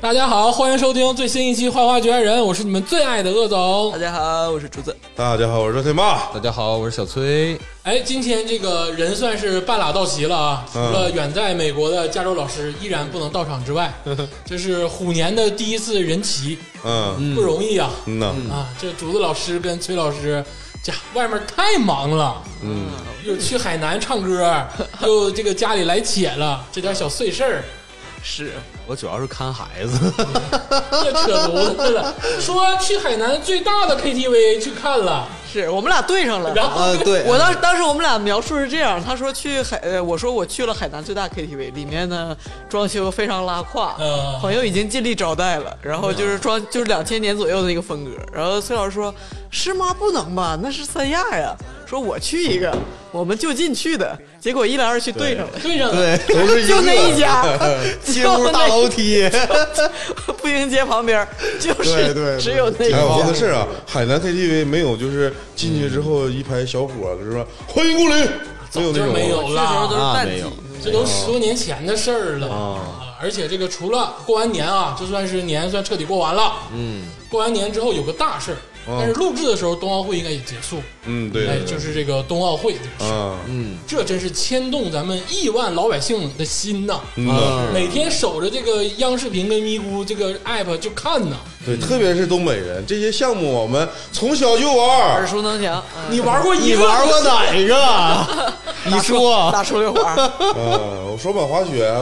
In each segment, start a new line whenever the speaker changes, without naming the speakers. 大家好，欢迎收听最新一期《花花局爱人》，我是你们最爱的鄂总
大。家好，我是竹子。
大家好，我是热水妈。
大家好，我是小崔。
哎，今天这个人算是半拉到齐了啊，除了远在美国的加州老师依然不能到场之外，这是虎年的第一次人齐，
嗯
不容易啊、
嗯呐，
啊！这竹子老师跟崔老师，家外面太忙了，嗯，又去海南唱歌， 又这个家里来且了，这点小碎事儿。
是，
我主要是看孩子，
这扯犊子了，说去海南最大的 KTV 去看了，
是我们俩对上了。
然后、
啊对
我当当时我们俩描述是这样，他说去海，呃，我说我去了海南最大 KTV，里面呢装修非常拉胯，
嗯
朋友已经尽力招待了，然后就是装就是两千年左右的一个风格。然后崔老师说：“是吗？不能吧，那是三亚呀。”说我去一个，我们就近去的，结果一来二去对上了，
对上了，
对，都是
就那一 家
街屋大楼梯，
步行街旁边就是
对对
只有那一
哎，我说
家
个。事儿啊，海南 KTV 没有，就是进去之后一排小伙子说欢迎光临，没有那
就
种
没有
去的时候都
了，
是
啊
淡
没
季
有，
这都十多年前的事儿了啊！而且这个除了过完年啊，就算是年算彻底过完了，嗯，过完年之后有个大事儿，但是录制的时候冬奥会应该也结束，
嗯，对，
哎
对，对
就是这个冬奥会这个事儿，
啊，
这真是牵动咱们亿万老百姓的心呐。
嗯呐，
每天守着这个央视频跟咪咕这个 app 就看呐，
对，特别是东北人，这些项目我们从小就玩
耳
儿，
熟能详。嗯
你玩过一
你
个
玩过哪个？你说
打出溜滑，
啊，我说板滑雪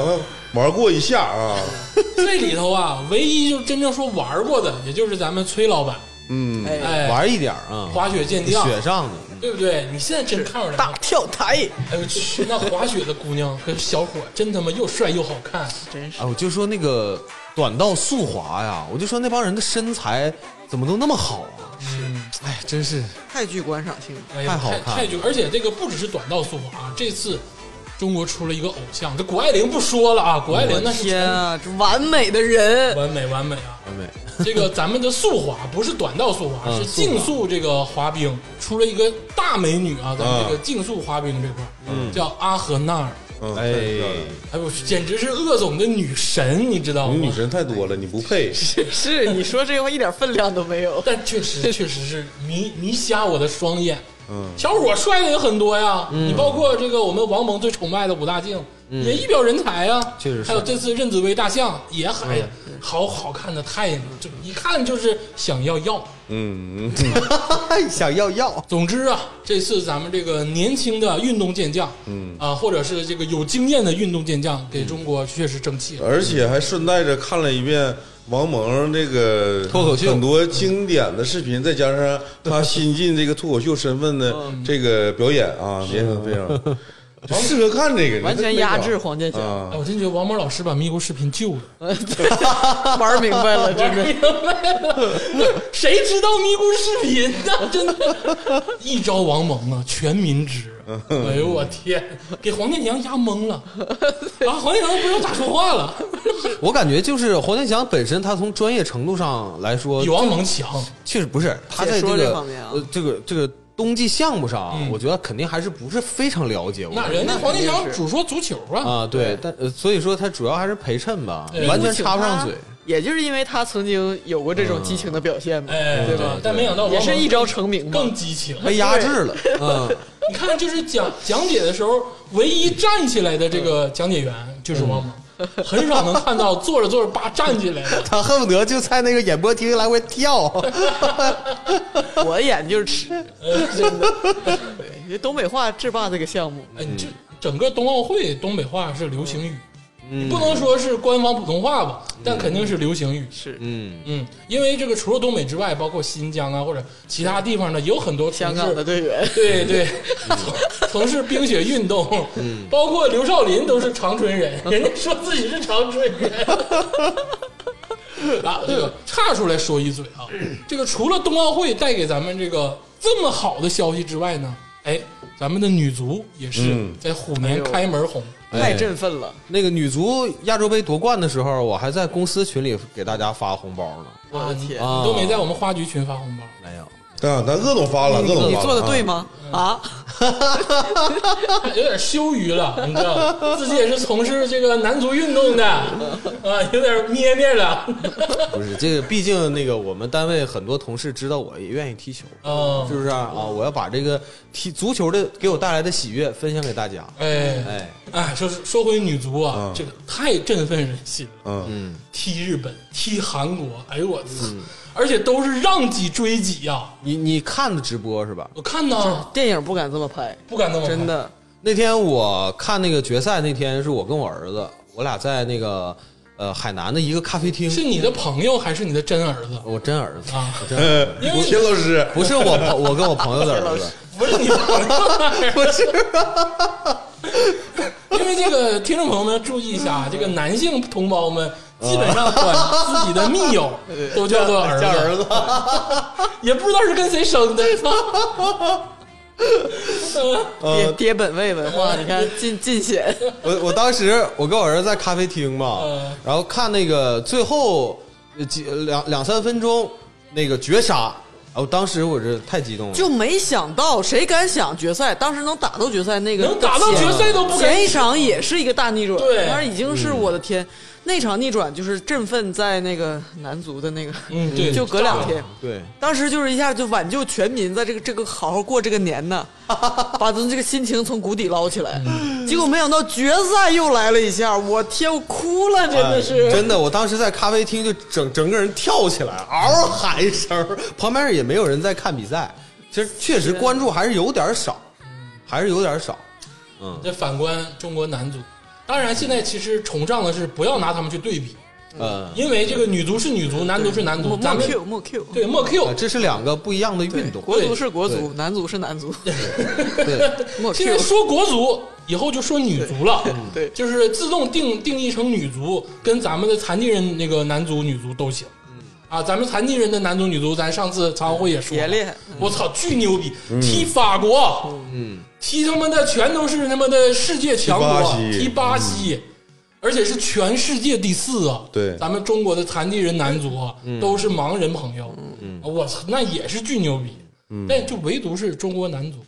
玩过一下啊，
这里头啊，唯一就真正说玩过的，也就是咱们崔老板，
嗯，
哎，
哎，
玩一点儿啊，
滑雪健将，
雪上的，
对不对？你现在真看出来
大
了，
跳台，
哎呦我去，那滑雪的姑娘和小伙真他妈又帅又好看，
真是
哎，我就说那个短道速滑呀，我就说那帮人的身材怎么都那么好啊？是，哎，真是
太具观赏性了。
哎呀，
太好看
太太绝！而且这个不只是短道速滑啊，这次中国出了一个偶像，这谷爱凌不说了啊，谷爱凌那是
天啊，这完美的人，
完美完美啊！
完美，
这个咱们的速滑不是短道速滑，
嗯
是竞速这个滑冰出了一个大美女啊，咱们这个竞速滑冰这块儿，叫阿和纳尔。
嗯，太漂亮了
哎，
哎呦我去，简直是鄂总的女神，你知道
你
吗
女？神太多了，你不配，
是你说这话一点分量都没有。
但确实确实是迷迷瞎我的双眼。嗯，小伙帅的也很多呀，
嗯
你包括这个我们王蒙最崇拜的武大靖，也一表人才呀。
确实是嗯
还有这次任子威大象也很哎呀，好好看的太，就一看就是想要要。
嗯，
想要要，
总之啊，这次咱们这个年轻的运动健将，嗯啊，或者是这个有经验的运动健将，给中国确实争气了。
而且还顺带着看了一遍王蒙这个
脱口秀
很多经典的视频，再加上他新晋这个脱口秀身份的这个表演啊，也很非常就适合看这个，
完全压制黄健
这
翔
个
嗯
啊
哎，。我真觉得王蒙老师把咪咕视频救了，
玩明白了，真的。
明 白了，谁知道咪咕视频 呢？真的，一招王蒙啊，全民知。 哎呦我天，给黄健翔压懵了，啊，黄健翔都不知道咋说话了，
我感觉就是黄健翔本身，他从专业程度上来说
比，王蒙强。
确实不是他在
解
这
说
个
这方面啊
呃这个这个冬季项目上啊，我觉得肯定还是不是非常了解。我
那人家黄健翔主说足球啊，
啊，对，但呃所以说他主要还是陪衬吧
对，
完全插不上嘴。
也就是因为他曾经有过这种激情的表现嘛，
哎，
对
吧
吧？？
但没想到王
也
蒙
是一招成名嘛
更。激情。
被压制了，嗯，
你看，就是讲讲解的时候，唯一站起来的这个讲解员就是王 蒙，很少能看到坐着坐着叭站起来的。
他恨不得就在那个演播厅来回跳，
我眼就是吃， 真的。对，这东北话制霸这个项目，
哎，你这整个冬奥会东北话是流行语，你不能说是官方普通话吧，但肯定是流行语。
是
嗯，
嗯，因为这个除了东北之外，包括新疆啊或者其他地方呢，也有很多
香
城
港
市
的队员，
对对，从从事冰雪运动，包括刘少林都是长春人，
嗯
人家说自己是长春 人。啊，这个岔出来说一嘴啊，这个除了冬奥会带给咱们这个这么好的消息之外呢，哎，咱们的女足也是
嗯
在虎年开门红，
太振奋了。
那个女足亚洲杯夺冠的时候，我还在公司群里给大家发红包呢，
我的天，
嗯你都没在我们花局群发红包，
没有，
啊，咱鄂总发了，鄂总发
嗯你
了
做的对
啊？
吗？啊，
有点羞于 了，你知道，自己也是从事这个男足运动的，啊，有点咩咩 了，
不是这个，毕竟那个我们单位很多同事知道我也愿意踢球，
啊
是，不是啊？啊我要把这个踢足球的给我带来的喜悦分享给大家。
哎
哎，
哎，说是说回女足啊
嗯，
这个太振奋人心了，
嗯，
嗯，
踢日本，踢韩国，哎呦我操，而且都是让几追几呀、
你你看的直播是吧？
我看呐，
电影不敢这么拍，
不敢那么看
真，的。
那天我看那个决赛那天是我跟我儿子，我俩在那个呃海南的一个咖啡厅，
是你的朋友还是你的真儿子
我真儿子，
啊？
我真儿子
因为
呃田老师，
不是我朋我跟我朋友的儿子，
不是你朋友，不是。因为这个听众朋友们要注意一下啊，这个男性同胞们基本上管自己的密友都叫做 儿
叫儿
子，
啊
子，
也不知道是跟谁生的。 呃
爹爹本位文化，你看尽尽显，
我我当时我跟我儿子在咖啡厅嘛
嗯，
然后看那个最后呃几两两三分钟那个绝杀，我当时我这太激动了，
就没想到谁敢想决赛，当时能打到决赛那个
能打到决赛都不敢
前一场也是一个大逆转，
对
但是已经是我的天，那场逆转就是振奋在那个男足的那个，
嗯对
就隔两天。
对，
当时就是一下就挽救全民，在这个这个好好过这个年 呐，把咱这个心情从谷底捞起来。结果没想到决赛又来了一下，我天，我哭了，真的是。
哎真的，我当时在咖啡厅就整整个人跳起来，嗷
嗯
喊一声儿，旁边也没有人在看比赛，其实确实关注还是有点少，
嗯
还是有点少，
这反观中国男足，当然现在其实崇尚的是不要拿他们去对比，
嗯
呃，
因为这个女足是女足，男足是男足，
莫
咱
莫
们
Q 莫 Q，
对莫 Q
呃这是两个不一样的运动，
国足是国足，男足是男足，
对，
莫 Q
现。在说国足，以后就说女足了，嗯
对
就是自动定定义成女足，跟咱们的残疾人那个男足、女足都行。
嗯
啊，咱们残疾人的男足、女足，咱上次残奥会也说了
也厉害嗯
我操，巨牛逼！
嗯
踢法国，嗯，踢他妈的全都是他妈的世界强国，
踢巴西嗯
踢巴西，而且是全世界第四啊！
对嗯
咱们中国的残疾人男足啊，都是盲人朋友，嗯，我操，那也是巨牛逼，嗯，但就唯独是中国男足，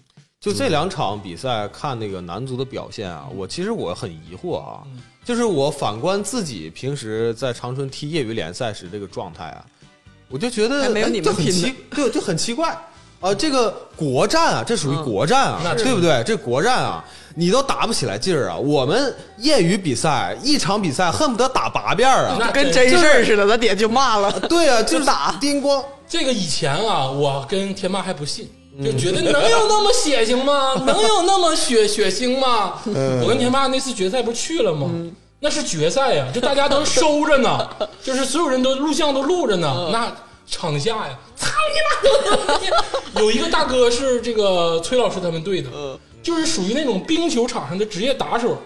就
嗯
这两场比赛，看那个男足的表现啊，我其实我很疑惑啊，
嗯
就是我反观自己平时在长春踢业余联赛时这个状态啊，我就觉得
还没有
哎
你们
就很
拼呢
奇，对，就很奇怪啊。这个国战啊，这属于
嗯
国战啊，
那是
对不对？这国战啊，你都打不起来劲儿啊。我们业余比赛一场比赛恨不得打八遍儿啊，
那
跟真事儿似的，咱爹就骂了。
对啊，就是打叮咣。
这个以前啊，我跟天霸还不信，就觉得能有那么血腥吗？能有那么血血腥吗？我跟天霸那次决赛不是去了吗？那是决赛呀、就大家都收着呢，就是所有人都录像都录着呢。那场下呀，操你妈！ 有一个大哥是这个崔老师他们队的，就是属于那种冰球场上的职业打手，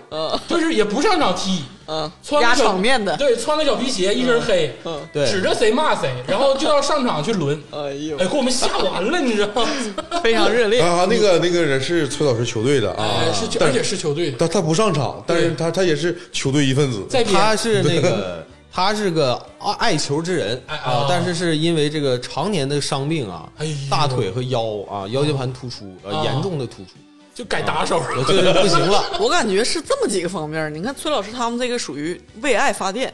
就是也不上场踢，
嗯，
穿个
压
小
场面的。
对，穿个小皮鞋，一身黑，
嗯
对
指着谁骂谁，然后就要上场去轮，
哎呦
哎，，给我们吓完了，你知道吗？
非常热烈。
啊，那个那个人是崔老师球队的啊
哎，是球，
但
而且是球队的，
他他不上场，但是
对
他他也是球队一份子。
在边
他是那个， 他是个爱爱球之人
哎
啊
啊，
但是是因为这个常年的伤病啊
哎呦，哦
大腿和腰啊，腰间盘突出，呃，
啊
严重的突出，
就改打手了，
就是不行了。
我感觉是这么几个方面。你看崔老师他们这个属于为爱发电，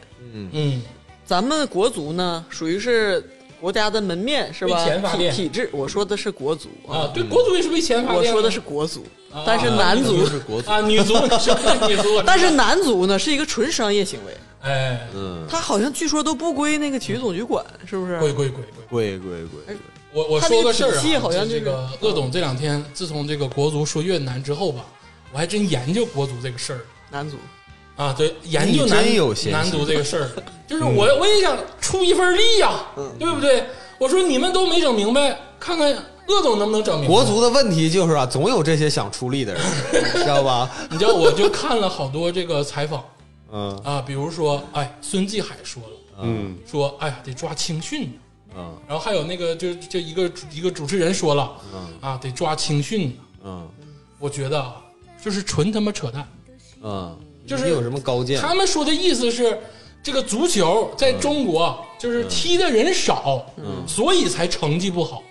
嗯，
咱们国足呢属于是国家的门面是吧？
为钱发
体
电
体制，我说的是国足啊，
啊，对，国足也是为钱发
我
电，
说的是国足，但是男
女
足
足，是国足
啊，女足， 你说女足，
但是男足呢是一个纯商业行为，
哎，
嗯，
他好像据说都不归那个体育总局管，是不
贵
是？
贵贵贵。
贵贵贵，
我我说个事儿
他那个体系
啊，
好像
这
就是嗯
个鄂总这两天，自从这个国足说越南之后吧，我还真研究国足这个事儿。
男足
啊，对，研究
你
男
真有闲心嗯
男足这 个事儿，就是我我也想出一份力呀、对不对？我说你们都没整明白，看看鄂总能不能整明白。
国，足的问题就是啊，总有这些想出力 的人，知道吧？
你知道我就看了好多这个采访
嗯
啊，比如说，哎，孙继海说了，
嗯，
说哎呀得抓青训，
嗯
然后还有那个就就一个一个主持人说了，啊得抓青训，
嗯
我觉得啊就是纯他妈扯淡。
嗯，
就是
你有什么高见？
他们说的意思是，这个足球在中国就是踢的人少，所以才成绩不好。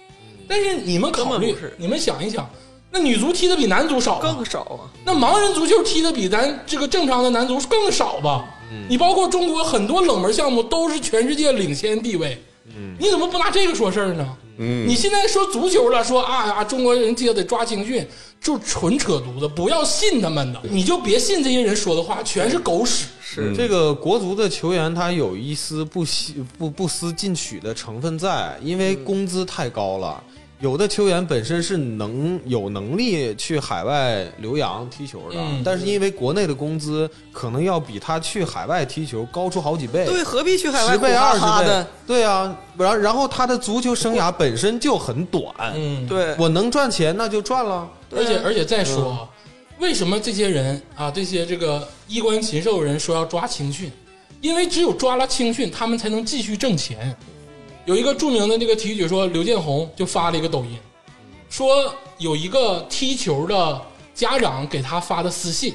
但是你们考
根本
虑
不是，
你们想一想，那女足踢的比男足少啊，
更少啊。
那盲人足球踢的比咱这个正常的男足更少吧？你包括中国很多冷门项目都是全世界领先地位，你怎么不拿这个说事儿呢？你现在说足球了，说啊啊，中国人这个得抓青训，就纯扯犊子，不要信他们的，你就别信这些人说的话，全是狗屎。
是这个国足的球员，他有一丝不惜不不思进取的成分在，因
嗯
为工资太高了。有的球员本身是能有能力去海外留洋踢球的，
嗯
但是因为国内的工资可能要比他去海外踢球高出好几倍，
对，何必去海外
十倍
苦哈
二
哈
十倍
的？，
对啊。然然后他的足球生涯本身就很短，
嗯，
对，
我能赚钱那就赚了。
而且而且再说啊，为什么这些人啊，这些这个衣冠禽兽人说要抓青训？因为只有抓了青训，他们才能继续挣钱。有一个著名的这个体育解说刘建宏就发了一个抖音，说有一个踢球的家长给他发的私信，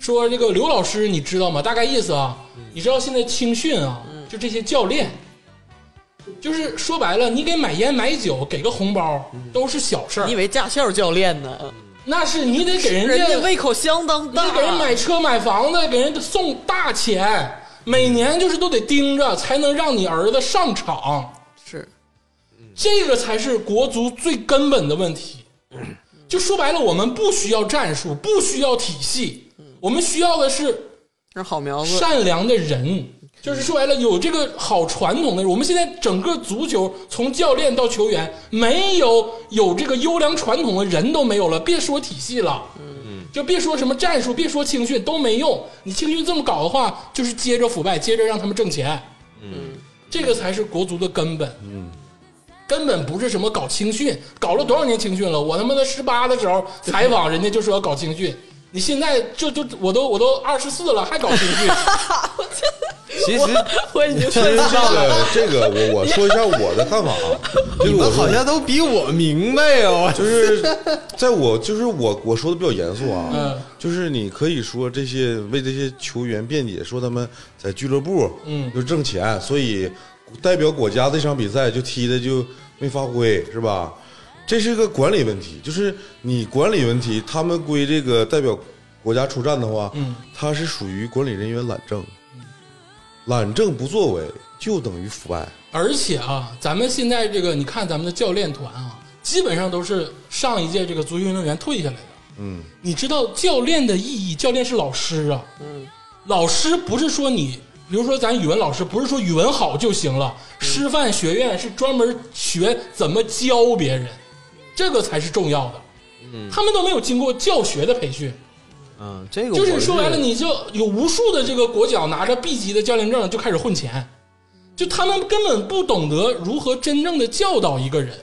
说这个刘老师你知道吗？大概意思啊，你知道现在青训啊，就这些教练，就是说白了，你给买烟买酒给个红包都是小事儿
你以，为驾校教练呢？
那是你得给人
人
家
家胃口相当
你
大，
得给人买车买房子，给人送大钱，每年就是都得盯着，才能让你儿子上场。
是
这个才是国足最根本的问题。就说白了，我们不需要战术，不需要体系，我们需要的是
是好苗子，
善良的人。就是说白了，有这个好传统的人。我们现在整个足球，从教练到球员，没有有这个优良传统的人都没有了，别说体系了，嗯，就别说什么战术，别说青训都没用。你青训这么搞的话，就是接着腐败，接着让他们挣钱，嗯，这个才是国足的根本，嗯，根本不是什么搞青训，搞了多少年青训了？我他妈的十八的时候采访人家就说要搞青训。你现在这就我都我都二十四了，还搞青训？
其实
我已经
其实
分析到了。
这个这个我我说一下我的看法啊，就是
你
我
们
说
好像都比我明白哦。
就是在我就是我我说的比较严肃啊，
嗯
就是你可以说这些为这些球员辩解，说他们在俱乐部
嗯
就挣钱，所以代表国家这场比赛就踢的就没发挥，是吧？这是个管理问题，就是你管理问题，他们归这个代表国家出战的话，
嗯，
他是属于管理人员懒政，懒政不作为就等于腐败，
而且啊，咱们现在这个，你看咱们的教练团啊，基本上都是上一届这个足球运动员退下来的。
嗯，
你知道教练的意义？教练是老师啊。嗯，老师不是说你，比如说咱语文老师，不是说语文好就行了。师范学院是专门学怎么教别人，这个才是重要的。嗯，他们都没有经过教学的培训。
嗯，这个
就
我
是说白了，你就有无数的这个国脚拿着 B 级的教练证就开始混钱，就他们根本不懂得如何真正的教导一个人。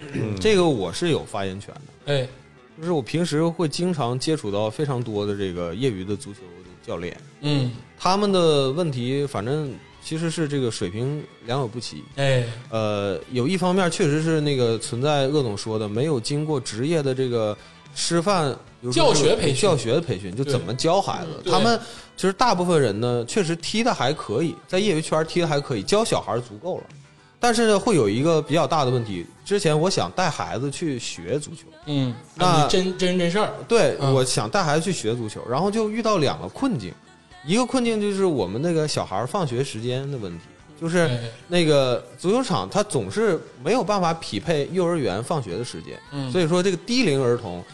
嗯
这个我是有发言权的。
哎，
就是我平时会经常接触到非常多的这个业余的足球的教练，
嗯，
他们的问题反正其实是这个水平良莠不齐。
哎，
呃，有一方面确实是那个存在鄂总说的，没有经过职业的这个师范比如说
教学培训嗯
教学培训就怎么教孩子。
对
他们其实大部分人呢，确实踢的还可以，在业余圈踢的还可以，教小孩足够了。但是呢，会有一个比较大的问题。之前我想带孩子去学足球，
嗯，
那
你真真人真事儿，
对，
嗯
我想带孩子去学足球，然后就遇到两个困境，一个困境就是我们那个小孩儿放学时间的问题，就是
哎
那个足球场它总是没有办法匹配幼儿园放学的时间，
嗯
所以说这个低龄儿童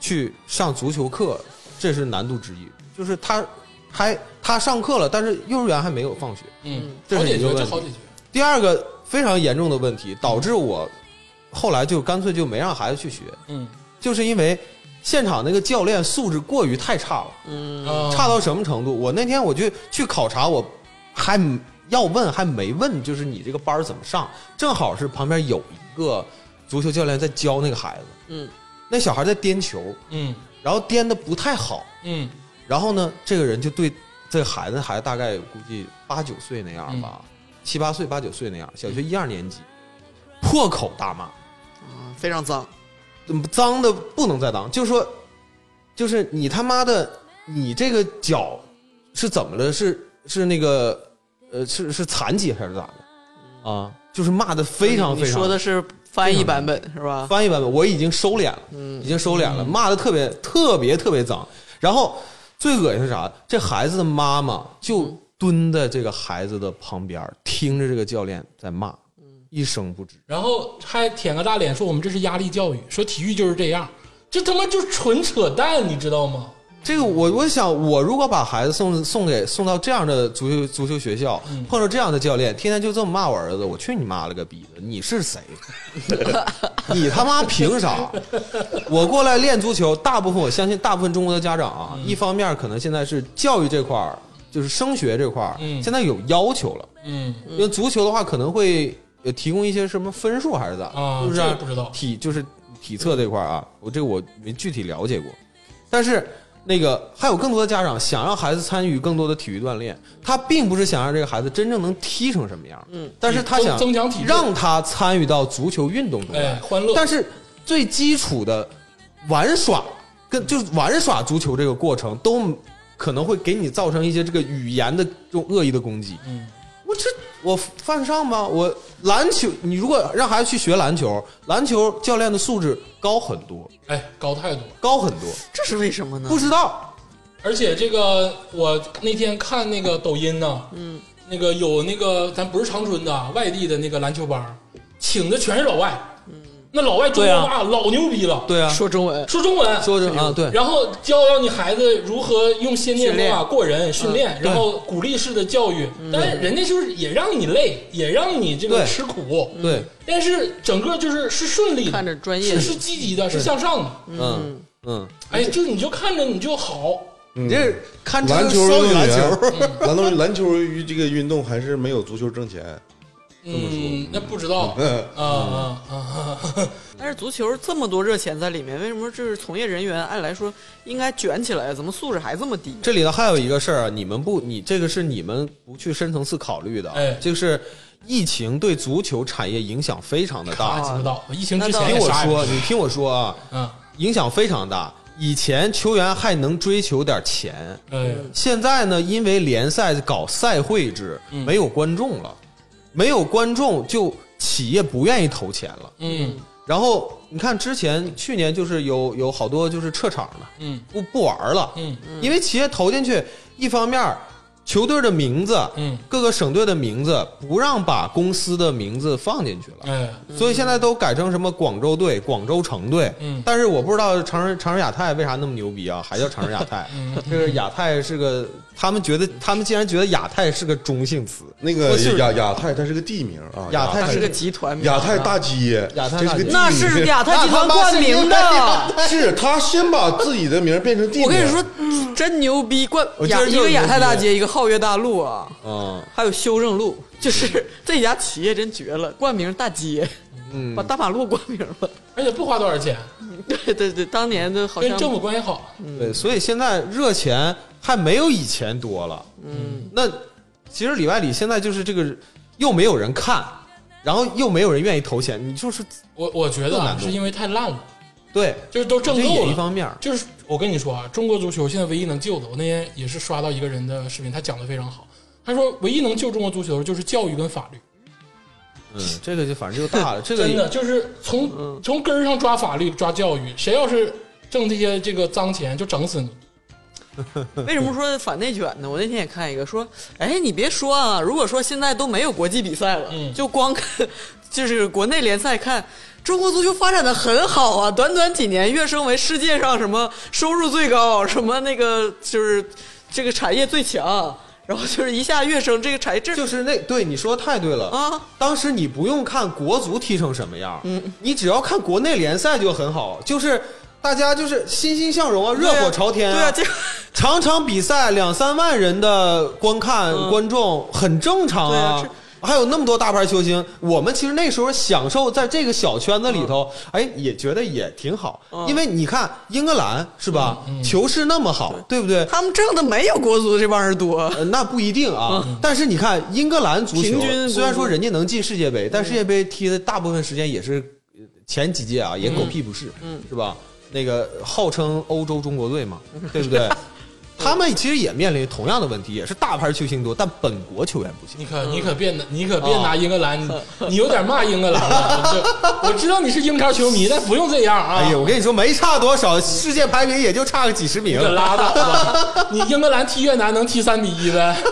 去上足球课，这是难度之一，就是他还他上课了，但是幼儿园还没有放学。
嗯，
这
好
是
解
一个
决，
问
这
题
好解决。
第二个非常严重的问题，导致我后来就干脆就没让孩子去学，
嗯，
就是因为现场那个教练素质过于太差了，
啊
差到什么程度？我那天我就去考察，我还要问还没问，就是你这个班儿怎么上？正好是旁边有一个足球教练在教那个孩子，
嗯，
那小孩在颠球，
嗯
然后颠的不太好，
嗯
然后呢，这个人就对这个孩子，孩子大概估计八九岁那样吧，七八岁、八九岁那样，小学一二年级，破口大骂。
啊 非常脏，
脏的不能再脏，就说，就是你他妈的，你这个脚是怎么了？是是那个呃，是是残疾还是咋的？啊，就是骂的非常
你
非常
说的是翻译版本是吧？
翻译版本我已经收敛了，
嗯
已经收敛了，骂的特别特别特别脏。然后最恶心是啥？这孩子的妈妈
嗯
就蹲在这个孩子的旁边，听着这个教练在骂，
嗯
一声不吱。
然后还舔个大脸说我们这是压力教育，说体育就是这样，这他妈就是纯扯淡，你知道吗？
这个我我想，我如果把孩子送送给送到这样的足球足球学校，碰到这样的教练，天天就这么骂我儿子，我去你妈了个逼的！你是谁？你他妈凭啥？我过来练足球，大部分我相信，大部分中国的家长啊，一方面可能现在是教育这块儿，就是升学这块儿，
嗯
现在有要求了。
嗯
因为足球的话，可能会呃提供一些什么分数还是咋，
啊
是不是、
这个不知道
体就是体测这块儿啊，我这个我没具体了解过，但是。那个还有更多的家长想让孩子参与更多的体育锻炼，他并不是想让这个孩子真正能踢成什么样，嗯，但是他想
增增强体质
让他参与到足球运动中来，
哎欢乐
但是最基础的玩耍跟就是玩耍足球这个过程，都可能会给你造成一些这个语言的这种恶意的攻击，
嗯，
我这我犯上吧，我篮球，你如果让孩子去学篮球，篮球教练的素质高很多，
哎，高太多。
高很多，
这是为什么呢？
不知道
而且这个我那天看那个抖音呢，嗯，那个有那个咱不是长春的啊外地的那个篮球班儿，请的全是老外，嗯，那老外中
对
文
啊
啊老牛逼了，
对啊，
说中文，
说中文，
说着啊，对，
然后教导你孩子如何用先进方
训
法
练
过人训练，
嗯对嗯
然后鼓励式的教育，但是人家就是也让你累，也让你这个
对
吃苦，
对，
但是整个就是是顺利的，
看着专业
是是积极的，是向上的，
嗯嗯，
哎，就你就看着你就好，
你这看
篮球
双
运
语
动员
篮球，
篮球篮球与这个运动还是没有足球挣钱。
嗯，那不知道，啊啊啊啊！
但是足球这么多热钱在里面，为什么就是从业人员按理来说应该卷起来，怎么素质还这么低？
这里头还有一个事儿啊，你们不，你这个是你们不去深层次考虑的，啊
哎
就是疫情对足球产业影响非常的
大
大。
家知道，疫情之
那倒
前
听
也
我
啥也
说，
没
你听我说啊，
嗯，
影响非常大。以前球员还能追求点钱，
哎，
现在呢，因为联赛搞赛会制，
嗯
没有观众了，没有观众就企业不愿意投钱了。
嗯
然后你看，之前去年就是有有好多就是撤场了，
嗯
不不玩了，
嗯
因为企业投进去，一方面球队的名字，
嗯，
各个省队的名字不让把公司的名字放进去了。
哎，
所以现在都改成什么广州队、广州城队，
嗯
但是我不知道长春长春亚泰为啥那么牛逼啊，还叫长春亚 泰，
嗯
这个亚泰是个，他们觉得他们竟然觉得亚泰是个中性词，
那个
我是
亚亚太，它是个地名啊，
哦
亚太
它是个集团名，
亚太大街，
亚太
这
大
是个地名
那
街
是亚太集团冠名的。
是他先把自己的名儿变 成地名。
我跟你说，真牛逼！冠
嗯我今
亚
儿
一
就是
个亚太大
牛逼
街，一个皓月大陆啊，
嗯，
还有修正路，就是 这家企业真绝了，冠名大街，
嗯
把大马路冠名 了。
而且不花多少钱，
对对对，当年的好
跟
像
政府关系好，
对，所以现在热钱还没有以前多了，嗯，那其实里外里现在就是这个又没有人看，然后又没有人愿意投钱，你就是
我我觉得
更
啊
难，弄
是因为太烂了，
对，
就是都挣
这
够
也
了。
一方面儿，
就是我跟你说啊，中国足球现在唯一能救的，我那天也是刷到一个人的视频，他讲的非常好。他说，唯一能救中国足球就是教育跟法律，
嗯，这个就反正就大了，这个
真的就是从、从根儿上抓法律、抓教育。谁要是挣这些这个脏钱，就整死你。
为什么说反内卷呢？我那天也看一个说，哎，你别说啊，如果说现在都没有国际比赛了，
嗯
就光看就是国内联赛看，中国足球发展的很好啊，短短几年跃升为世界上什么收入最高，什么那个就是这个产业最强，然后就是一下跃升这个产业这
就是那对你说太对了
啊！嗯
当时你不用看国足踢成什么样，你只要看国内联赛就很好，就是大家就是欣欣向荣啊，热火朝天
对啊，这
场场比赛两三万人的观看、观众很正常
嗯对啊
还有那么多大牌球星，我们其实那时候享受在这个小圈子里头，
嗯
哎，也觉得也挺好，因为你看英格兰是吧，
嗯
球市那么好，对不对？
他们挣的没有国足这帮人多，
呃，那不一定啊。但是你看，英格兰足球
平均
虽然说人家能进世界杯，但世界杯踢的大部分时间也是呃前几届啊，也狗屁不是，是吧？那个号称欧洲中国队嘛，对不对？他们其实也面临同样的问题，也是大牌球星多，但本国球员不行。
你可你可别拿你可别拿英格兰，你你有点骂英格兰了。就我知道你是英超球迷，但不用这样啊！
哎呀，我跟你说，没差多少，世界排名也就差个几十名
你。可拉倒吧！你英格兰踢越南能踢三比一呗？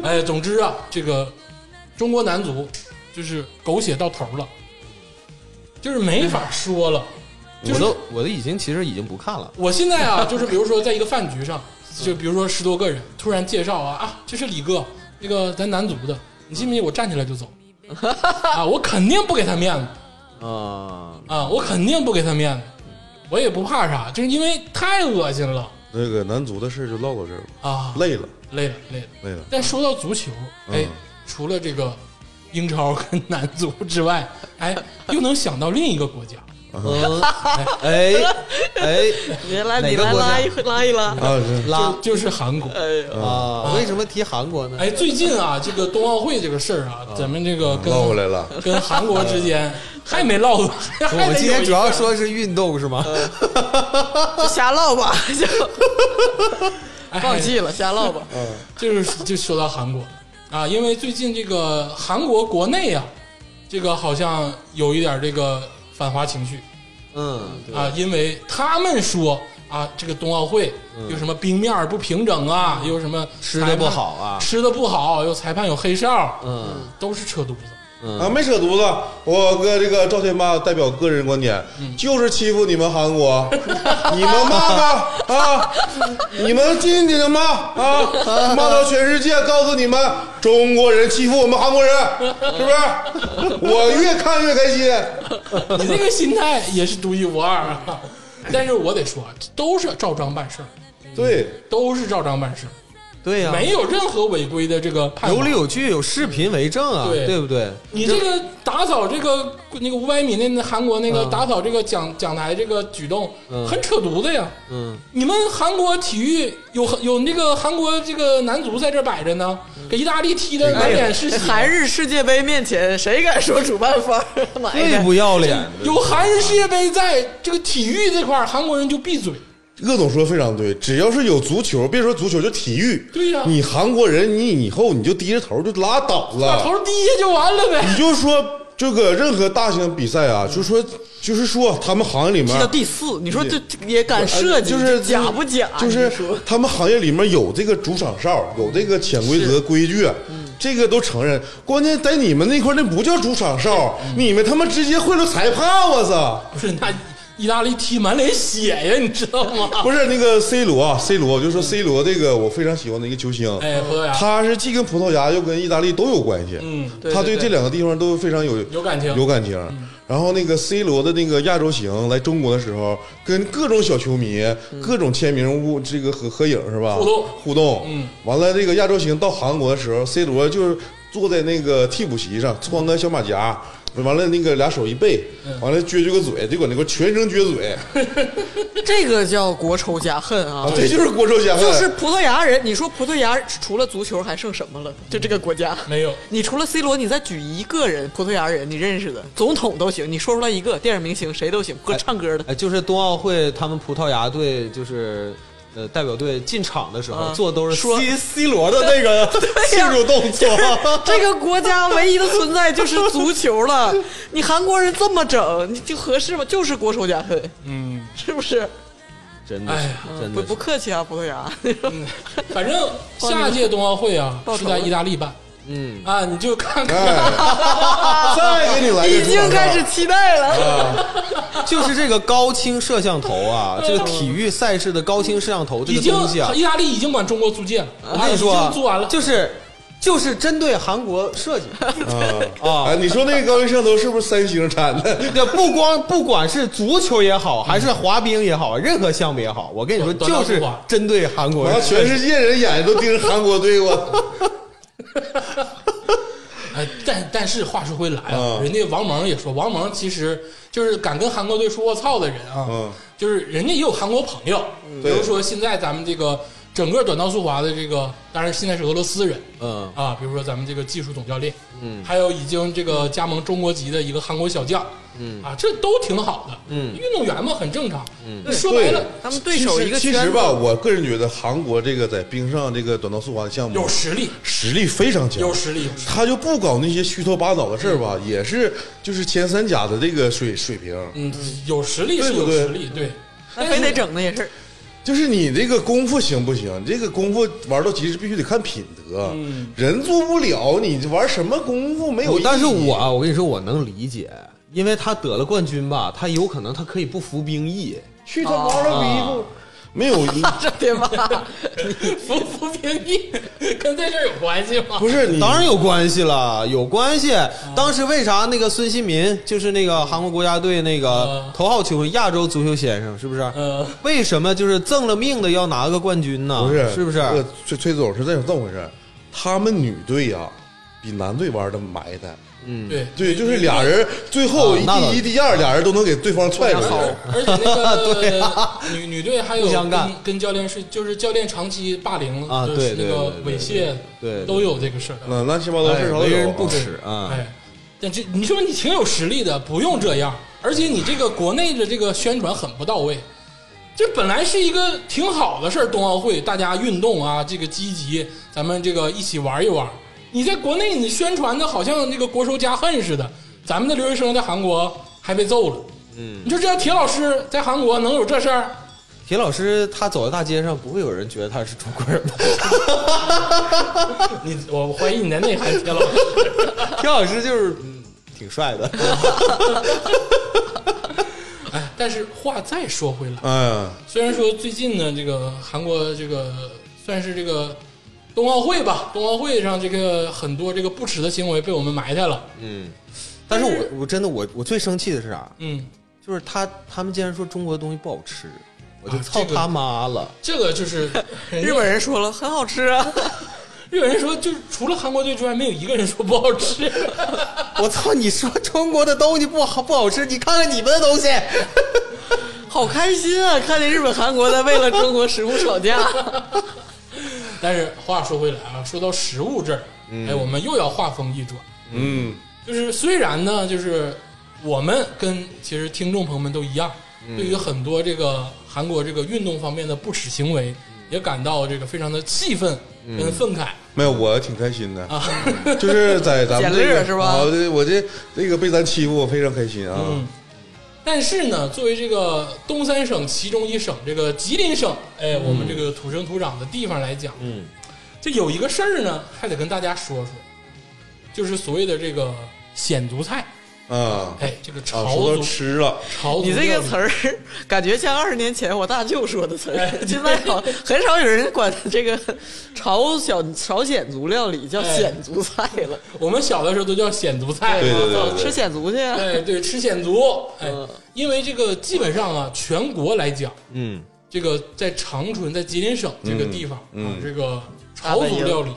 哎，总之啊，这个中国男足就是狗血到头了，就是没法说了。就
我
是
都我都已经其实已经不看了。
我现在啊， 就是比如说在一个饭局上，就比如说十多个人突然介绍啊啊，这是李哥，那个咱男足的，你信不信我站起来就走？啊，我肯定不给他面子。
啊、
啊，我肯定不给他面子，我也不怕啥，就是因为太恶心了
那个男足的事儿就唠到这儿吧，
啊，
累了，
累了累了。
累了。
但说到足球，哎
嗯，
除了这个英超 跟男足之外，哎，又能想到另一个国家，
嗯，哎哎
原来
哪
你
个
来
国家
拉一拉一拉，
啊，是
拉
就是韩国。
哎呦，
啊！为什么提韩国呢？
哎，最近啊，这个冬奥会这个事儿啊，咱们这个跟
唠回来了。
跟韩国之 间还没唠，还
我
还
们
得
今
哎有
天
一
主要
个呃
说是运动是吗？
就瞎唠吧，就
哎
忘记了，瞎唠吧。
就是就说到韩国啊，因为最近这个韩国国内啊，这个好像有一点这个反华情绪
嗯，对
啊，因为他们说啊，这个冬奥会有什么冰面儿不平整啊，有什么
嗯吃的不好啊
裁判吃的不好，有裁判有黑哨，
嗯
都是扯犊子。
啊，没扯犊子，我哥这个赵天霸代表个人观点，
嗯
就是欺负你们韩国， 你们骂吧啊，你们尽情的骂 啊，骂到全世界，告诉你们中国人欺负我们韩国人，是不是？我越看越开心。
你这个心态也是独一无二啊。 但是我得说，都是照章办事儿，
对，
都是照章办事儿，
对呀、
没有任何违规的这个判
有
罚
理有据，有视频为证啊，
对
不对？
你这个打扫这个那个五百米那韩国那个打扫这个讲讲台这个举动，
嗯
很扯犊子呀！
嗯，
你们韩国体育有有那个韩国这个男足在这摆着呢，
嗯
给意大利踢的满脸是血，
韩日世界杯面前，谁敢说主办方 哪
哎
一
最
个？
不要脸的，
有韩日世界杯在这个体育这块儿，韩国人就闭嘴。
鄂总说得非常对，只要是有足球，别说足球，就体育，
对呀
你韩国人，你以后你就低着头就拉倒了，
把头低下就完了呗。
你就说这个任何大型比赛
嗯
啊，就说就是说他们行业里面哎
踢到第四，你说这这也敢设计，
就是
这假不假？
就是
你说
他们行业里面有这个主场哨，有这个潜规
嗯
则规矩，这个都承认。关键在你们那块儿那不叫主场哨，
嗯
你们他妈直接贿赂裁判，我操！
不是，那意大利踢满脸血呀，你知道吗？
不是那个 C 罗啊，C 罗，我就说 C 罗这个我非常喜欢的一个球星，
哎，葡萄牙，
他是既跟葡萄牙又跟意大利都有关系，
嗯，
对
他
对
对这两个地方都非常有
有感情
有感情。然后那个 C 罗的那个亚洲行来中国的时候，跟各种小球迷、各种签名物这个合合影是吧？
互动
互动。
嗯，
完了这个亚洲行到韩国的时候，C 罗就是坐在那个替补席上，穿个小马甲。完了，那个俩手一背，完了撅撅个嘴，就搁那块全程撅嘴，
这个叫国仇家恨啊
啊，这就是国仇家恨。
就是葡萄牙人，你说葡萄牙除了足球还剩什么了？就这个国家，
没有，
你除了 C 罗，你再举一个人，葡萄牙人你认识的，总统都行，你说出来一个，电影明星谁都行，歌唱歌的，
哎，就是冬奥会他们葡萄牙队就是呃代表队进场的时候、
啊
嗯
做的都是
说
C C 罗的那 个庆祝动作，
这个国家唯一的存在就是足球了。 你韩国人这么整，你就合适吗？就是国仇家恨，
嗯。
是不是？
真的
哎
是
呀
真
不
的是
不客气啊，葡萄牙。
嗯
反正下届冬奥会啊
报
是
仇
在意大利办
嗯，
啊，你就看看
哎，再给你来一个
已
主场哨
经开始期待
啊
了。
就是这个高清摄像头 啊，这个体育赛事的高清摄像头这
已
个
经
东西啊，
意大利已经管中国租借了，
我
啊
跟你说
已
啊
经做完了，
就是就是针对韩国 设计啊
啊！你说那个高清摄像头是不是三星产的？
这不光不管是足球也好，还是滑冰也好，任何项目也好，我跟你说，
短短道
就
速
是
滑
针对韩国
完了，
人。
全世界人眼睛都盯着韩国队，我
哎，但但是话说回来啊，
嗯
人家王蒙也说，王蒙其实就是敢跟韩国队说“我操”的人啊，
嗯
就是人家也有韩国朋友，比如
对
说现在咱们这个。整个短道速滑的这个，当然现在是俄罗斯人
嗯
啊，比如说咱们这个技术总教练，嗯，还有已经这个加盟中国籍的一个韩国小将，嗯啊，这都挺好的，嗯，运动员嘛很正常，嗯，说白了
他们对手一个
其
圈
实其实
子
吧，我个人觉得韩国这个在冰上这个短道速滑的项目
有实力，
实力非常强，
有实力，有实力，
他就不搞那些虚头巴脑的事儿吧，也是就是前三甲的这个水水平，
嗯，有实力是
对不
有
对
实力，对，
那非得整那些事 儿。
就是你这个功夫行不行？你这个功夫玩到极致必须得看品德，人做不了，你玩什么功夫没有
我
意义？
但是我啊我跟你说，我能理解，因为他得了冠军吧，他有可能他可以不服兵役，
去他妈了逼不
啊
没有意义，
这对吧？
服服兵役跟这事儿有关系吗？
不是你
当然有关系了，有关系。当时为啥那个孙兴民就是那个韩国国家队那个
嗯
头号球员，亚洲足球先生，是不是？
呃，
为什么就是挣了命的要拿个冠军呢？
不是
啊是不是？
这个崔崔总是这么这么回事儿，他们女队呀、比男队玩的埋汰。
对
嗯对，就是俩人最后
啊那倒
第一、第二，俩人都能给对方踹出去。
而且那 个女女队还有
啊互相干
跟跟教练是就是教练长期霸凌
啊
就
对
是
对
那个
对对
猥亵，
对对
都有这个事儿。
嗯那乱七八糟事儿
哎
啥都
为
有
人
啊。
不齿啊！
哎，但这你说你挺有实力的，不用这样。而且你这个国内的这个宣传很不到位，这本来是一个挺好的事儿，冬奥会大家运动啊，这个积极，咱们这个一起玩一玩。你在国内你宣传的好像那个国仇家恨似的，咱们的留学生在韩国还被揍了。嗯，你说这要铁老师在韩国能有这事儿？
铁老师他走在大街上，不会有人觉得他是中国人吧？
你我怀疑你在内涵铁老师。
铁老师就是嗯挺帅的，
哎，但是话再说回来，
哎，
虽然说最近呢，这个韩国这个算是这个冬奥会吧，冬奥会上这个很多这个不耻的行为被我们埋汰了。
嗯。但是我我真的我我最生气的是啥？
嗯，
就是他他们竟然说中国的东西不好吃，我就
啊
操
这个
他妈了！
这个就是
日本人说了很好吃啊，
日本人说，就是除了韩国队之外，没有一个人说不好吃。
我操！你说中国的东西不好不好吃，你看看你们的东西。
好开心啊！看见日本、韩国在为了中国食物吵 架，
但是话说回来啊，说到食物这儿，哎，我们又要话锋一转，
嗯，
就是虽然呢，就是我们跟其实听众朋友们都一样，对于很多这个韩国这个运动方面的不耻行为，也感到这个非常的气愤跟愤慨。
没有，我挺开心的，
啊
就是在咱们
捡
这
乐
个
是吧
啊对，我这这个被咱欺负，我非常开心啊。
嗯， 但是呢，作为这个东三省其中一省，这个吉林省，哎，我们这个土生土长的地方来讲，
嗯，
这有一个事儿呢，还得跟大家说说，就是所谓的这个显族菜，
啊
哎，这个
啊，
朝
说
族
到吃了，
朝族
你这
料
个
理
词儿感觉像二十年前我大舅说的词
哎
儿，
对
现在 好很少有人管这个朝小朝鲜族料理叫
哎
鲜族菜了，
我们小的时候都叫显族菜，
对对对对对
吃鲜族去啊。
哎，对，吃显族，哎，
嗯
因为这个基本上啊，全国来讲，
嗯，
这个在长春，在吉林省这个地方、
嗯
啊
嗯，
这个朝族料理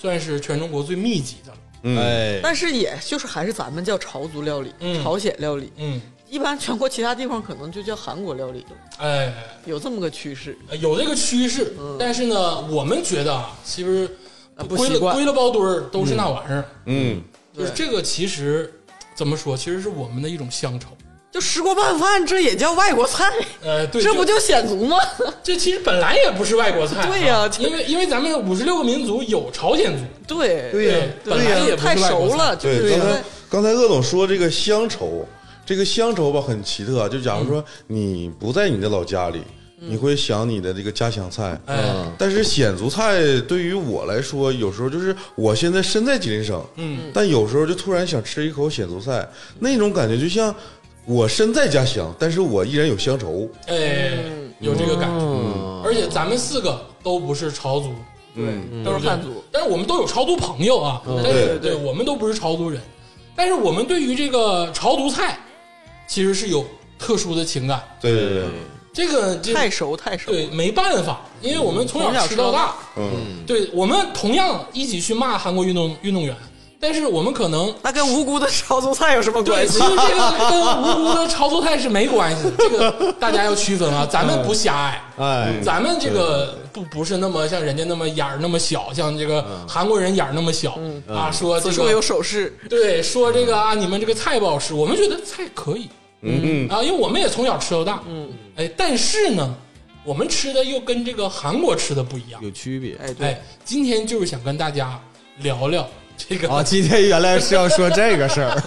算是全中国最密集的了。
嗯，
哎，
但是也就是还是咱们叫朝族料理、
嗯
朝鲜料理，
嗯，
一般全国其他地方可能就叫韩国料理了，
哎，呃
有这么个趋势。
有这个趋势，但是呢，我们觉得啊，其实
啊嗯不
归
习
了
惯
归了包堆儿都是那玩意儿，
嗯，
就是这个其实怎么说，其实是我们的一种乡愁。
就吃过拌饭，这也叫外国菜，
呃，对，
这不就显族吗？
这其实本来也不是外国菜啊，
对呀
因为因为咱们五十六个民族有朝鲜族，
对
对呀，
本
本来
来也不是
太
外国
熟
菜
了，就
对，
是
刚才刚才鄂总说这个乡愁，这个乡愁吧很奇特啊，就假如说你不在你的老家里，你会想你的这个家乡菜，
哎，
但是鲜族菜对于我来说，有时候就是我现在身在吉林省，
嗯，
但有时候就突然想吃一口鲜族菜，那种感觉就像我身在家乡，但是我依然有乡愁。
哎，有这个感觉。
嗯
而且咱们四个都不是朝族，
嗯，
都
都是汉族，
但是我们都有朝族朋友啊。但是
嗯对
对，我们都不是朝族人，但是我们对于这个朝族菜其实是有特殊的情感。
对对嗯对，
这个这
太熟太熟。
对没办法，因为我们从
从小
小
吃
吃
到
到
大
大。
嗯
对我们同样一起去骂韩国运动运动员，但是我们可能
那跟无辜的潮州菜有什么
对，
关
其
系
实？这个跟无辜的潮州菜是没关系，这个大家要区分啊，咱
嗯
们不狭隘。
哎，
咱们这个不不是那么像人家那么眼儿那么小，像这个
嗯
韩国人眼儿那么小啊，说这
嗯此处有
个
手势，
对，说这个啊，你们这个菜不好吃，我们觉得菜可以
嗯，
啊，因为我们也从小吃到大，嗯，哎，但是呢，我们吃的又跟这个韩国吃的不一样，
有区别。
哎，对，
哎，今天就是想跟大家聊聊这个
哦
啊，今天原来是要说这个事儿，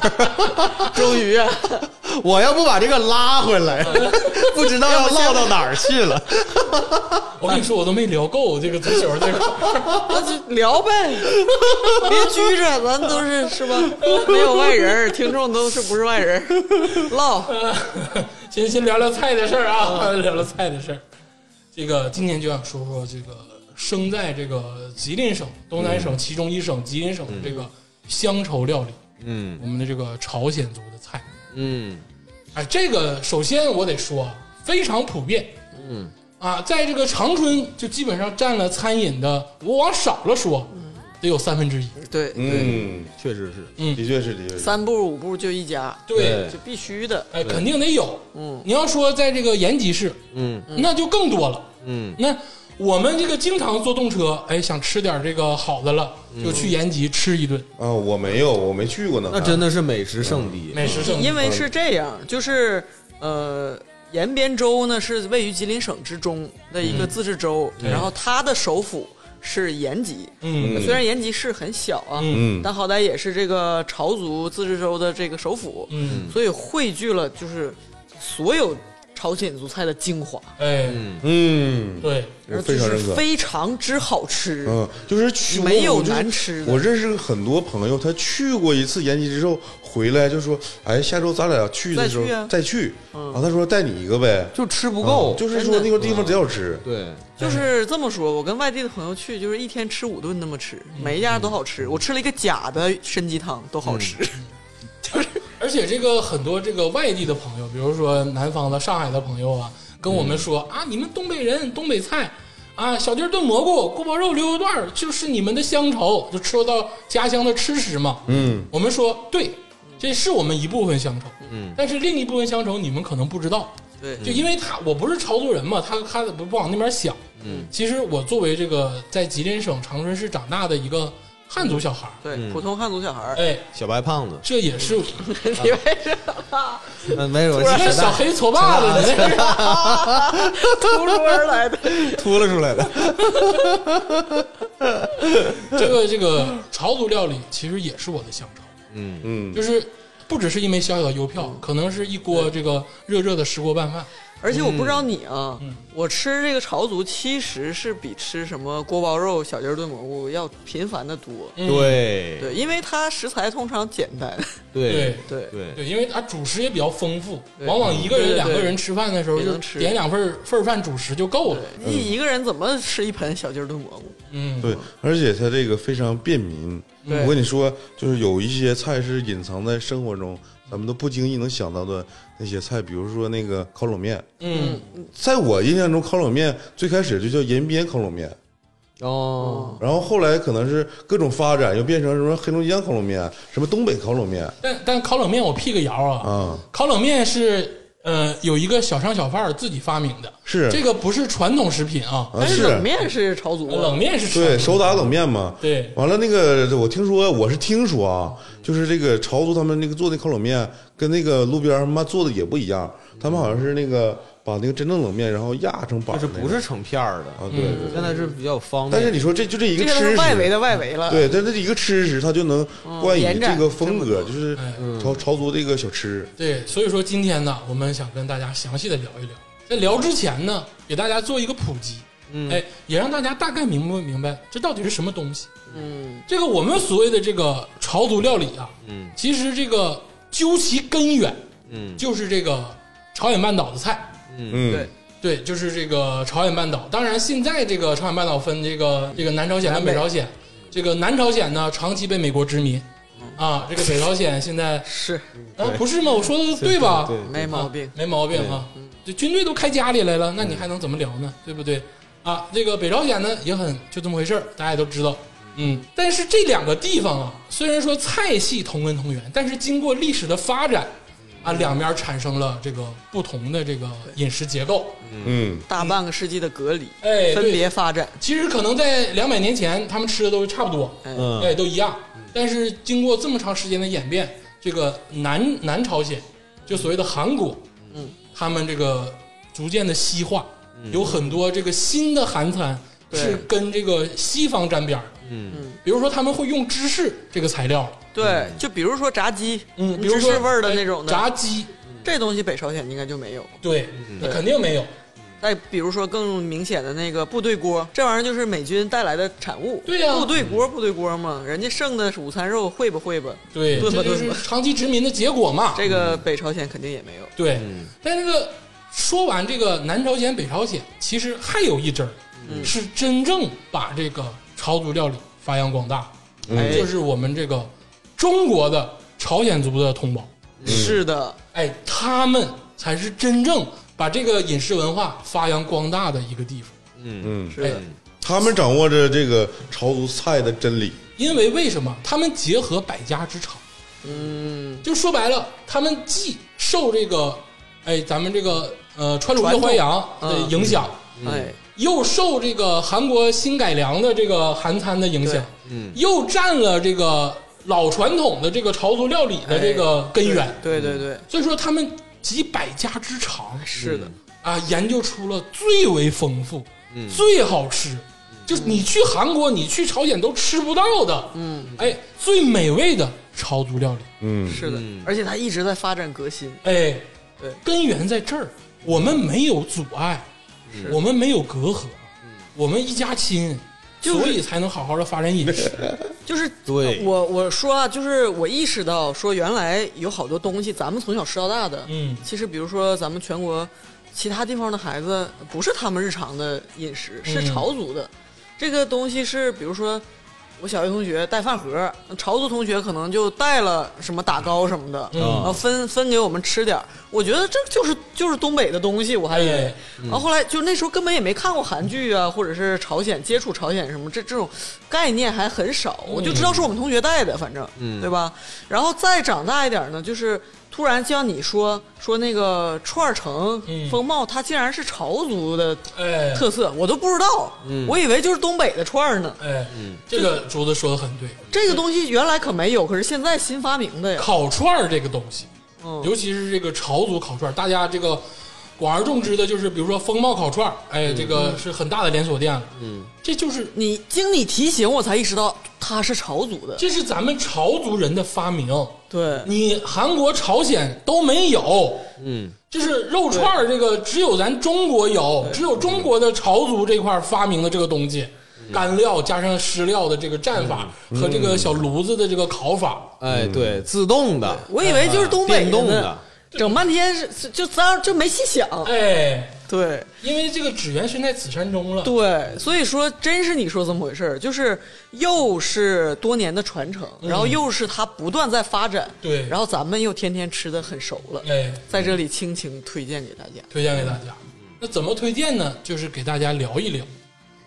终于啊，
我要不把这个拉回来，不知道要唠到哪儿去了。
我跟你说，我都没聊够这个足球这块。
那就聊呗，别拘着，咱都是是吧？没有外人儿，听众都是不是外人儿，唠
先先聊聊菜的事儿啊， 聊聊菜的事儿。这个今天就想说说这个生在这个吉林省、东南省其中一省吉林省的这个乡愁料理，
嗯
我们的这个朝鲜族的菜。
嗯
哎，这个首先我得说啊，非常普遍。
嗯
啊，在这个长春就基本上占了餐饮的，我往少了说，
嗯
得有三分之一。
对，
嗯，
确实是，
的确是，的确是，
三步五步就一家，
对
对，
就必须的。
哎，肯定得有。嗯，你要说在这个延吉市，
嗯
那就更多了。
嗯
那我们这个经常坐动车，哎，想吃点这个好的了，就去延吉吃一顿
啊，我没有，我没去过呢，
那真的是美食圣地。
美食圣地。
因
呃
为是这样，就是呃，延边州呢是位于吉林省之中的一个
嗯
自治州，然后它的首府是延吉。呃
嗯
嗯
虽然延吉市很小啊，
嗯
但好歹也是这个朝族自治州的这个首府，
嗯，
所以汇聚了就是所有朝鲜族菜的精华，
哎，
嗯，
对，
而
非
且
常
是
认可，
非常之好吃。
嗯，就是去
没有
我就是
难吃的
我认识很多朋友，他去过一次延吉之后回来就说：“哎，下周咱俩去的时候
再去啊
再去。”然后他说：“带你一个呗。
就吃不
啊”
够，
就是说那个地方贼好吃。
嗯
对，
就是这么说，我跟外地的朋友去，就是一天吃五顿那么吃，每一家都好吃。我吃了一个假的参鸡汤，都
嗯
好吃。
而且这个很多这个外地的朋友，比如说南方的、上海的朋友啊，跟我们说、啊，你们东北人东北菜。啊，小鸡儿炖蘑菇、锅包肉、溜肉段儿，就是你们的乡愁，就说到家乡的吃食嘛。
嗯
我们说对，这是我们一部分乡愁，嗯，但是另一部分乡愁你们可能不知道，
对，
嗯
就因为他我不是潮族人嘛，他他不不往那边想，嗯，其实我作为这个在吉林省长春市长大的一个汉族小孩儿，
对，普通汉族小孩
嗯
儿，啊
哎，
小白胖子，
这也是你
因为是
嗯，没有，
这小黑矬把子，你这是
突如而来的。
秃了出来的。
这个这个潮族料理其实也是我的乡愁，
嗯
就是不只是因为小小的邮票，可能是一锅这个热热的石锅拌饭，
而且我不知道你啊，
嗯
我吃这个潮族其实是比吃什么锅包肉、小鸡儿炖蘑菇要频繁的多。
嗯
对
对，因为它食材通常简单。
对
对，
对，
对，因为它主食也比较丰富，
对
往往一个人、
对对对
两个人吃饭的时候
也
就
能吃
点两份儿份儿饭主食就够了。
你一个人怎么吃一盆小鸡儿炖蘑菇？
嗯，
对，而且它这个非常便民。
对
我跟你说，就是有一些菜是隐藏在生活中，咱们都不经意能想到的那些菜，比如说那个烤冷面。
嗯，
在我印象中，烤冷面最开始就叫延边烤冷面，
哦，
然后后来可能是各种发展，又变成什么黑龙江烤冷面，什么东北烤冷面
但但烤冷面我辟个谣啊，
啊，
嗯
烤冷面是呃有一个小商小贩儿自己发明的，
是
这个不是传统食品啊，
啊
但是冷
是，
面是潮族啊，
冷面是传
对
统
手打冷面嘛。
对
完了那个我听说我是听说啊，就是这个潮族他们那个做那烤冷面跟那个路边儿他妈做的也不一样，他们好像是那个把那个真正冷面然后压成板
就
儿
是
那个，
不是成片儿的，
哦
嗯
啊？对对。对
现在是比较方便。
但是你说这就这一
这
个
个都
吃
是
食，
外围的外围了。
对，但是一个吃食，它就能冠以
延
这
展
个风
这么
格，
多哎嗯
就是潮潮族这个小吃。
对，所以说今天呢，我们想跟大家详细的聊一聊。在聊之前呢，给大家做一个普及，哎，也让大家大概明白明白这到底是什么东西。
嗯，
这个我们所谓的这个潮族料理啊，
嗯，
其实这个究其根源，
嗯
就是这个朝鲜半岛的菜，
嗯，
对，
对，就是这个朝鲜半岛。当然，现在这个朝鲜半岛分这个这个南朝鲜跟
南北
北朝鲜，这个南朝鲜呢长期被美国殖民，啊，这个北朝鲜现在
是
啊不是吗？我说的对吧？
对
没毛病嗯
啊。没毛病啊。这军队都开家里来了，那你还能怎么聊呢？对不对？啊，嗯这个北朝鲜呢也很就这么回事儿，大家也都知道。嗯，但是这两个地方啊，虽然说菜系同根同源，但是经过历史的发展，啊，两面产生了这个不同的这个饮食结构。
嗯，
大半个世纪的隔离，
哎
分
对
别发展，
其实可能在两百年前，他们吃的都差不多，
嗯
哎，都一样。但是经过这么长时间的演变，这个南南朝鲜，就所谓的韩国，
嗯，
他们这个逐渐的西化，有很多这个新的韩餐
对
是跟这个西方沾边儿的。
嗯
比如说他们会用芝士这个材料，
对，就比如说炸鸡，
嗯嗯，比如说
芝士味儿的那种的
哎炸鸡，
这东西北朝鲜应该就没有。
对，
嗯
那肯定没有。
再比如说更明显的那个部队锅，这玩意儿就是美军带来的产物。
对呀
部队锅，部队锅嘛，人家剩的午餐肉会不会吧？
对，这
炖吧
就
炖
是
吧
长期殖民的结果嘛。
这个北朝鲜肯定也没有。
对，但这个说完这个南朝鲜、北朝鲜，其实还有一支儿、
嗯
是真正把这个朝族料理发扬光大，
哎
就是我们这个中国的朝鲜族的同胞，
是的，
哎，他们才是真正把这个饮食文化发扬光大的一个地方。
嗯，
是的
哎，
他们掌握着这个朝族菜的真理。
因为为什么？他们结合百家之长，嗯，就说白了，他们既受这个，哎，咱们这个呃川鲁
传
粤
统
淮扬的
嗯
影响。
哎，
又受这个韩国新改良的这个韩餐的影响
对，
嗯，又占了这个老传统的这个朝族料理的这嗯个根源，
哎对对对，
所以说他们集百家之长
是的，
啊，研究出了最为丰富、
嗯
最好吃，就是你去韩国、你去朝鲜都吃不到的，嗯，哎，最美味的朝族料理，
嗯，
是的，而且它一直在发展革新。
哎，
对
根源在这儿，我们没有阻碍，我们没有隔阂，我们一家亲，
嗯就是
所以才能好好的发展饮 食。
就是呃
对
我我说啊，就是我意识到说，原来有好多东西咱们从小吃到大的，
嗯
其实比如说咱们全国其他地方的孩子，不是他们日常的饮食，是
嗯
朝族的。这个东西是，比如说我小学同学带饭盒，朝族同学可能就带了什么打糕什么的，
嗯
然后分分给我们吃点儿我觉得这就是就是东北的东西，我还以为。
哎
然后后来就那时候根本也没看过韩剧啊，或者是朝鲜接触朝鲜什么这这种概念还很少，我就知道是我们同学带的，反正，
嗯
对吧？然后再长大一点呢，就是突然就像你说说那个串儿城
嗯
风貌，它竟然是朝族的
哎
特色，我都不知道，
嗯
我以为就是东北的串儿呢。
哎，
嗯
这个竹子说的很对，
这个东西原来可没有，可是现在新发明的呀。
烤串儿这个东西，
嗯
尤其是这个朝族烤串儿，大家这个广而众之的就是，比如说风貌烤串儿，
嗯
哎，这个是很大的连锁店了，嗯，这就是
你经你提醒，我才意识到它是朝族的。
这是咱们朝族人的发明，
对，
你韩国、朝鲜都没有，
嗯，
就是肉串儿这个只有咱中国有，只有中国的朝族这块儿发明的这个东西，干料加上湿料的这个蘸法和这个小炉子的这个烤法，
哎，对，自动的，
我以为就是东北
电动
的
的，
整半天是是就咱就没细想。
哎，
对
因为这个只缘身在此山中了，
对，所以说真是你说这么回事儿，就是又是多年的传承，然后又是它不断在发展，
对
然后咱们又天天吃的很熟了，
哎，
在这里轻轻推荐给大家。
推荐给大家。那怎么推荐呢？就是给大家聊一聊，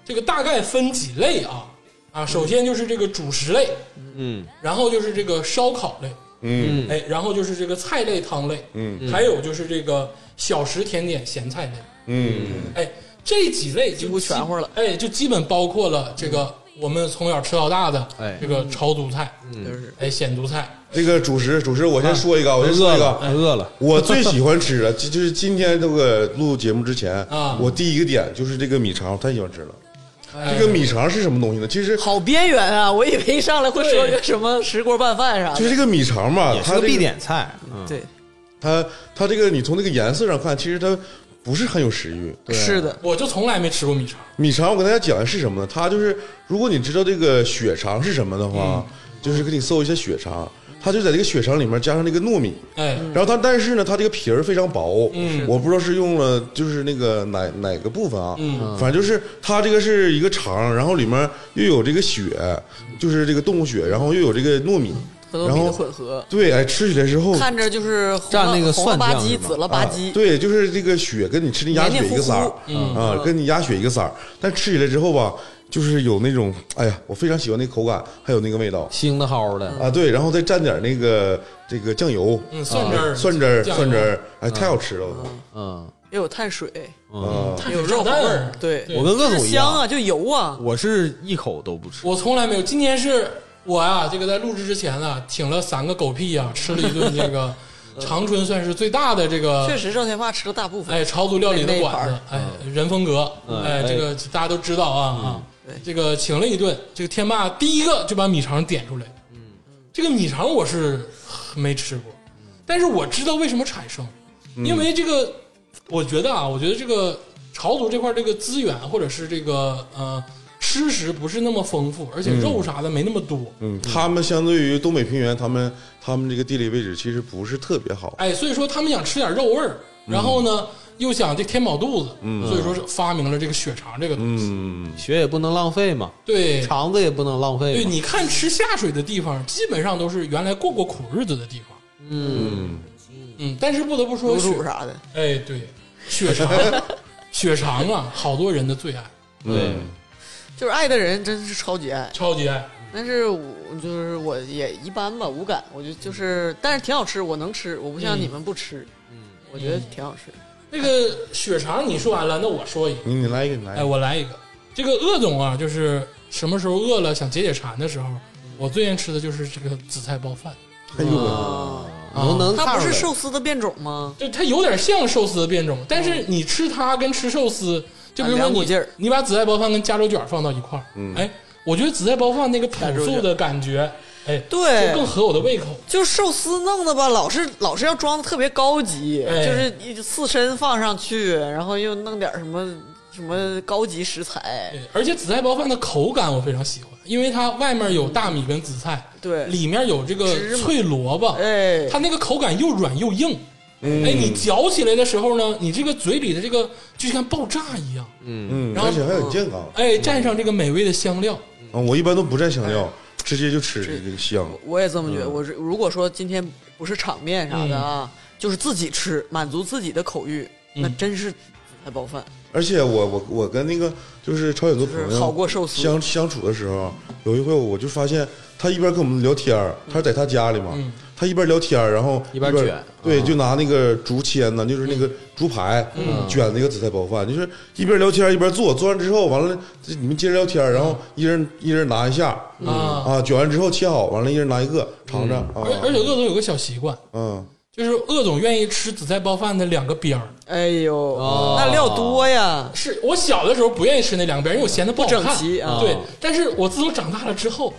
这个大概分几类啊
嗯
啊，首先就是这个主食类，
嗯，
然后就是这个烧烤类，
嗯
哎，然后就是这个菜类、汤类，
嗯，
还有就是这个小食、甜点、咸菜类，
嗯
哎，这几类就
几乎
基
全乎了
哎，就基本包括了这个
嗯
我们从小吃到大的，
哎
这个朝族菜，
就是
哎，鲜族菜，
这个主食，主食，我先说一个，我先说
啊饿
一
了，嗯
个，
饿了，
我最喜欢吃的，就 就是今天这个录节目之前
啊
我第一个点就是这个米肠，太喜欢吃了。
哎
这个米肠是什么东西呢？其实
好边缘啊！我以为上来会说
对
个什么石锅拌饭啥
就是
的，
这个米肠吧，
也是
它
个
这
必
个
点菜，嗯，
对，
它它这个你从这个颜色上看，其实它不是很有食欲。
是的，
我就从来没吃过米肠，
米肠，我跟大家讲的是什么呢？它就是，如果你知道这个血肠是什么的
嗯
话，就是给你搜一下血肠，它就在这个血肠里面加上那个糯米，
哎，
嗯然后它但是呢，它这个皮儿非常薄，
嗯
我不知道是用了就是那个哪哪个部分啊，
嗯
反正就是它这个是一个肠，然后里面又有这个血，就是这个动物血，然后又有这个糯米，
和糯
然
米的
后
混合，
对，哎，吃起来之后。
看着就是红
蘸
了
那个
红了
蒜
吧
酱
唧，
是吗
紫了吧
啊
唧，，
对，就是这个血跟你吃那鸭
黏
血
黏
一个
糊
色儿
糊，
嗯
啊，跟你鸭血一个色儿，但吃起来之后吧，就是有那种，哎呀，我非常喜欢那口感，还有那个味道
腥的齁的，
啊，对，然后再蘸点那个这个酱油、
嗯，蒜汁儿，
啊蒜汁儿、
酱油
蒜汁，儿，哎，太好吃了
嗯
也有碳水，
嗯，
啊！
也有肉
炸弹
味儿，对，
对
我跟鄂
就是
总一
香
样，
啊，就油啊，
我是一口都不吃，
我从来没有。今天是我啊，这个在录制之前啊，挺了三个狗屁啊，吃了一顿这个长春算是最大的这个
确实，赵天霸吃了大部分。
哎，潮族料理的
那
馆
那
子，哎，人风格，
嗯
哎，
哎
这个大家都知道啊啊。这个请了一顿，这个天霸第一个就把米肠点出来。嗯，这个米肠我是没吃过，但是我知道为什么产生，因为这个，我觉得啊，我觉得这个潮族这块这个资源或者是这个呃吃食不是那么丰富，而且肉啥的没那么多。
嗯，他们相对于东北平原，他们他们这个地理位置其实不是特别好，
哎，所以说他们想吃点肉味儿，然后呢又想这填饱肚子，所以说是发明了这个血肠这个东西。
嗯，
血也不能浪费嘛，
对，
肠子也不能浪
对，
费嘛，
你看吃下水的地方，基本上都是原来过过苦日子的地方。
嗯，
嗯，但是不得不说
卤
血，
煮啥的，
哎，对，血肠，血肠啊，好多人的最爱，
对，
就是爱的人真是超级爱。
超级爱。
但是我就是我也一般吧，无感。我就就是，但是挺好吃，我能吃，我不像你们不吃。嗯，我觉得挺好吃。
那个血肠你说完了，那我说一个，
你你来一个，你来一
哎，
个，
我来一个。这个鄂总啊，就是什么时候饿了想解解馋的时候，我最愿吃的就是这个紫菜包饭。
哎呦我，
啊，
嗯能能
它
看
不
出
是
来
寿司的变种吗？
就它有点像寿司的变种，但
嗯
是你吃它跟吃寿司，就比如
啊
说
两股
你
劲儿嗯
你把紫菜包饭跟加州卷放到一块儿，哎，我觉得紫菜包饭那个朴素的感觉，哎，
对
就更合我的胃口。
就是寿司弄的吧，老是老是要装的特别高级，
哎
就是一刺身放上去，然后又弄点什么什么高级食材
哎，而且紫菜包饭的口感我非常喜欢，因为它外面有大米跟紫菜，
对
里面有这
芝
个
麻
脆萝卜，
哎嗯
它那个口感又软又硬。哎，你嚼起来的时候呢，你这个嘴里的这个就像爆炸一样，
嗯，
然后
而且还很健康，
哎，蘸上这个美味的香料，
啊，我一般都不蘸香料，直接就吃这个香，
我也这么觉
嗯
得。我是如果说今天不是场面啥的啊，就是自己吃，满足自己的口欲，
嗯
那真是紫菜包
哦
饭。
而且我我我跟那个就是朝鲜族朋
就是
友
好过寿司
相相处的时候，有一回我就发现他一边跟我们聊天儿，他是在他家里嘛，他一边聊天儿，然后
嗯一边卷嗯
对，
啊
就拿那个竹签呢，就是那个竹排、
嗯
卷那个紫菜包饭，就是一边聊天一边做，做完之后完了这你们接着聊天，
嗯
然后一人一人拿一下、
啊
啊，卷完之后切好，完了一人拿一个尝尝、
嗯
而而
啊，
且鄂总有个小习惯，
嗯，
就是鄂总愿意吃紫菜包饭的两个边儿。
哎呦，那料多呀！
是我小的时候不愿意吃那两个边儿，因为我嫌它不好看。
不整齐啊
对，但是我自从长大了之后，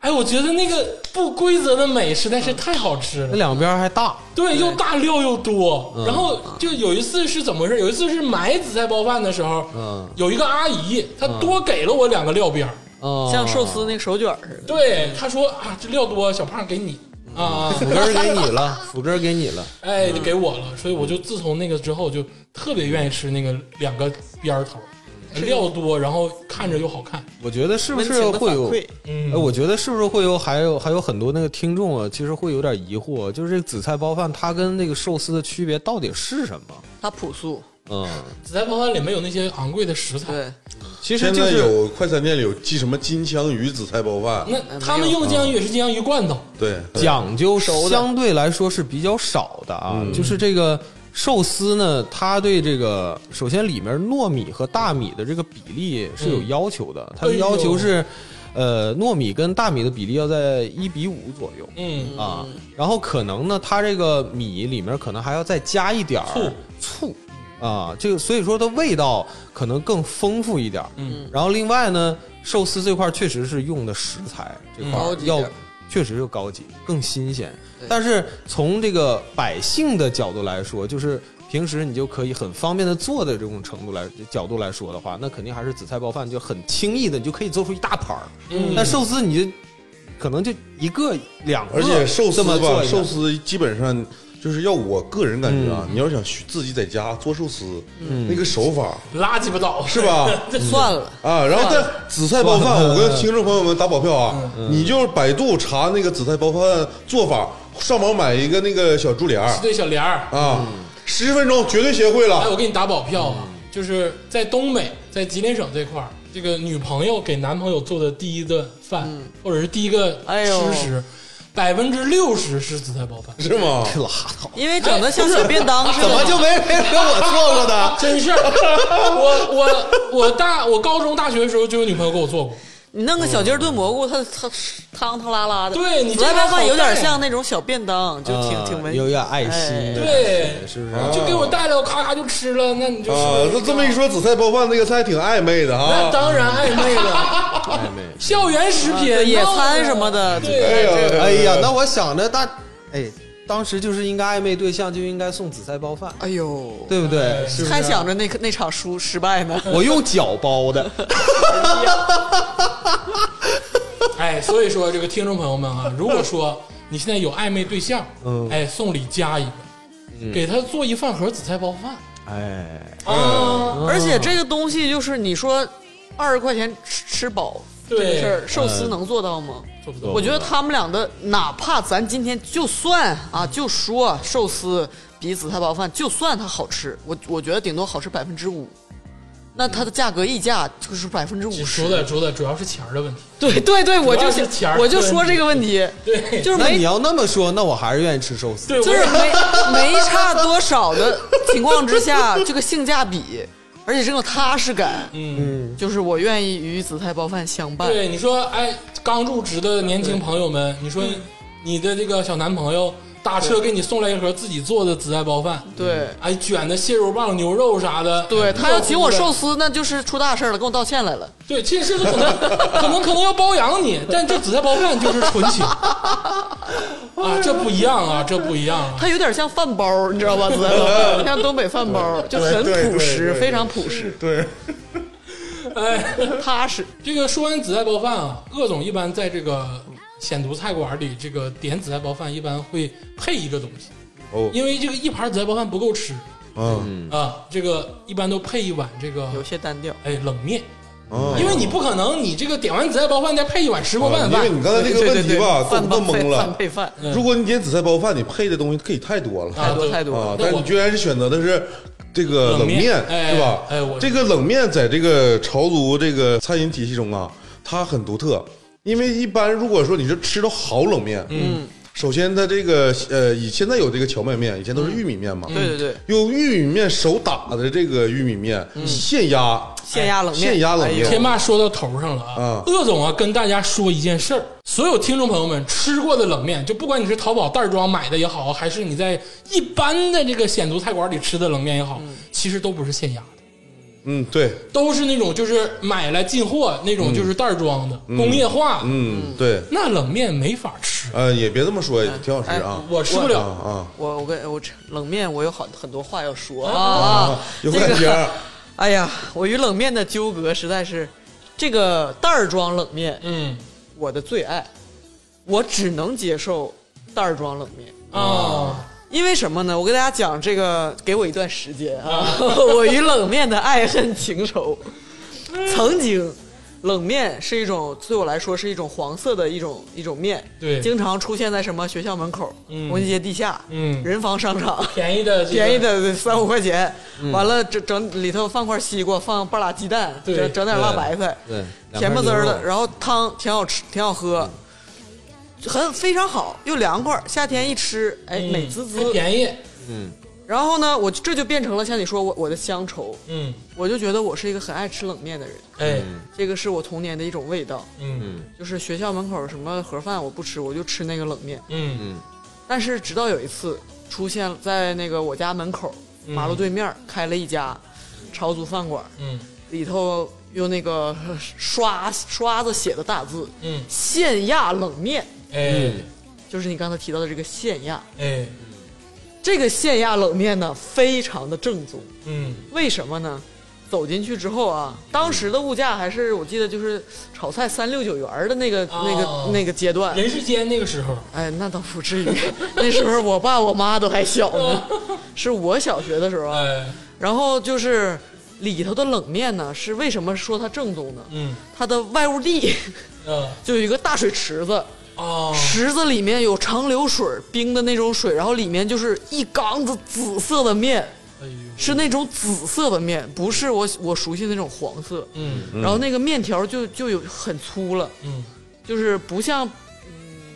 哎，我觉得那个不规则的美实在是太好吃
那
了。
两边还大，
对，又大料又多。然后就有一次是怎么回事？有一次是买紫菜包饭的时候，
嗯
有一个阿姨她多给了我两个料边儿。
啊，
像寿司那个手卷似的，
对，她说啊，这料多，小胖给你啊，
腐根儿给你了，腐根儿给你了，
哎，就给我了。所以我就自从那个之后，就特别愿意吃那个两个边儿头，料多，然后看着又好看。
我觉得是不
温
是
情的
会
反
有？
馈。
嗯
哎，我觉得是不是会有还有还有很多那个听众啊，其实会有点疑惑，就是这个紫菜包饭它跟那个寿司的区别到底是什么？
它朴素，
嗯，
紫菜包饭里面有那些昂贵的食材，
对，
其实
现
就
在
是
有快餐店里有鸡什么金枪鱼紫菜包饭，
嗯
那他们用的金枪鱼也是金枪鱼罐头，
对，
讲究
熟的
相对来说是比较少的啊，就是这个寿司呢，它对这个首先里面糯米和大米的这个比例是
嗯
有要求的，它的要求是，呃，糯米跟大米的比例要在一比五左右。
嗯，
啊，然后可能呢，它这个米里面可能还要再加一点儿醋啊，这个所以说它味道可能更丰富一点。
嗯，
然后另外呢，寿司这块儿确实是用的食材这块
高
儿
级点
要
儿
确实就高级，更新鲜
对。
但是从这个百姓的角度来说，就是。平时你就可以很方便的做的这种程度来角度来说的话，那肯定还是紫菜包饭就很轻易的，你就可以做出一大盘儿。
嗯
但寿司你就可能就一个两个，
而且寿司
这么做
吧，
一下
寿 司基本上就是要我个人感觉啊，
嗯
你要是想学自己在家做寿司，那个手 法
拉鸡巴倒啊
是？吧？
算了，
啊，然后但紫菜包饭，我跟听众朋友们打保票啊，
嗯
你就是百度查那个紫菜包饭做法，上网买一个那个小猪帘儿
对，小莲儿，
啊，十分钟绝对学会
嗯哎，我
了。
给你打保票啊，就是在东北，在吉林省这块儿，这个女朋友给男朋友做的第一顿饭，或者是第一个
嗯哎呦
吃食，百分之六十是紫菜包饭，
是吗？啊
拉倒，
因为整的像小便当似
哎怎么
的。
就没没和我做过的？
真是我我我大我高中大学的时候就有女朋友给我做过，
你弄个小鸡儿炖蘑菇，它它汤汤啦啦的。
对你这
紫菜包
还好
饭有点
带
像那种小便当，就挺
啊
挺文，
有点爱心，
哎
对
是不是？
啊
就给我带了，我咔咔就吃了，那你就
啊，
是
那这么一说，紫菜包饭那个菜挺暧昧的
那
啊。
当然暧昧了，
暧昧。
校园食品、
对野餐什么的
对，
哎呀，
哎呀，那我想着大，哎，当时就是应该暧昧对象就应该送紫菜包饭，
哎呦，
对不对？是不是
还想着那个那场输失败呢。
我用脚包的，
哎，所以说这个听众朋友们啊，如果说你现在有暧昧对象，
嗯
哎，送礼加一
嗯
个，给他做一饭盒紫菜包饭
哎，
啊，
而且这个东西就是你说二十块钱吃吃饱这个
对嗯
事儿，寿司能做到吗？
做不
做
做？
我觉得他们俩的，哪怕咱今天就算啊，就说寿司比紫菜包饭，就算它好吃，我我觉得顶多好吃百分之五，那它的价格溢价就是百分之五
主
十。
的主的主要是钱儿的问题，
对对对，我
主
就
要是
想
钱儿
我就说这个问题，
对
就是
那你
没
要那么说，那我还是愿意吃寿司。
对，
就
我
是
也
没没差多少的情况之下，这个性价比，而且这种踏实感，
嗯，
就是我愿意与紫菜包饭相伴。
对，你说哎，刚入职的年轻朋友们，你
嗯
说你的这个小男朋友打车给你送来一盒自己做的紫菜包饭，
嗯对
哎，卷的蟹肉棒、牛肉啥的，
嗯
对，他要请我
肉
寿司，那就是出大事儿了，跟我道歉来了。
对，这事可 能可能可能要包养你，但这紫菜包饭就是纯 情啊，这不一
哎
样啊，这不一样啊。
它有点像饭包儿，你知道吧？紫菜包饭像东北饭包儿，就很
对对
朴
对
实，
对
非常朴实，
对，
哎，
踏实。
这个说完紫菜包饭啊，鄂总一般在这个鲜族菜馆里，这个点紫菜包饭一般会配一个东西，
哦，
因为这个一盘紫菜包饭不够吃
嗯
啊，这个一般都配一碗这个
有些单调，
哎冷面，
啊，
因为你不可能你这个点完紫菜包饭再配一碗石锅
啊
拌
因
饭
为，你刚才这个
对对
问题
对
吧，给我
饭
问
配
懵
饭
了。
配饭，
嗯
如果你点紫菜包饭，你配的东西可以太多了。
太
啊
多
对
太多
啊
了。，
但
那
是
我
你居然是选择的是这个冷面，
冷面哎
是吧？
哎我
这个冷面在这个潮族这个餐饮体系中啊，它很独特，因为一般如果说你是吃到好冷面，嗯，首先它这个呃，以现在有这个荞麦面，以前都是玉米面嘛，
嗯对对对，嗯
用玉米面手打的这个玉米面，现压
现压冷面，
现压冷面
哎
天霸说到头上了啊
啊！
鄂总啊，跟大家说一件事儿：所有听众朋友们吃过的冷面，就不管你是淘宝袋装买的也好，还是你在一般的这个鲜族菜馆里吃的冷面也好，其实都不是现压的，
嗯，对，
都是那种就是买来进货那种，就是袋装的、工业化的。
嗯，对，
那冷面没法吃，
呃，也别这么说，挺好吃
哎
啊，
我吃不
啊
了。
啊，
我我跟我这冷面，我有很很多话要说
啊
啊。
有感
这
觉
个， 哎呀，我与冷面的纠葛实在是，这个袋儿装冷面
嗯
我的最爱，我只能接受袋儿装冷面。
哦
啊，
因为什么呢？我给大家讲这个，给我一段时间啊， 我与冷面的爱恨情仇。曾经，冷面是一种对我来说是一种黄色的一种一种面，
对
经常出现在什么学校门口、
嗯
文街地下、
嗯
人防商场。
便宜的，
便宜，的三五块钱，
嗯
完了整整里头放块西瓜，放半拉鸡蛋，
对
整整点辣白菜，
对，
甜不滋儿
两
的，
盘牛肉
然后汤挺好吃，挺好喝，
嗯
很非常好，又凉快儿，夏天一吃，哎，
嗯
美滋
还
滋。
便宜，
然后呢，我这就变成了像你说我我的乡愁，
嗯，
我就觉得我是一个很爱吃冷面的人，
哎，
嗯
这个是我童年的一种味道。
嗯
就是学校门口什么盒饭我不吃，我就吃那个冷面。
嗯
但是直到有一次出现在那个我家门口马路对面儿开了一家潮族饭馆，
嗯
里头用那个呃刷刷子写的大字，
嗯，
现压冷面，
哎
就是你刚才提到的这个现压。
哎，
这个现压冷面呢，非常的正宗，
嗯
为什么呢？走进去之后啊，当时的物价还是我记得就是炒菜三六九元儿的那个、
哦
那个那个阶段，
人世间那个时候，
哎，那倒不至于，那时候我爸我妈都还小呢， 是我小学的时候啊。
哎，
然后就是里头的冷面呢，是为什么说它正宗呢？
嗯
它的外屋地
嗯
就有一个大水池子，
哦。
池子里面有长流水冰的那种水，然后里面就是一缸子紫色的面，
哎呦
是那种紫色的面，不是我我熟悉的那种黄色。
嗯
然后那个面条就就有很粗了，
嗯
就是不像嗯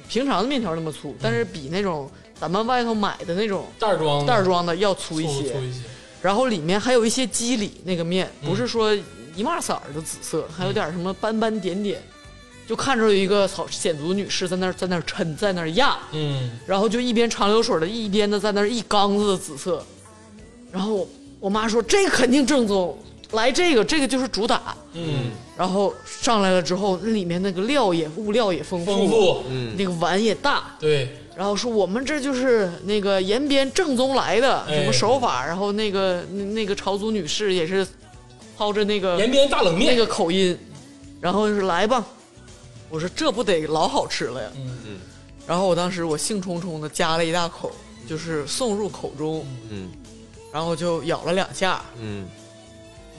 平常的面条那么
嗯
粗，但是比那种咱们外头买的那种
袋儿装的
袋儿装的要粗
粗
一些。
粗一些，嗯
然后里面还有一些肌理，那个面不是说一嘛色儿的紫色，还有点什么斑斑点点，就看着有一个草显族女士在那儿在那儿抻，在那儿压，
嗯
然后就一边长流水的，一边的在那儿一缸子的紫色。然后我我妈说这个肯定正宗，来这个这个就是主打。
嗯，
然后上来了之后，那里面那个料也物料也丰富，
丰富，嗯
那个碗也大，
对，
然后说我们这就是那个延边正宗来的
哎
什么手法，然后那个那那个朝族女士也是操着那个
延边大冷
呃那
面，
个口音，然后就说来吧，我说这不得老好吃了呀，
嗯
嗯，
然后我当时我兴冲冲的夹了一大口，就是送入口中，
嗯
然后就咬了两下，
嗯，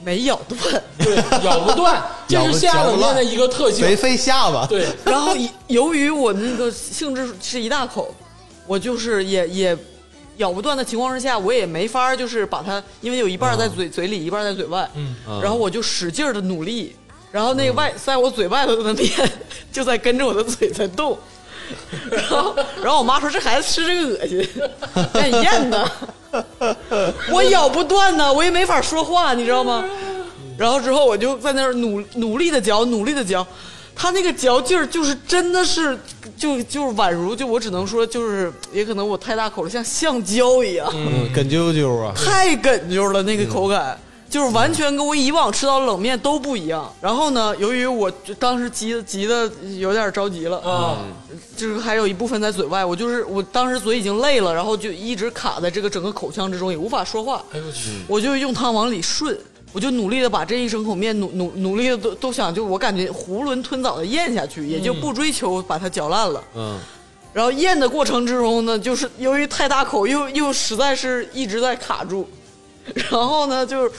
没咬断，
对，咬不断， 这
咬
是
不
下冷
嚼
面
不
的
烂
一个特性
贼，费下巴，
对，
然后以由于我那个性质是一大口，我就是也也咬不断的情况之下，我也没法儿就是把它，因为有一半儿在嘴、嘴里，一半儿在嘴外，
嗯
嗯
然后我就使劲的努力，然后那个外、在我嘴外头的面就在跟着我的嘴在动。 然后，然后我妈说：“这孩子吃这个恶心， 赶紧咽呐！我咬不断呢，我也没法说话，你知道吗？然后之后我就在那儿努努力的嚼，努力的嚼，他那个嚼劲儿就是真的是就就是宛如就我只能说就是也可能我太大口了，像橡胶一样，
嗯，跟啾啾啊，
太哏啾了那个口感。就是完全跟我以往吃到的冷面都不一样。然后呢，由于我就当时急急的有点着急了，
啊，
就是还有一部分在嘴外，我就是我当时嘴已经累了，然后就一直卡在这个整个口腔之中，也无法说话。
哎呦我去，
我就用汤往里顺，我就努力的把这一整口面努努努力的都都想，就我感觉囫囵吞枣的咽下去，也就不追求把它嚼烂了。
嗯
然后咽的过程之中呢，就是由于太大口，又又实在是一直在卡住，然后呢，就是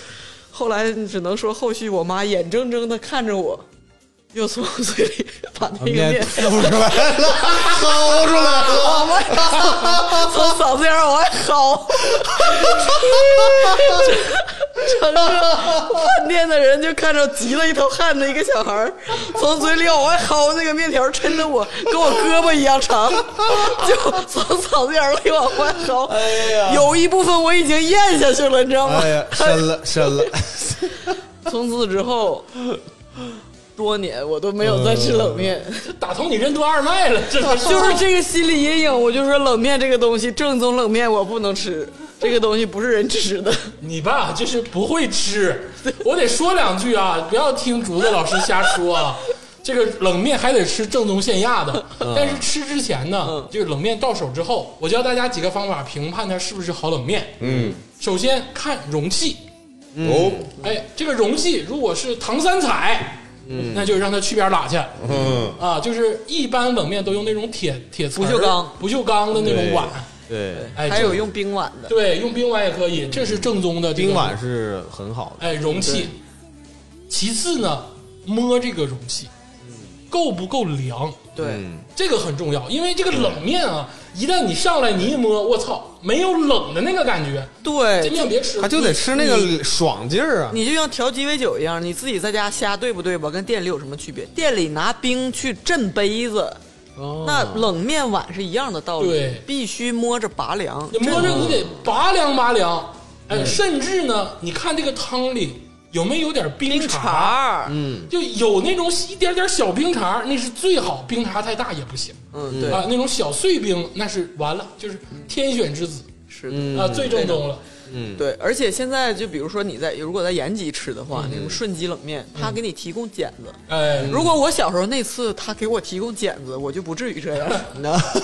后来只能说后续我妈眼睁睁的看着我，又从我嘴里把那个面
啊面吐出来了，薅出来了，
我我 从嗓子眼儿往外薅，整个饭店的人就看着急了一头汗的一个小孩儿，从嘴里往外薅那个面条，抻的我跟我胳膊一样长，就从嗓子眼儿里往外薅。有一部分我已经咽下去了，你知道吗？
哎呀，深了深了，
从此之后。多年我都没有再吃冷面，
这打通你任督二脉了，这 是
就是这个心理阴影，我就说冷面这个东西，正宗冷面我不能吃，这个东西不是人吃的。
你吧，就是不会吃。我得说两句啊，不要听竹子老师瞎说啊。这个冷面还得吃正宗现压的，但是吃之前呢，这个冷面到手之后，我教大家几个方法评判它是不是好冷面。
嗯，
首先看容器，
哦，
哎，这个容器如果是唐三彩，那就让它去边儿拉去。
嗯，
啊，就是一般冷面都用那种铁铁瓷儿
不锈钢、
不锈钢的那种
对
碗，
对，
哎，
还有
这
用冰碗的，
对用冰碗也可以，这是正宗的这个
冰碗是很好的，
哎，容器。其次呢，摸这个容器够不够凉，
对，
嗯，
这个很重要。因为这个冷面啊，一旦你上来你一摸，我操，没有冷的那个感觉，这
对，
面别吃。
他就得吃那个爽劲儿啊，
你就像调鸡尾酒一样，你自己在家瞎对不对吧？跟店里有什么区别？店里拿冰去镇杯子，
哦
那冷面碗是一样的道理，
对
必须摸着拔凉
你。摸着你得拔凉拔凉，哎，甚至呢，你看这个汤里有没有点冰
冰碴儿，
嗯
就有那种一点点小冰碴儿，那是最好，冰碴太大也不行
嗯，对，
啊。那种小碎冰那是完了，就是天选之子
是的。
啊，最正宗了。
对，而且现在就比如说你在如果在延吉吃的话，那种顺吉冷面，他给你提供饺子，
哎，
如果我小时候那次他给我提供剪子，我就不至于这样。
嗯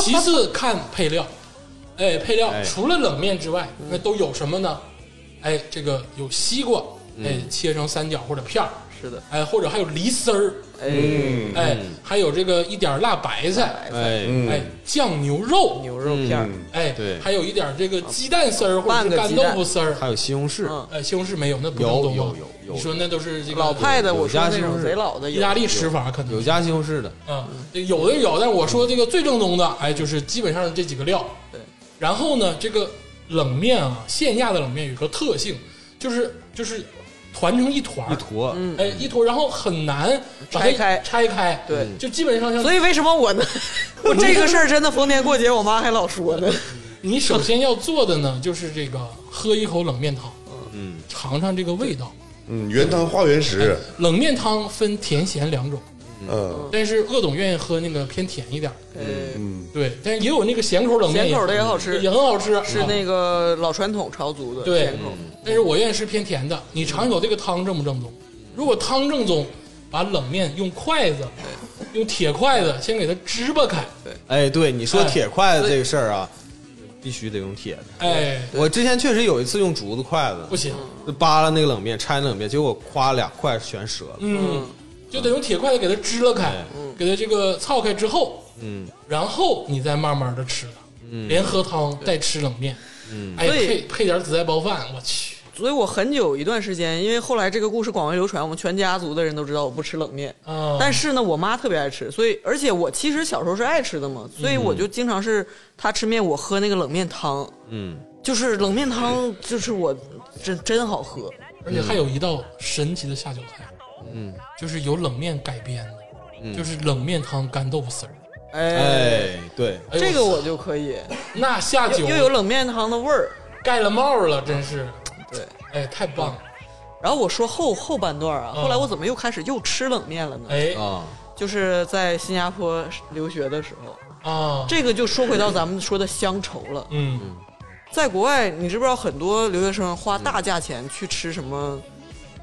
其次看配料，哎，配料
哎
除了冷面之外，那都有什么呢？哎，这个有西瓜，哎，切成三角或者片儿，
是的，
哎，或者还有梨丝儿，
哎，
嗯，
哎，还有这个一点儿辣白菜，
哎，
哎
嗯，，
酱牛肉，
牛肉片儿，
哎，
对
还有一点儿这个鸡蛋丝儿或者
半
是
个
干
鸡
豆
蛋
腐丝儿，
还有西红柿，
嗯
哎，西红柿没有，那不正
有
宗
有
啊
有有
你说那都是这个
老派的，
有
我说那
家
种
乡是
贼老的有
意大利吃法，可能
有加西红柿的，
啊，这有的有，但是我说这个最正宗的，哎，就是基本上这几个料。
对，
然后呢，这个冷面啊，线下的冷面有个特性，就是就是团成一团儿
啊
一，坨，
嗯
哎，一坨，然后很难把它
拆开
拆开，
对
就基本上像
所以为什 么我呢？我这个事儿真的逢年过节我妈还老说呢。
你首先要做的呢，就是这个喝一口冷面汤，嗯，尝尝这个味道。
嗯，原汤化原食，
冷面汤分甜咸两种，
嗯
但是鄂总愿意喝那个偏甜一点儿，
呃，
嗯，
对，但是也有那个咸口冷面，
咸口的也好吃
也，很好吃，啊
是那个老传统朝族的
对
咸口。
但是我愿意吃偏甜的。你尝一口这个汤正不正宗？如果汤正宗，把冷面用筷子，用铁筷子先给它支巴开，
哎，对你说
哎
铁筷子这个事儿啊，必须得用铁的。
哎，
我之前确实有一次用竹子筷
不
子
行，
扒拉那个冷面，拆那冷面，结果夸俩筷全折了。
嗯，就得用铁筷子给它支了开
哎，
给它这个操开之后，
嗯，
然后你再慢慢的吃它，连喝汤带吃冷面，嗯，哎，
所以
配配点紫菜包饭，我去，
所以我很久一段时间，因为后来这个故事广为流传，我们全家族的人都知道我不吃冷面。
啊，
但是呢，我妈特别爱吃，所以而且我其实小时候是爱吃的嘛，
嗯
所以我就经常是她吃面，我喝那个冷面汤，
嗯，
就是冷面汤，就是我真真好喝，
而且还有一道神奇的下酒菜，嗯，就是由冷面改编的，就是冷面汤干豆腐丝儿，
哎，
哎，对，
哎呦
这个我就可以，
那下酒
又又有冷面汤的味儿，
盖了帽了，真是，
对。
哎，太棒了，
然后我说后后半段啊，
嗯
后来我怎么又开始又吃冷面了呢？
哎
啊，
就是在新加坡留学的时候，
啊，
这个就说回到咱们说的乡愁了。
嗯，
在国外，你知不知道很多留学生花大价钱去吃什么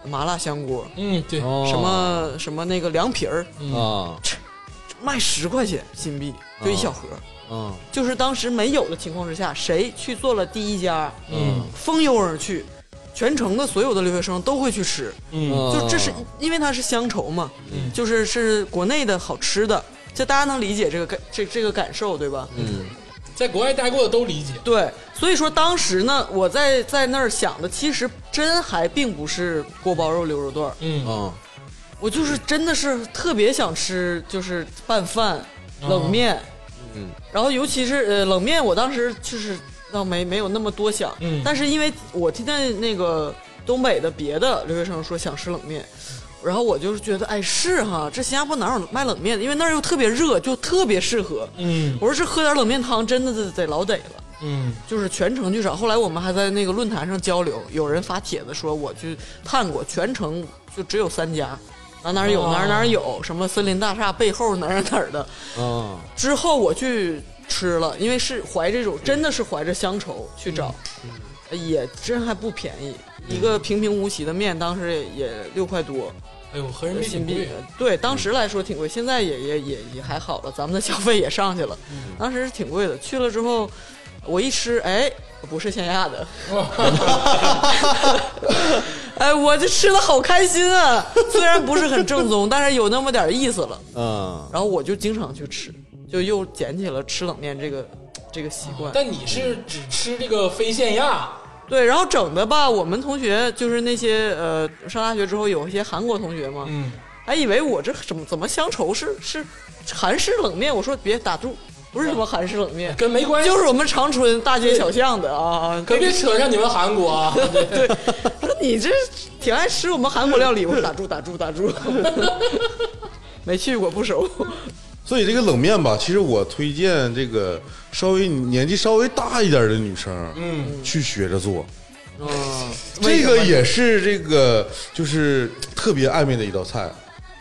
麻辣香锅，
嗯，对，嗯
哦
什么什么那个凉皮儿，
啊
卖十块钱新币，就一小盒。
啊
就是当时没有的情况之下，谁去做了第一家，
嗯
蜂拥而去，全城的所有的留学生都会去吃。
嗯，
啊哦
就这是因为它是乡愁嘛，
嗯
就是是国内的好吃的，就大家能理解这个感这这个感受对吧？
嗯
在国外待过的都理解，
对，所以说当时呢，我在在那儿想的，其实真还并不是锅包肉、牛肉段儿，
嗯，
啊
我就是真的是特别想吃，就是拌饭、冷面，
嗯，
然后尤其是呃冷面，我当时就是倒没没有那么多想，
嗯
但是因为我听见那个东北的别的留学生说想吃冷面。然后我就是觉得，哎，是哈，这新加坡哪有卖冷面的？因为那儿又特别热，就特别适合。
嗯
我说这喝点冷面汤，真的得得老得了。
嗯
就是全程去找。后来我们还在那个论坛上交流，有人发帖子说我去探过，全程就只有三家，哪哪儿有
哦
哪儿哪儿有，什么森林大厦背后哪儿哪儿的。
啊
之后我去吃了，因为是怀这种真的是怀着乡愁去找，嗯也真还不便宜，一个平平无奇的面当时也也六块多
哎呦，合人民
新
挺
币啊
贵，，
对，当时来说挺贵，现在也也也也还好了，咱们的消费也上去了，
嗯
当时是挺贵的。去了之后，我一吃，哎，不是线 下的，哎，我这吃的好开心啊！虽然不是很正宗，但是有那么点意思了。
啊
然后我就经常去吃，就又捡起了吃冷面这个这个习惯。
哦但你是只吃这个非线亚，
对，然后整的吧，我们同学就是那些呃，上大学之后有一些韩国同学嘛，
嗯，
还以为我这怎么怎么乡愁是是韩式冷面，我说别打住，不是什么韩式冷面，
跟没关系，
就是我们长春大街小巷的啊。
可别扯上你们韩国 啊，
对，说你这挺爱吃我们韩国料理，我说打住打住打住， 没去过不熟。
所以这个冷面吧，其实我推荐这个稍微年纪稍微大一点的女生，嗯，去学着做。
嗯，
这个也是这个就是特别暧昧的一道菜。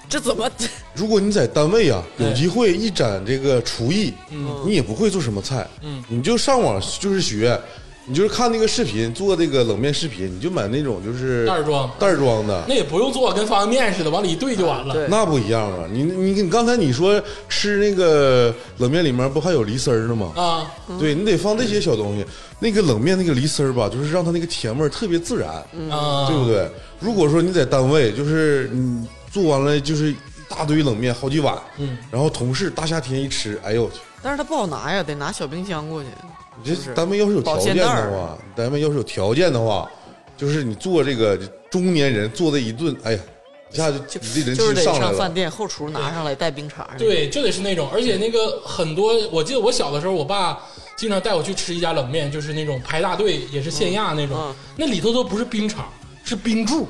这 怎么
如果你在单位啊
哎
有机会一展这个厨艺，
嗯
你也不会做什么菜，你就上网就是学，你就是看那个视频做这个冷面视频，你就买那种就是
袋儿装
袋儿装的，
那也不用做，跟方便面似的，往里一兑就完了。
对
那不一样啊！你你你刚才你说吃那个冷面里面不还有梨丝儿呢吗？
啊，
嗯
对你得放这些小东西，那个冷面那个梨丝儿吧，就是让它那个甜味儿特别自然，
嗯
啊，
对不对？如果说你在单位，就是你做完了就是一大堆冷面，好几碗，
嗯，
然后同事大夏天一吃，哎呦我去！
但是它不好拿呀，得拿小冰箱过去。
你这单位要是有条件的话，单位要是有条件的话，就是你做这个中年人做这一顿，哎呀，一下就
就
你这人
就
气
是得
上来
上
了
饭，店后厨拿上来带冰碴儿。
对，就得是那种，而且那个很多，我记得我小的时候，我爸经常带我去吃一家冷面，就是那种排大队也是限压那种，
嗯
那里头都不是冰场，是冰柱，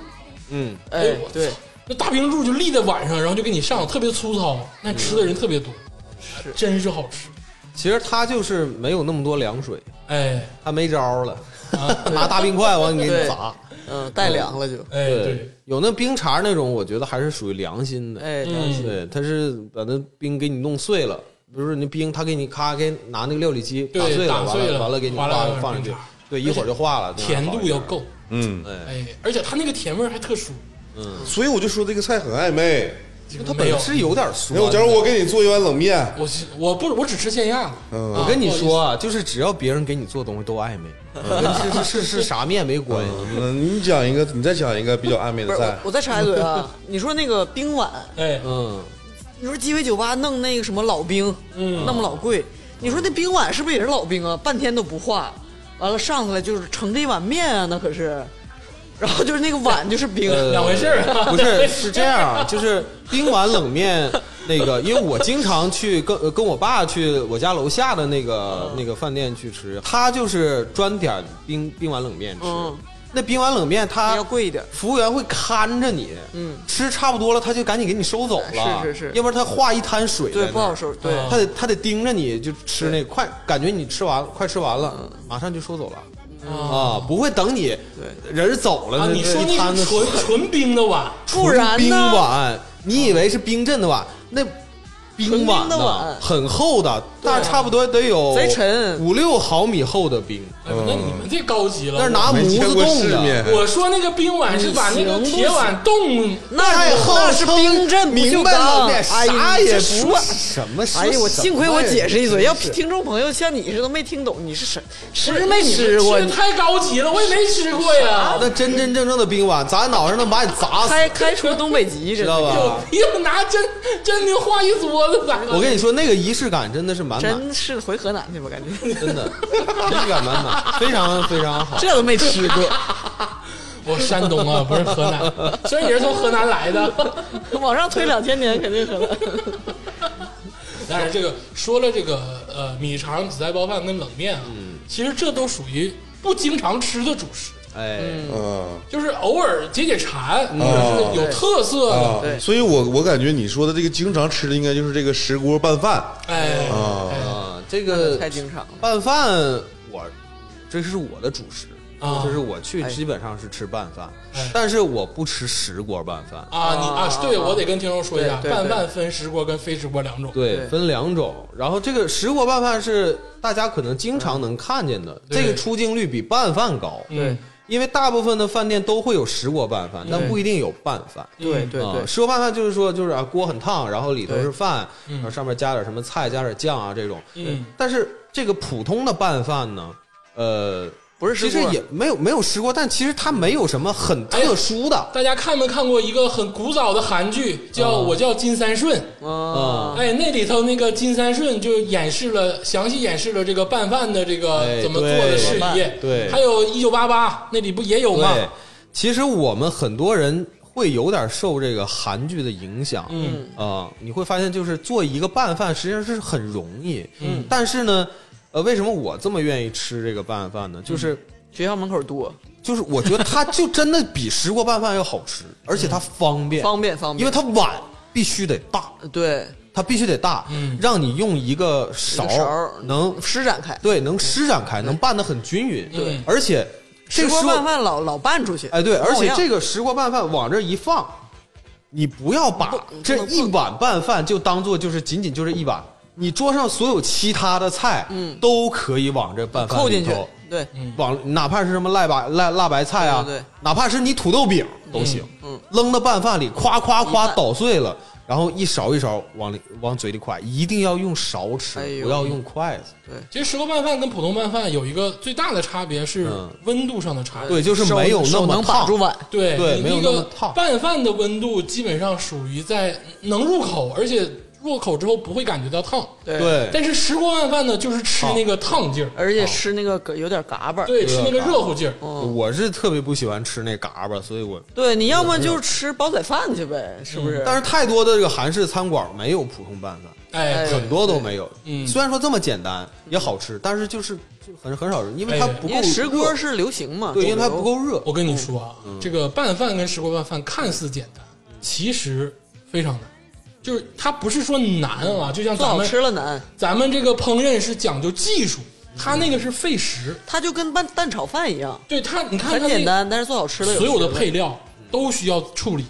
嗯，
哎
哎
我，
对，
那大冰柱就立在碗上，然后就给你上，特别粗糙，那吃的人特别多，
是
真是好吃，
其实他就是没有那么多凉水，
哎
他没招儿了，
啊
拿大冰块往你给你砸。
嗯，带凉了就，
哎对，
有那冰碴儿那种，我觉得还是属于良心的。
哎，
嗯
对，他是把那冰给你弄碎了，不是那冰，他给你咔给拿那个料理机
对
打碎了，
打
完
碎了
了完了给你
完了
放
完了
放上
冰
去
碴儿，
对，一会儿就化了。
甜
那样
度要够，
嗯，
好一点。哎，
哎，而且它那个甜味儿还特殊，
所以我就说这个菜很暧昧。
它
没有
本是有点酸
那我
的。
假如我给你做一碗冷面，
我是我不我只吃现压的，啊
我跟你说，啊，就是只要别人给你做东西都 暧昧，嗯跟是是是是啥面没关系。
嗯，你讲一个，你再讲一个比较暧昧
不
的
是
菜
我，我再插一嘴啊，你说那个冰碗，
不好意思哎
嗯，
你说鸡尾酒吧弄那个什么老冰，
嗯
那么老贵，你说那冰碗是不是也是老冰啊？半天都不化，完了上来就是盛这一碗面啊，那可是，然后就是那个碗就是冰，
呃
两回事儿啊
不是，是这样啊，就是冰碗冷面那个，因为我经常去跟呃跟我爸去我家楼下的那
嗯
个那个饭店去吃，他就是专点冰冰碗冷面吃
嗯。
那冰碗冷面它
要贵一点
服务员会看着你，
嗯，
吃差不多了他就赶紧给你收走了，
是是是
要不然他化一滩水，
对，不好。收，对，
啊
他得他得盯着你就吃那快，感觉你吃完快吃完
嗯
了，马上就收走了。啊，不会等你
对
人儿走了，
啊，
那
你说
那一
那
摊
是
子
纯纯冰的碗，
不然
冰
呢？
碗，你以为是冰镇的碗，那
纯
冰碗
冰的
呢
碗啊
很厚的，但差不多得有
贼沉
五六毫米厚的冰，
哎那你们这高级了，
那是拿
没
模子
见过
冻
世
的。
面。
我说那个冰碗是把那个铁碗冻，
那
太
不
厚
那是
称
冰镇，不
明
锈
白了
钢，
面，
哎呀
啥
你
也
这
不
说
是什么。
哎呀，我
什么
幸亏我解释一嘴，
呀
要听众朋友像你似的没听懂，你是什吃
那
没
你们
吃过？
的太高级了，我也没吃过呀，
啊那真真正正的冰碗砸脑上能把你砸死，
开开除东北籍，
知
知
道？
有
吧？
病拿真真的画一桌子咋
啊我跟你说，那个仪式感真的是满满，
真是回河南去吧，感觉
真的仪式感满满，非常非常 好。
这都没吃过，
我山东啊，不是河南，虽然也是从河南来的，
往上推两千年肯定河南。
但是这个说了这个呃米肠、紫菜包饭跟冷面啊，其实这都属于不经常吃的主食，
哎，
嗯，
就是偶尔解解馋，或者是有特色的，
啊，所以我我感觉你说的这个经常吃的应该就是这个石锅拌饭
哎，
啊，
啊，这个
太经常了
拌饭我这是我的主食
啊哎
就是我去基本上是吃拌饭，但是我不吃石锅拌饭。
啊，你啊，对我得跟听众说一下，
对对
拌
对
饭分石锅跟非石锅两种，
对，
对
分两种。然后这个石锅拌饭是大家可能经常能看见的，
对
这个出镜率比拌饭高，
嗯，
因为大部分的饭店都会有石锅拌饭，但不一定有拌饭。
对
嗯
对
啊
对，
石锅拌饭就是说，就是啊，锅很烫，然后里头是饭，
对
然后上面加点什么菜，加点酱啊这种。
嗯，
但是这个普通的拌饭呢，呃，
不是石
其实
锅
也没有没有吃过，但其实它没有什么很特殊的。
大家看没看过一个很古早的韩剧，叫《
哦
我叫金三顺》？
嗯
啊，
哎，那里头那个金三顺就演示了，详细演示了这个拌饭的这个
哎
怎么做的事宜。
对
还有《一九八八》那里不也有吗？
对，其实我们很多人会有点受这个韩剧的影响，嗯啊、你会发现就是做一个拌饭实际上是很容易，嗯，但是呢，呃，为什么我这么愿意吃这个拌饭呢？就是、
学校门口多，
就是我觉得它就真的比石锅拌饭要好吃，而且它方便，
嗯方便方便
因为它碗必须得大，
对，
它必须得大，
嗯
让你用一个勺
一个勺嗯
能
施展开。
对能施展开，能拌得很均匀，
对
而且这
石
个
锅
锅
拌饭老老拌出去，
哎对，而且这
个
个石锅拌饭往这一放，你不要把
不
这
不能
一碗拌饭就当做就是仅仅就是一碗，你桌上所有其他的菜，嗯，都可以往这拌饭
扣
里
进去
头，
对，
往哪怕是什么辣白辣辣白菜啊，
嗯对嗯对对
哪怕是你土豆饼都行，扔到拌饭里，夸夸
一
夸
拌
捣碎了，
嗯
然后一勺一勺往里往嘴里㧟，一定要用勺吃，
哎呦
不要用筷子。
其实石锅拌饭跟普通拌饭有一个最大的差别是
嗯
温度上的差别。
对，就是
手
没有那
手
么
能把
烫
住。碗，
对
对
你
没有
那
那
个
么烫
拌饭的温度基本上属于在能入口，而且入口之后不会感觉到烫。
对，
对，哦
但是石锅拌饭呢，就是吃那个烫劲儿，
而且吃那个有点嘎巴儿。
对，吃那个热乎劲儿。
嗯
我是特别不喜欢吃那嘎巴，所以我
对，你要么就吃煲仔饭去呗，是不是？
嗯但是太多的这个韩式餐馆没有普通拌饭，
哎，
很多都没有。
嗯
虽然说这么简单也好吃，但是就是就很很少人，因为它
哎
不
因
够
为石锅
热
是流行嘛，
对，因为它
主流
不够热。
我跟你说啊，
嗯
这个拌饭跟石锅拌饭看似简单，其实非常难。就是它不是说难啊，就像
做
咱
嗯好
们
吃了嗯难，
咱们这个烹饪是讲究技术，它那个是费时。
它就跟拌蛋炒饭一样，
对它，你看它
很
那
简单，但是做好吃了有嗯
所有的
学问
配料都需要处理，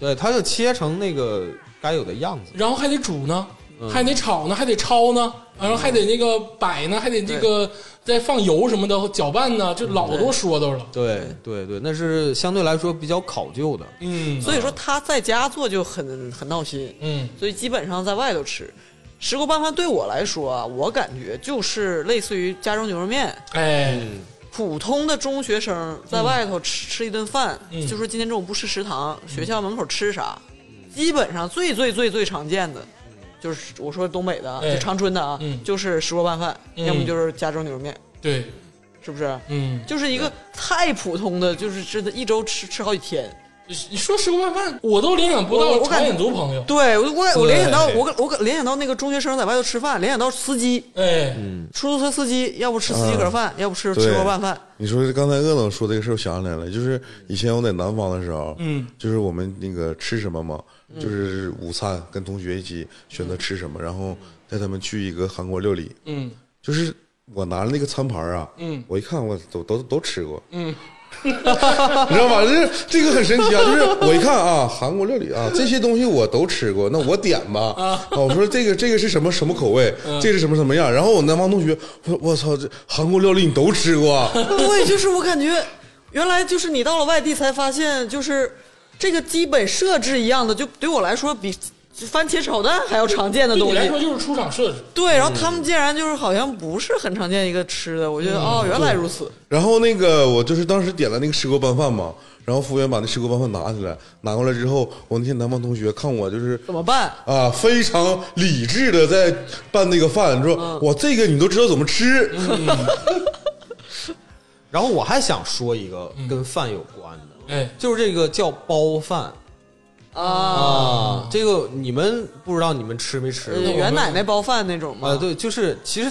对，它就切成那个该有的样子。
然后还得煮呢，
嗯
还得炒呢，还得焯呢，然后还得那个摆呢，还得这个再放油什么的搅拌呢，这
嗯
老多说道了。
对对对，那是相对来说比较考究的。
嗯
所以说他在家做就很很闹心，
嗯
所以基本上在外头吃。石锅拌饭对我来说啊，我感觉就是类似于家中牛肉面，
哎
嗯普通的中学生在外头吃、吃一顿饭，
嗯
就说今天中午不吃食堂，学校门口吃啥，基本上最最最最常见的，就是我说东北的啊，
哎
就长春的啊，
嗯
就是石锅拌饭，
嗯
要么就是家中牛肉面，
对
是不是？
嗯，
就是一个太普通的，就是真的一周吃吃好几天。
你说石锅拌饭，我都联想不
我
到
我
朝
感觉
鲜族朋友。
对我我我
对
联想到我我联想到那个中学生在外头吃饭，联想到司机，
哎，
出租车司机，要不吃司机
嗯
盒饭，要不吃
对
吃锅拌饭。
你说刚才鄂总说这个事儿，我想起来了，就是以前我在南方的时候，
嗯，
就是我们那个吃什么嘛，就是午餐跟同学一起选择吃什么，然后带他们去一个韩国料理，
嗯
就是我拿着那个餐盘啊，
嗯
我一看我都都都吃过，
嗯，
你知道吧？就是这个很神奇啊，就是我一看啊，韩国料理啊，这些东西我都吃过，那我点吧啊，我说这个这个是什么什么口味，这是什么什么样，然后我南方同学，我说我操，这韩国料理你都吃过啊？
对，就是我感觉，原来就是你到了外地才发现，就是这个基本设置一样的，就对我来说比番茄炒蛋还要常见的
对
东
你来说
西。
就是出厂设置。
对，然后他
嗯
们竟然就是好像不是很常见一个吃的，我觉得、哦，原来如此。
然后那个我就是当时点了那个石锅拌饭嘛，然后服务员把那石锅拌饭拿起来，拿过来之后，我那些南方同学看我就是
怎么办？
啊非常理智的在拌那个饭，说、我这个你都知道怎么吃，
然后我还想说一个跟饭有关的，
哎，
就是这个叫包饭
啊，
啊，这个你们不知道你们吃没吃
呃
过？
袁奶奶包饭那种
啊，
吗？
对，就是其实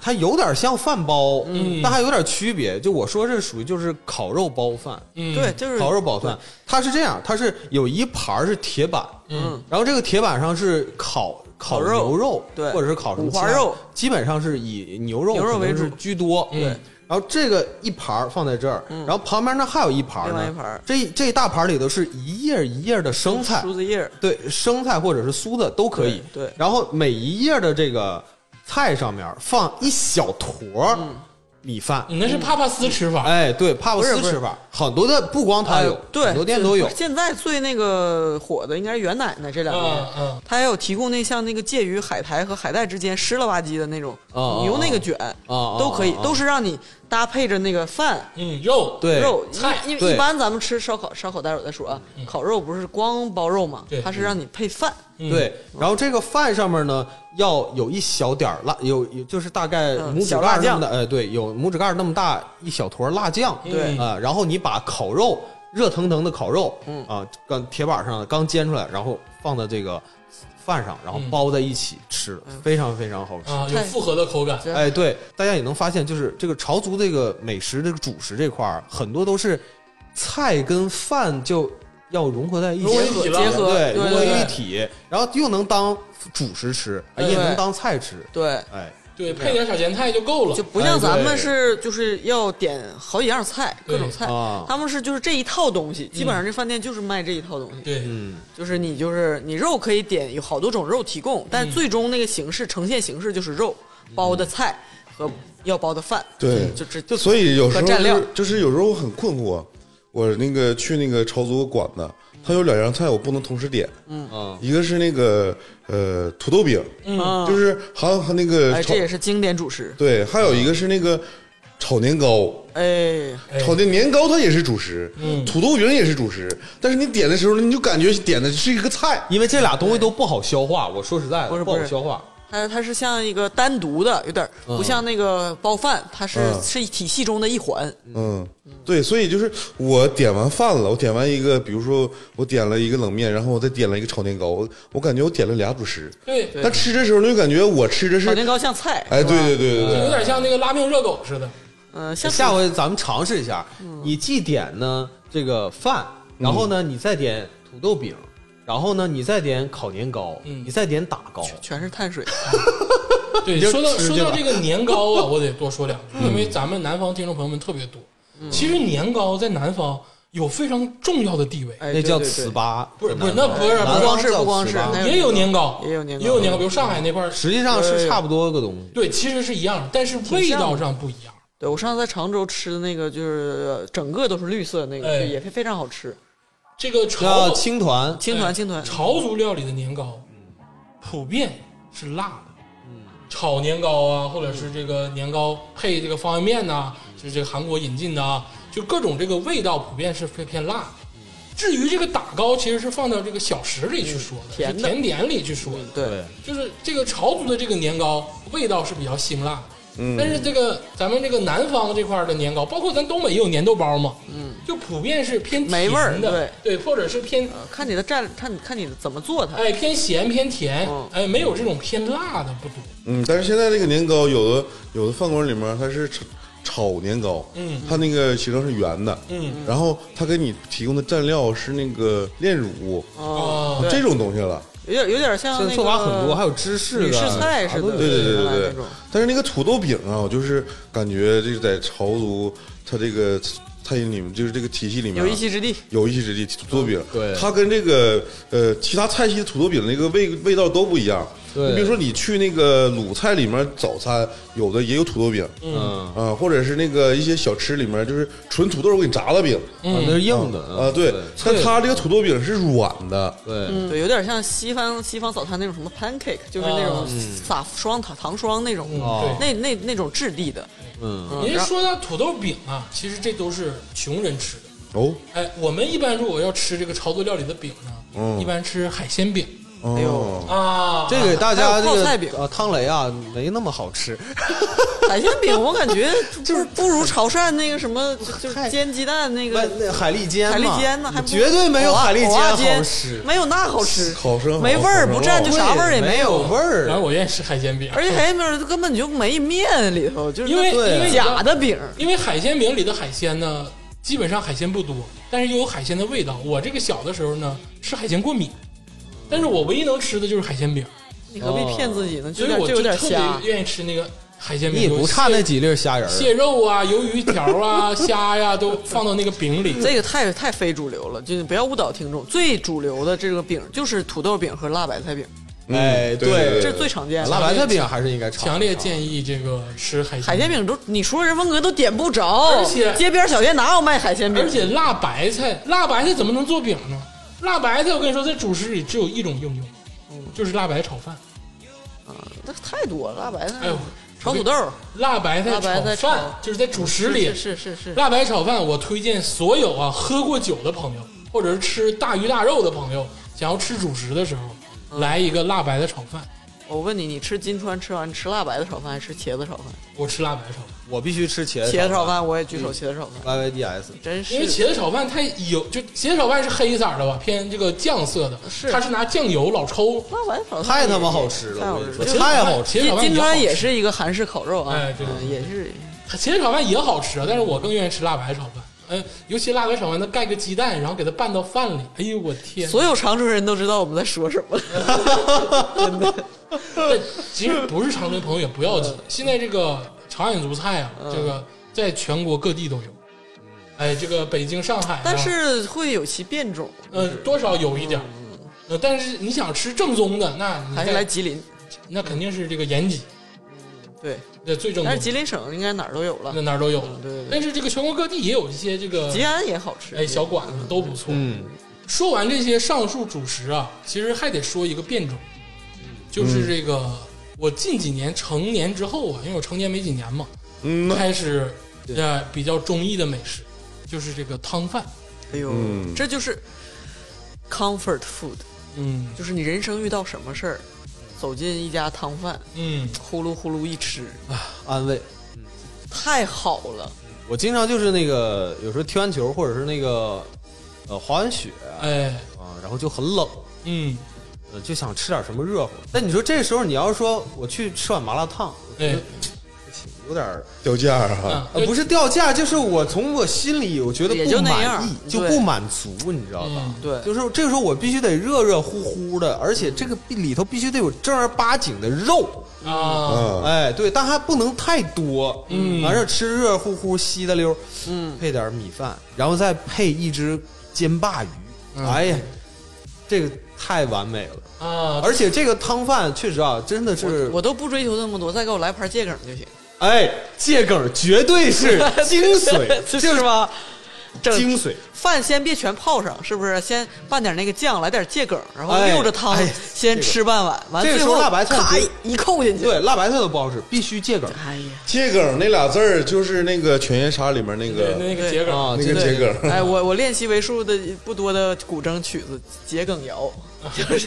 它有点像饭包，但还有点区别。就我说这属于就是烤肉包饭，
嗯
对，就是
烤肉包饭，它是这样，它是有一盘儿是铁板，
嗯，
然后这个铁板上是烤烤
烤肉
牛肉，
对
或者是烤什么
五花
其他
肉，
基本上是以牛肉
牛肉
可能
为主
是居多，
嗯
对。然后这个一盘儿放在这儿，然后旁边那还有一盘儿呢，
嗯另外一盘儿
这这一大盘儿里头是一叶儿一叶儿的生菜，
梳子叶儿，
对，生菜或者是酥的都可以。
对对
然后每一页的这个菜上面放一小坨儿
嗯
米饭。
你那是帕帕斯吃法。
哎，对，帕布斯
不是
吃法，很多的不光它有，
呃对，
哎很多店都有。
现在最那个火的应该是袁奶奶这两年，
嗯嗯，
它还有提供那像那个介于海苔和海带之间湿了吧唧的那种
哦
牛那个卷，
哦哦
都可以
哦哦，
都是让你搭配着那个饭。
嗯，肉
对
肉
菜嗯
因
对
一般咱们吃烧烤，烧烤待会儿再说啊。烤肉不是光包肉嘛
对，
它是让你配饭。
嗯
对，然后这个饭上面呢，要有一小点儿辣，有有就是大概
嗯
拇指
小
盖
辣
儿那
酱
么大，哎，对，有拇指盖儿那么大一小坨辣酱，
对
啊、然后你把烤肉热腾腾的烤肉，嗯啊，刚铁板上的刚煎出来，然后放到这个饭上，然后
嗯
包在一起吃，非常非常好吃。
啊，有复合的口感。
哎，对，大家也能发现，就是这个朝族这个美食这个主食这块儿，很多都是菜跟饭就要融合在一起，
融为一体了
结合
对，
对
融
对
为
对
一体，然后又能当主食吃，哎
对
也能当菜吃，
对，
哎，
对，配点小咸菜就够了
就。不像咱
哎
们
对
是就是要点好几样菜，
对嗯
各种菜
啊。
他们是就是这一套东西，基本上这饭店就是卖这一套东西。
对，
嗯，
就是你就是你肉可以点有好多种肉提供，
嗯
但最终那个形式呈现形式就是肉包的菜和要包的饭，
对
就这
就所以有时候
和蘸料
就是就是有时候我很困惑，我那个去那个朝族馆子，它有两样菜我不能同时点，
嗯
啊，
一个是那个呃土豆饼，
嗯
就是还还那个
哎，
炒
这也是经典主食，
对，还有一个是那个炒年糕，
哎，
哎
炒的年糕它也是主食，
嗯
土豆饼也是主食，但是你点的时候呢，你就感觉点的是一个菜，
因为这俩东西都不好消化，我说实在
不
的，
是
不
不
好
是
消化。
但是它是像一个单独的，有点儿不像那个包饭，它是、
嗯
是体系中的一环。
嗯，对，所以就是我点完饭了，我点完一个，比如说我点了一个冷面，然后我再点了一个炒年糕，我我感觉我点了俩主食，
对，
但吃的时候你就感觉我吃的是
炒，年糕像菜，
哎，
哦是吧
对对对对
就有
对，
点像那个拉面热狗似的。
嗯、像
下
回
回咱们尝试一下，你既点呢这个饭，然后呢你再点土豆饼，然后呢你再点烤年糕，
嗯
你再点打糕，
全是 碳水，
对，
就
说到
吃
说
去
到
吧
这个年糕啊，我得多说两句，因为咱们南方听众朋友们特别多。其实年糕在南方有非常重要的地位，
哎，
那叫
对对对
糍粑，
不是
在
不是
南
那
方
不是不是
不
南
光
方
是
叫
不光
糍
是
粑
那
也有年糕，
也有年糕
也有年糕，比如上海那块儿，
实际上是
对
差不多个东西。
对，其实是一样的，但是味道上不一样。
对我上次在常州吃的那个，就是整个都是绿色的那个，
哎
就也非非常好吃。
这个
叫
哦
潮哎
青团，
青团，青团，
潮族料理的年糕，普遍是辣的，
嗯
炒年糕啊，或者是这个年糕配这个方便面呐、
嗯
就是这个韩国引进的啊，就各种这个味道普遍是偏偏辣的。
嗯
至于这个打糕，其实是放到这个小食里去说的，
甜的
是甜点里去说的。
嗯对，
就是这个潮族的这个年糕味道是比较辛辣的，
嗯
但是这个咱们这个南方这块儿的年糕，包括咱东北也有粘豆包嘛，嗯，就普遍是偏
没味儿
甜的，对，或者是偏
呃看你的蘸，看你看你怎么做它。
哎偏咸偏甜
嗯，
哎没有这种偏辣的不多，
嗯，但是现在这个年糕有的有的饭馆里面它是炒炒年糕，
嗯，
它那个形状是圆的，
嗯
然后它给你提供的蘸料是那个炼乳
哦
对
这种东西了，
有点有点像那
现在
个
做法很多，还有芝士的
女士菜似的，
对对对
原来
对
那
对
种。
但是那个土豆饼啊，我就是感觉这是在潮族它这个餐饮里面，就是这个体系里面啊
有一席之地。
有一席之地土豆饼，
对
它跟这个呃其他菜系的土豆饼那个味味道都不一样。
对
你比如说你去那个鲁菜里面早餐，有的也有土豆饼
嗯，
啊，或者是那个一些小吃里面就是纯土豆给你炸了饼
嗯
啊那是硬的
哦
啊，对，但
脆的
它这个土豆饼是软的，
对
对，有点像西方西方早餐那种什么 pancake，就是那种
嗯
撒霜糖糖霜那种，
哦
那那那种质地的。
嗯
嗯
对，您
然后
说到土豆饼啊，其实这都是穷人吃的。
哦，
哎，我们一般如果要吃这个潮族料理的饼呢，
嗯
一般吃海鲜饼
哦
哎呦
啊，
这个大家
还有
这
泡
个
菜饼
啊，汤雷啊，没那么好吃。
海鲜饼我感 觉就是不如潮汕那个什么，就就是煎鸡蛋那
那
个
那海蛎煎嘛，
海蛎煎呢，还不
绝对没有海蛎
藕啊
煎
煎
好吃，
没有那好吃，
好生蚝
没味儿，不蘸就啥味儿也
没
没有。
味
反正
儿。
我愿意吃海鲜饼，
而且海鲜饼根本就没面里头，哦就是啊
因为
对
因为你知道
假的饼，
因为海鲜饼里的海鲜呢，基本上海鲜不多，但是又有海鲜的味道。我这个小的时候呢，吃海鲜过敏，但是我唯一能吃的就是海鲜饼，
你何必骗自己
哦
呢？
所
就
以
有
我
点就有
就
点
特
瞎。
别愿意吃那个海鲜
你
饼。
也
有
不
蟹
差那几粒虾仁儿，
蟹肉啊、鱿鱼条啊、虾呀、都放到那个饼里。
这个太太非主流了，就是不要误导听众。最主流的这个饼就是土豆饼和辣白菜饼，
嗯
哎
对
对
对，对
这是最常见的。
辣白菜饼还是应该尝一尝。
强烈建议这个吃海
海鲜
饼，
饼都你说人文哥都点不着，
而且
街边小店哪有卖海鲜饼？
而且辣白菜，辣白菜怎么能做饼呢？辣白菜，我跟你说，在主食里只有一种应用，就是辣白炒饭。
啊那太多了，辣白菜
哎呦，
炒土豆，
辣白菜
辣白菜
炒饭
炒
就是在主食里，
是是是是，
辣白炒饭，我推荐所有啊喝过酒的朋友，或者是吃大鱼大肉的朋友，想要吃主食的时
嗯
候，来一个辣白的炒饭。
我问你，你吃金川吃完吃辣白菜炒饭还是吃茄子炒饭？
我吃辣白炒饭，
我必须吃茄子
茄子炒饭我也举手，茄子炒饭
Y Y D S。
真
哎嗯因为
是。
茄子炒饭太油，就茄子炒饭是黑色儿的吧，偏这个酱色的，
是
它是拿酱油老抽。
辣白菜炒饭
太他妈好吃
太
了，
好
我跟你
吃
说
了，
就是
太好吃
茄子炒
金
饭
金川
也
也
好吃
是一个韩式烤肉啊，
哎对
嗯也是
茄子炒饭也好吃啊，但是我更愿意吃辣白炒饭。嗯，尤其辣白炒饭，它盖个鸡蛋，然后给它拌到饭里。哎呦我天！
所有常州人都知道我们在说什么了。
但其实不是长春朋友也不要紧，
嗯
现在这个朝鲜族菜啊，这个在全国各地都有。哎，这个北京、上海啊，
嗯但是会有其变种，
呃，多少有一点儿。呃，但是你想吃正宗的，那你
嗯还是
在
来吉林。
那肯定是这个延吉，
对，
那最正
但是
宗
吉，林省应该哪儿都有
那
了，
哪儿都有
嗯对对对
但是这个全国各地也有一些这个
吉安也好吃。
哎小馆子都不错。
嗯，
说完这些上述主食啊，其实还得说一个变种，就是这个我近几年成年之后啊，因为我成年没几年嘛，
嗯那
开始呃比较中意的美食，就是这个汤饭。
哎呦，
嗯
这就是 comfort food，
嗯，
就是你人生遇到什么事儿，走进一家汤饭，
嗯，
呼噜呼噜一吃，
安慰。
太好了。
我经常就是那个，有时候踢完球或者是那个，呃，滑完雪
哎，
啊，然后就很冷，
嗯，
呃，就想吃点什么热乎。但你说这时候你要是说我去吃碗麻辣烫，
哎，
有点儿
掉价儿啊，
啊
呃，不是掉价，就是我从我心里我觉得
也
不
就那
满
样
意，
对
就不满足，你知道吧？
嗯
对，
就是这个时候我必须得热热乎乎的，而且这个里头必须得有正儿八经的肉，
啊，
嗯，
哎，对，但还不能太多，
嗯
完事儿吃热乎乎稀的溜，
嗯，
配点儿米饭，然后再配一只煎鲅鱼，
嗯
哎呀，这个太完美了，
啊，
而且这个汤饭确实啊，真的是
我我都不追求那么多，再给我来盘桔梗就行，
哎，桔梗绝对是精髓，
是吧？整
精髓。
饭先别全泡上，是不是？先拌点那个酱，来点桔梗，然后
哎
溜着汤
哎呀
先
这个
吃半碗，完
这个
最
时候
后
辣白菜
咔
不
一扣进去，
对，辣白菜都不好使，必须桔梗
哎呀，
桔梗那俩字儿就是那个《犬夜叉》里面那
对
个
那个桔梗，
啊，
那
真
个
的
桔梗，
哎，我我练习为数的不多的古筝曲子《桔梗谣》，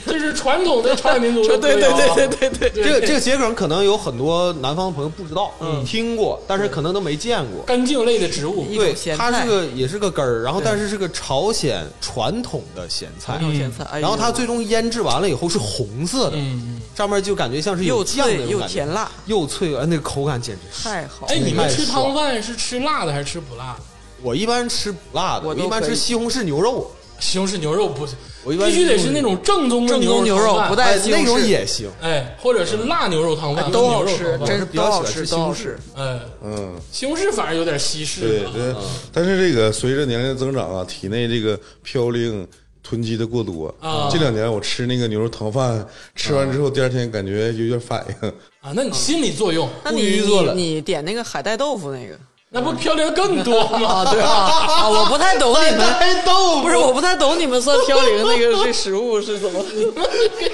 这是传统的朝鲜民族
对
的
对
歌
对
谣啊，
对对对对，
这个这个桔梗可能有很多南方朋友不知道，听过，但是可能都没见过。
干净类的植物，
一
对
种，咸
它
菜
是个也是个根儿，然后
对
但是是个朝鲜传统的咸菜，
小咸菜，哎呦
然后它最终腌制完了以后是红色的，
嗯，嗯
上面就感觉像是
又
有酱的
脆
那种
又
感觉，
甜辣，
又脆，哎，那个口感简直是。
太好了
哎，。你们吃
太爽
汤饭是吃辣的还是吃不辣的？
我一般吃不辣的，
我
我
都
一般
可以
吃西红柿牛肉，
西红柿牛肉不，
我一般
必须得是那种正宗的
正宗牛
肉
肉
汤饭
不带
哎，
西红
那
柿
种也行。
哎，或者是辣牛肉汤饭，
都好
跟牛肉
吃，
汤饭
真
是
是
比
都
较
好
喜欢
吃，
吃
都好
西红柿
吃。
哎，
嗯。
西红柿反而有点啊西式
对，
了，
这但是这个随着年龄的增长啊，体内这个嘌呤囤积的过多
啊
这两年我吃那个牛肉汤饭，吃完之后第二天感觉有点反应，
啊，那你心理作用，
那
物
你
欲作
你
了，
你点那个海带豆腐那个
那不嘌呤更多吗？
啊？对啊，啊，我不太懂你们，
豆腐
不是我不太懂你们算嘌呤那个这食物是怎么，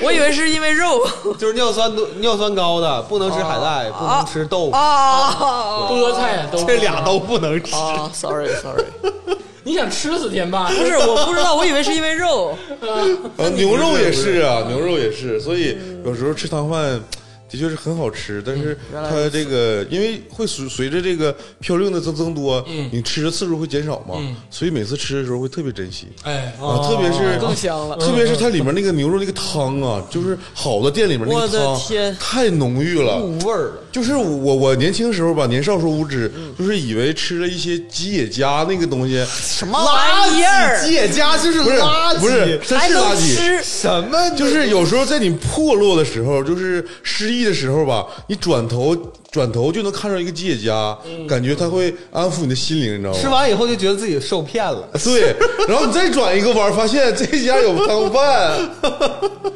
我以为是因为肉
就是尿酸多、尿酸高的，不能吃海带，
哦
不能吃豆腐，
啊
菠菜都
这俩都不能吃。
啊，sorry sorry，
你想吃死天霸？
不是我不知道，我以为是因为肉，
啊，牛肉也是啊，牛肉也是，所以有时候吃汤饭的确是很好吃，但是它这个因为会随随着这个嘌呤的增增多，你吃的次数会减少嘛，所以每次吃的时候会特别珍惜
哎，
啊，特别是
哦更香了。
特别是它里面那个牛肉那个汤啊，就是好的店里面那
我
个
的
汤
天
太浓郁了，
入味儿了。
就是我我年轻时候吧，年少时候无知，
嗯
就是以为吃了一些吉野家那个东西，
什么哦玩意儿？
姐家就是
不是
垃圾，
不是，真
还
是垃
能
圾。
吃？
什么就
就是是有时候在你破落的时候，就是失意的时候吧，你转头转头就能看上一个吉野家，
嗯
感觉它会安抚你的心灵，你知道吗？
吃完以后就觉得自己受骗了。
对，然后你再转一个弯儿，发现这家有汤饭，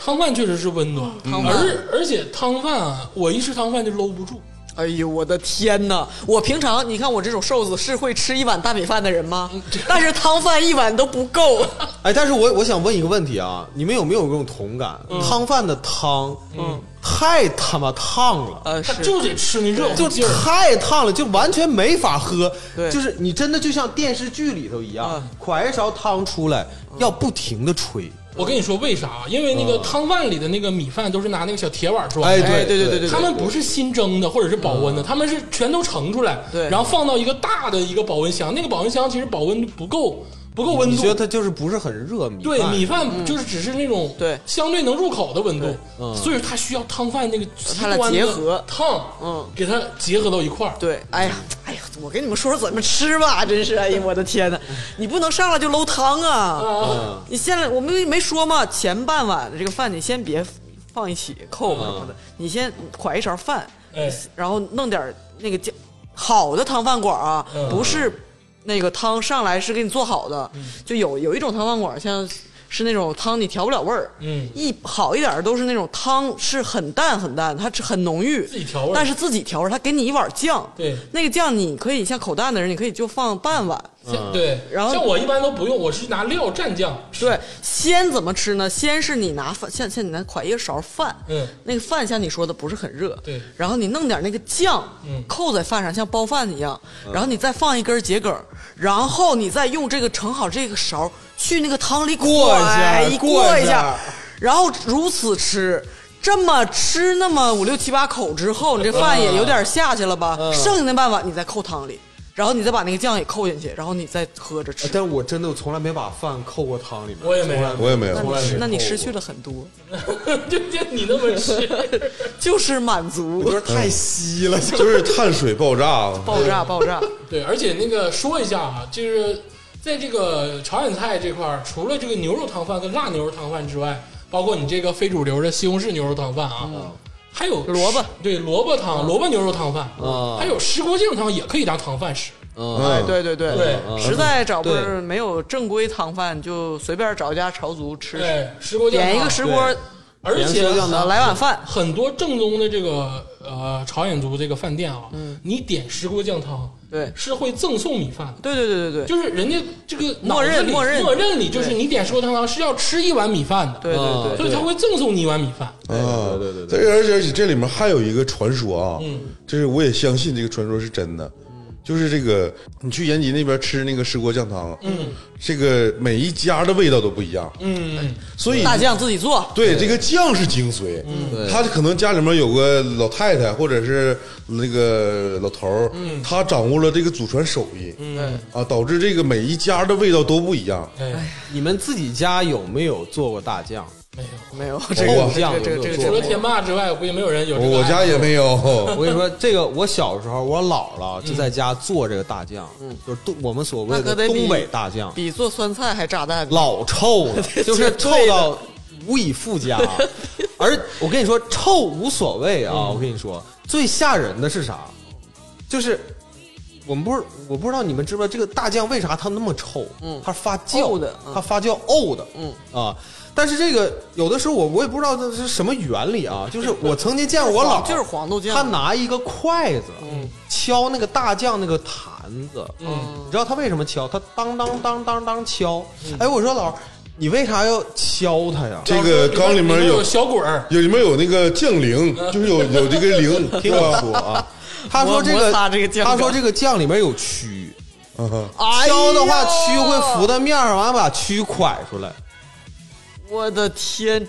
汤饭确实是温暖，
嗯
而而且汤饭啊，我一吃汤饭就搂不住，
哎呦，我的天哪！我平常你看我这种瘦子是会吃一碗大米饭的人吗？但是汤饭一碗都不够。
哎，但是我我想问一个问题啊，你们有没有这种同感？汤饭的汤，嗯，太他妈烫了。
呃，
他
是
就得吃那热乎
就
劲儿。
太烫了，就完全没法喝。
对
就是你真的就像电视剧里头一样
嗯，
㧟、一勺汤出来，要不停的吹。
我跟你说为啥？啊因为那个汤饭里的那个米饭都是拿那个小铁碗装的，
哎，
嗯哎对对
对
对对嗯
他们不是新蒸的或者是保温的，他们是全都盛出来，
对
然后放到一个大的一个保温箱，那个保温箱其实保温不够，不够温
你
度
觉。得它就是不是很热米饭？
对，米饭就是只是那种
嗯对
相对能入口的温度，
嗯
所以它需要汤饭那个极
它俩
端的
结合
烫，
嗯，
给它结合到一块儿。
对，哎呀，哎呀，我跟你们说说怎么吃吧， 真是，哎呀，我的天哪！你不能上来就搂汤啊！
啊，
嗯，
你先来，我们没说嘛，前半碗的这个饭你先别放一起扣什么的，你先㧟一勺饭，
哎，
然后弄点儿那个酱。好的汤饭馆啊，
嗯
不是那个汤上来是给你做好的，就有有一种汤饭馆像是那种汤你调不了味儿，
嗯
一好一点儿都是那种汤是很淡很淡，它是很浓郁，
自己调味儿
但是自己调味儿，它给你一碗酱，
对
那个酱你可以像口淡的人，你可以就放半碗，
像对，
嗯然后
像我一般都不用，我是拿料蘸酱吃。
对，先怎么吃呢？先是你拿饭，像像你拿㧟一勺饭，
嗯
那个饭像你说的不是很热，
对
然后你弄点那个酱，
嗯
扣在饭上像包饭一样，
嗯
然后你再放一根桔梗，然后你再用这个盛好这个勺去那个汤里
过一下
一过
过一
一
下
下。然后如此吃。这么吃那么五六七八口之后，你这饭也有点下去了吧？
嗯
剩下那半碗你再扣汤里，然后你再把那个酱也扣进去，然后你再喝着吃。
但我真的我从来没把饭扣过汤里面，
我也没有
从来
我也没有
那
从来没
你
有
那你
扣过
失去了很多，
就就你那么吃，
就是满
我
足，
觉得太稀了，就
就是碳水爆炸，啊
爆炸爆炸。
对，而且那个说一下啊，就是在这个朝鲜菜这块儿，除了这个牛肉汤饭跟辣牛肉汤饭之外，包括你这个非主流的西红柿牛肉汤饭啊，还有
萝卜，嗯
对萝卜汤、萝卜牛肉汤饭，
啊
还有石锅酱汤也可以当汤饭使。
嗯，
嗯，
对对对
对
实在找不
对
是没有正规汤饭，就随便找一家朝族吃吃，
对，石锅酱汤
点一个石锅，
而且
石锅酱汤
呃来碗饭。
很多正宗的这个呃朝鲜族这个饭店啊，你点石锅酱汤
嗯对
是会赠送米饭的。
对对对对对
就是人家这个脑
默
子
认
里
默认
默认里就是你点石锅酱汤是要吃一碗米饭的，
对
嗯
对
所以
对，
啊他会赠送你一碗米饭。
啊，
对对对
对，而且而且这里面还有一个传说啊，
嗯，
就是我也相信这个传说是真的，
嗯
就是这个你去延吉那边吃那个石锅酱汤，嗯，这个每一家的味道都不一样，
嗯，
所以
大酱自己做，
对这个酱是精髓，
嗯对
他可能家里面有个老太太或者是那个老头儿，
嗯
他掌握了这个祖传手艺，
嗯，
啊，导致这个每一家的味道都不一样。
哎，
你们自己家有没有做过大酱？
没有，
没
这
有这
个
个这个
这个这个
这个
这个
除
这
了
个
天霸之外，我估计没有人有这个爱好。
我家也没有，
我跟你说，这个我小时候，我姥姥就在家做这个大酱，就是东我们所谓
嗯那可
的
得比
东北大酱，
比做酸菜还炸弹。
老臭 了，就是臭到无以复加。而我跟你说，臭无所谓啊，
嗯
我跟你说，最吓人的是啥？就是我们不是，我不知道你们知不知道这个大酱为啥它那么臭？
嗯
它是发酵
沤的嗯
它发酵沤的，
嗯
啊。但是这个有的时候我我也不知道这是什么原理啊，就是我曾经见过我姥，
就是黄豆酱
他拿一个筷子，敲那个大酱那个坛子，
嗯
你知道他为什么敲？他当当当当当敲。哎，我说老，你为啥要敲它呀？
这个缸里面有
有小滚儿，
有里面有那个降灵，就是有有这个灵，
听我说啊，他说这
摩
个，
擦这个酱
他说这个酱里面有蛆，
啊，
哎呦
敲的话蛆会浮到面上，完了把蛆蒯出来。
我的天，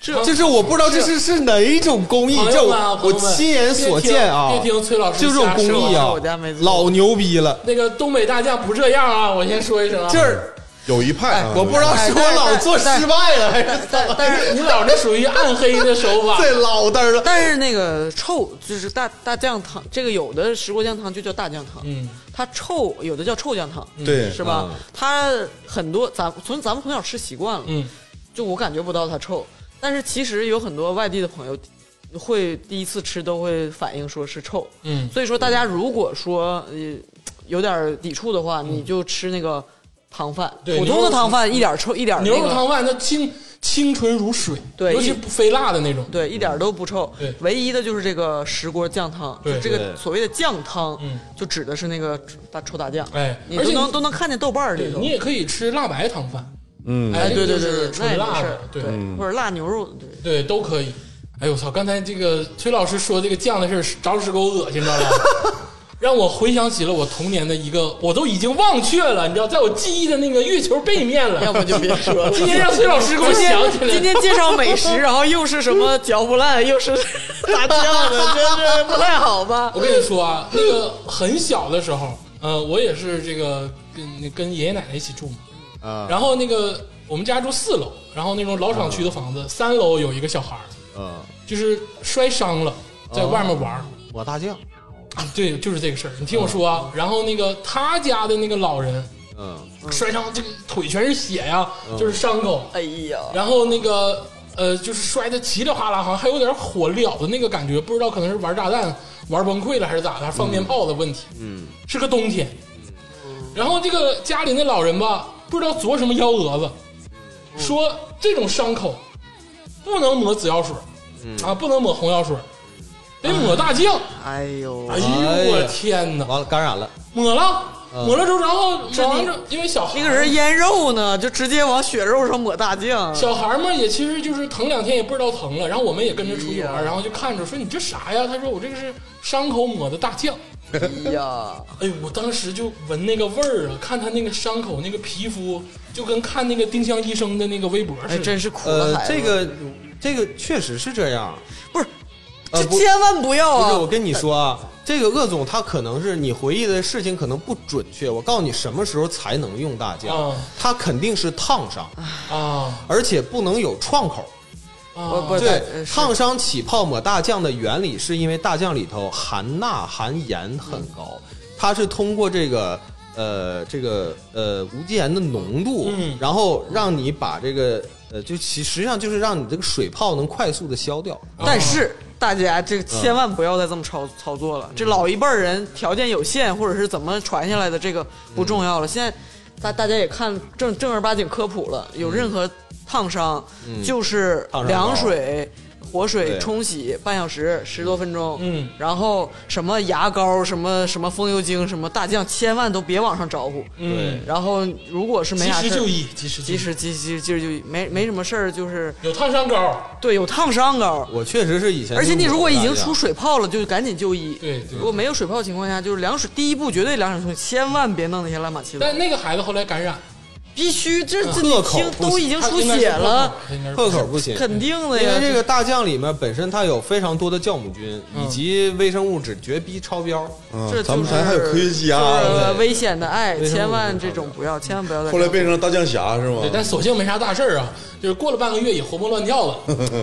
这这
就是我不知道这是是哪种工艺，
朋
这
友们啊
我
朋
我
友们
亲眼所见啊，
别听别听崔老师
就这种工艺
瞎
啊
说我家没，做
老牛逼了。
那个东北大酱不这样啊！我先说一声啊，
就是
有一派啊，
哎我不知道是我老做失败了，还是
但但是
你姥这属于暗黑的手 法。
这老嘚儿了。
但是那个臭就是大大酱汤，这个有的石锅酱汤就叫大酱汤，
嗯，
它臭有的叫臭酱汤，
对
是吧？它很多咱从咱们从小吃习惯了，
嗯，
就我感觉不到它臭，但是其实有很多外地的朋友会第一次吃都会反映说是臭，
嗯
所以说大家如果说呃有点抵触的话，你就吃那个汤饭，
嗯对
普通
牛肉
的汤饭一点臭一点那
牛
个
肉汤饭它清清纯如水，
对
尤其不非辣的那种。
对，一点儿都不臭
对。
唯一的就是这个石锅酱汤，
对
就这
对
个所谓的酱汤
嗯，
就指的是那个大臭大酱。
哎
你
而
都
且
能
你
都能看见豆瓣儿
对
里头
你。也可以吃辣白汤饭，
嗯，
哎，
对对
这
对
个就是
对，那也
纯
没
辣
事儿
的，，对
对，或者辣牛肉，对，
对都可以。哎呦我操！刚才这个崔老师说这个酱的事儿，着实给我恶心着 了。让我回想起了我童年的一个，我都已经忘却了，你知道，在我记忆的那个月球背面了。
要不就别说了。
今天让崔老师给我
今天
想起来，
今天介绍美食，然后又是什么嚼不烂，又是大酱的，真是不太好吧？
我跟你说啊，那个很小的时候，呃，我也是这个跟跟爷爷奶奶一起住嘛，
啊
然后那个我们家住四楼，然后那种老厂区的房子，三楼有一个小孩儿，
嗯，
就是摔伤了，在外面玩儿。
我大酱，
对，就是这个事儿。你听我说啊，然后那个他家的那个老人
嗯，
摔伤，这个腿全是血呀、就是伤口。
哎呀，
然后那个呃，就是摔的稀里哗啦，好像还有点火燎的那个感觉，不知道可能是玩炸弹玩崩溃了还是咋的，放鞭炮的问题。嗯，是个冬天。
嗯
然后这个家里那老人吧，不知道琢什么幺蛾子，
嗯
说这种伤口不能抹紫药水，
嗯
啊，不能抹红药水，得抹大酱。
哎呦，哎
哎呦我天哪！
完了感染了，
抹了，抹了之后，然后抹完之后，因为小孩
嗯一个人腌肉呢，就直接往血肉上抹大酱，
小孩嘛，也其实就是疼两天也不知道疼了，然后我们也跟着出去
哎
玩，
呀
然后就看着说你这啥呀？他说我这个是伤口抹的大酱，
哎呀，
哎，我当时就闻那个味儿啊，看他那个伤口那个皮肤，就跟看那个丁香医生的那个微博
哎，
似的。
真是苦了
呃，
孩子。
这个这个确实是这样。
不是，
呃
这
不
千万不要
不
啊！
是，我跟你说啊，这个鄂总他可能是你回忆的事情可能不准确。我告诉你什么时候才能用大
啊
哦
酱，它肯定是烫伤，
啊
而且不能有创口。
我
啊！
不
对
呃，是
烫伤起泡沫大酱的原理是因为大酱里头含钠含盐很高，
嗯
它是通过这个呃这个呃无机盐的浓度，
嗯
然后让你把这个呃就其实际上就是让你这个水泡能快速的消掉。
哦
但是大家这个千万不要再这么
嗯
操操作了。这老一辈儿人条件有限，或者是怎么传下来的，这个不重
嗯
要了。现在大大家也看正正儿八经科普了，有任何烫伤，
嗯
就是
烫伤
凉水。活水
对
冲洗半小时十多分钟，
嗯
然后什么牙膏、什么什么风油精、什么大酱，千万都别往上招呼。
嗯，
然后如果是没
及
啥
时
事儿
就，医，及时
及时及时及时就没没什么事儿，就是
有烫伤膏。
对有烫伤膏，
我确实是以前，
而且你如果已经出，水泡了，就赶紧就医。
对对
如果没有水泡的情况下，就是凉水第一步绝对凉水冲洗，千万别弄那些乱码七糟。
但啊那个孩子后来感染，
必须这这
破
你
口
听
不行
都已经
他
出
应该是
血
破口
了，，
他应该是
破
破
口不行，
肯定的
因
呀
为。这个大酱里面本身它有非常多的酵母菌
嗯
以及微生物质绝逼超标，
嗯
这
咱
就
们
是
台还有科啊学家，
就是危险的爱，
生物
千万这种不要，千万不要再。
后来变成了大酱侠是吗
对，？但索性没啥大事儿啊，就是过了半个月也活蹦乱跳了，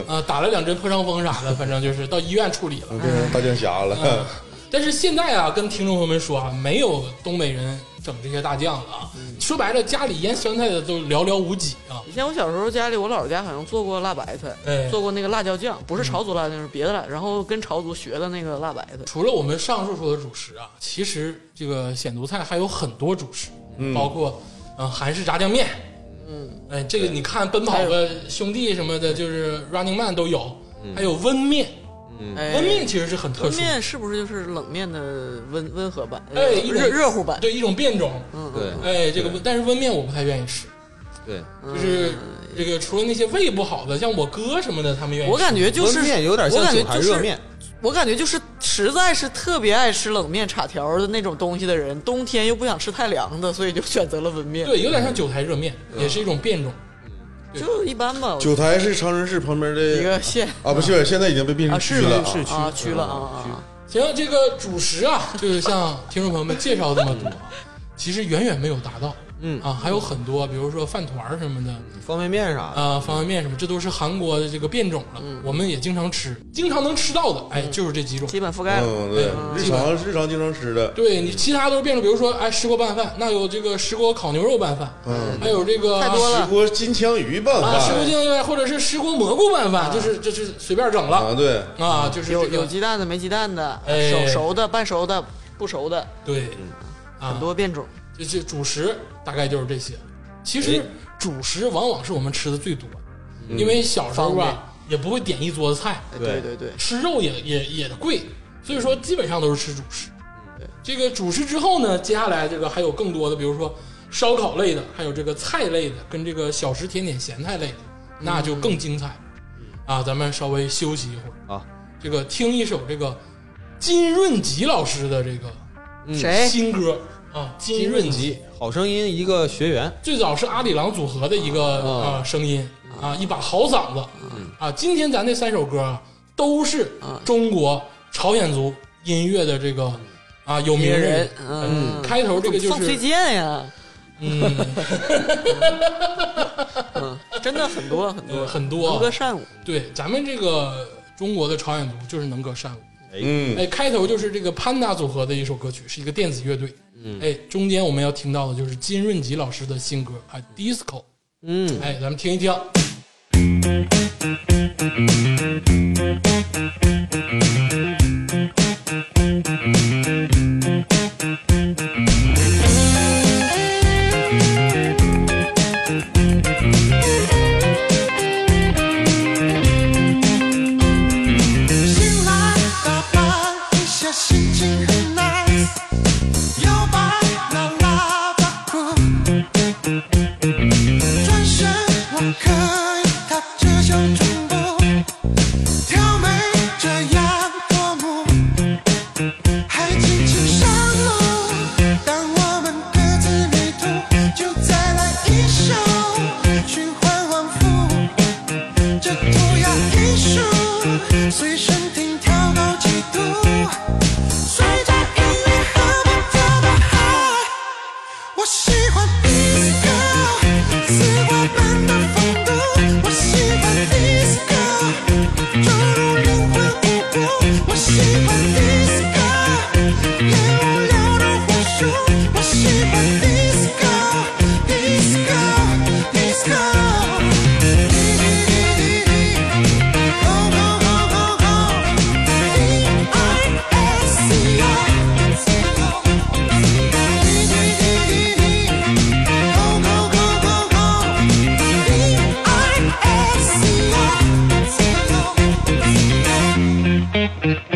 啊，打了两针破伤风啥的，反正就是到医院处理了。
嗯变成大酱侠了。
但是现在啊，跟听众朋友们说啊，没有东北人整这些大酱了啊。
嗯
说白了，家里腌酸菜的都寥寥无几啊。
以前我小时候家里，我姥姥家好像做过辣白菜，
哎
做过那个辣椒酱，不是潮族辣椒，是别的辣，然后跟潮族学的那个辣白菜。
除了我们上述说的主食啊，其实这个鲜族菜还有很多主食，包括嗯、呃韩式炸酱面，嗯，哎，这个你看《奔跑吧兄弟》什么的，就是《Running Man》都有，还有温面，
嗯
嗯哎
温面其实是很特
温
殊，
面是不是就是冷面的温温和版？呃
哎一种
热热乎版。嗯
对一种变种，
对
哎，这个但是温面我不太愿意吃，
对，
就是这个除了那些胃不好的，像我哥什么的，他们愿意吃。
我感觉就是
温面有点像
我感觉
九台
就是
热面，
我感觉就是实在是特别爱吃冷面、叉条的那种东西的人，冬天又不想吃太凉的，所以就选择了温面，
对，有点像九台热面，也是一种变种。对
就一般吧。
九台是长春市旁边
一
的
个 县
啊，不是，现在已经被变成
啊，
区
是
了啊。
是啊，区了啊啊，
行，这个主食啊，就是像听众朋友们介绍这么多，其实远远没有达到。
嗯
啊，还有很多，比如说饭团儿什么的，
方便面啥的。
啊，方便面什么，这都是韩国的这个变种了。
嗯
我们也经常吃，经常能吃到的，哎，就是这几种。
基本覆盖了。
嗯，对，
嗯
日常日常经常吃的，
对你其他都是变种，比如说哎，石锅拌饭，那有这个石锅烤牛肉拌饭，
嗯，
还有这个
太多了
石锅金枪鱼拌
啊，石锅
饭
酱拌饭，或者是石锅蘑菇拌饭，就是这是随便整
啊，
了
对，
啊，就是
嗯有
这个
有鸡蛋的，没鸡蛋的，
哎
熟熟的、半熟的、不熟的，
对，
嗯
啊，
很多变种。
这这主食大概就是这些。其实
哎
主食往往是我们吃的最多，因为小时候
嗯方便
啊也不会点一桌子菜，
哎
对
对对对，
吃肉也也也贵，所以说基本上都是吃主食。
嗯
这个主食之后呢，接下来这个还有更多的，比如说烧烤类的，还有这个菜类的，跟这个小食甜点咸菜类的，那就更精彩。
嗯
啊，咱们稍微休息一会儿
啊，
这个听一首这个金润吉老师的这个
谁？
新歌啊，金润吉。
好声音一个学员，
最早是阿里郎组合的一个
啊
呃声音啊，一把好嗓子啊。今天咱这三首歌啊，都是中国朝鲜族音乐的这个啊有名
名
人
人。嗯
开头这个就
放崔
是
健呀，
嗯
嗯，真的很多很
呃
多，
很
能歌
多
善舞。
对，咱们这个中国的朝鲜族就是能歌善舞。
嗯，
哎，开头就是这个潘达组合的一首歌曲，是一个电子乐队。哎，中间我们要听到的就是金润吉老师的新歌啊，disco。
嗯，
哎，咱们听一听。
醒来，打扮一下，心情很 nice。摇摆，啦啦吧酷。转身，我可以踏着小船步，挑眉这样夺目。爱情请上路，当我们各自旅途，就再来一首循环往复。这涂鸦艺术随身听跳到几度，随着音乐和我跳得嗨。我喜欢 disco，丝滑般的风度。我喜欢 disco，走入灵魂舞步。我喜欢 disco，连无聊都会输。我喜欢 disco，disco，disco。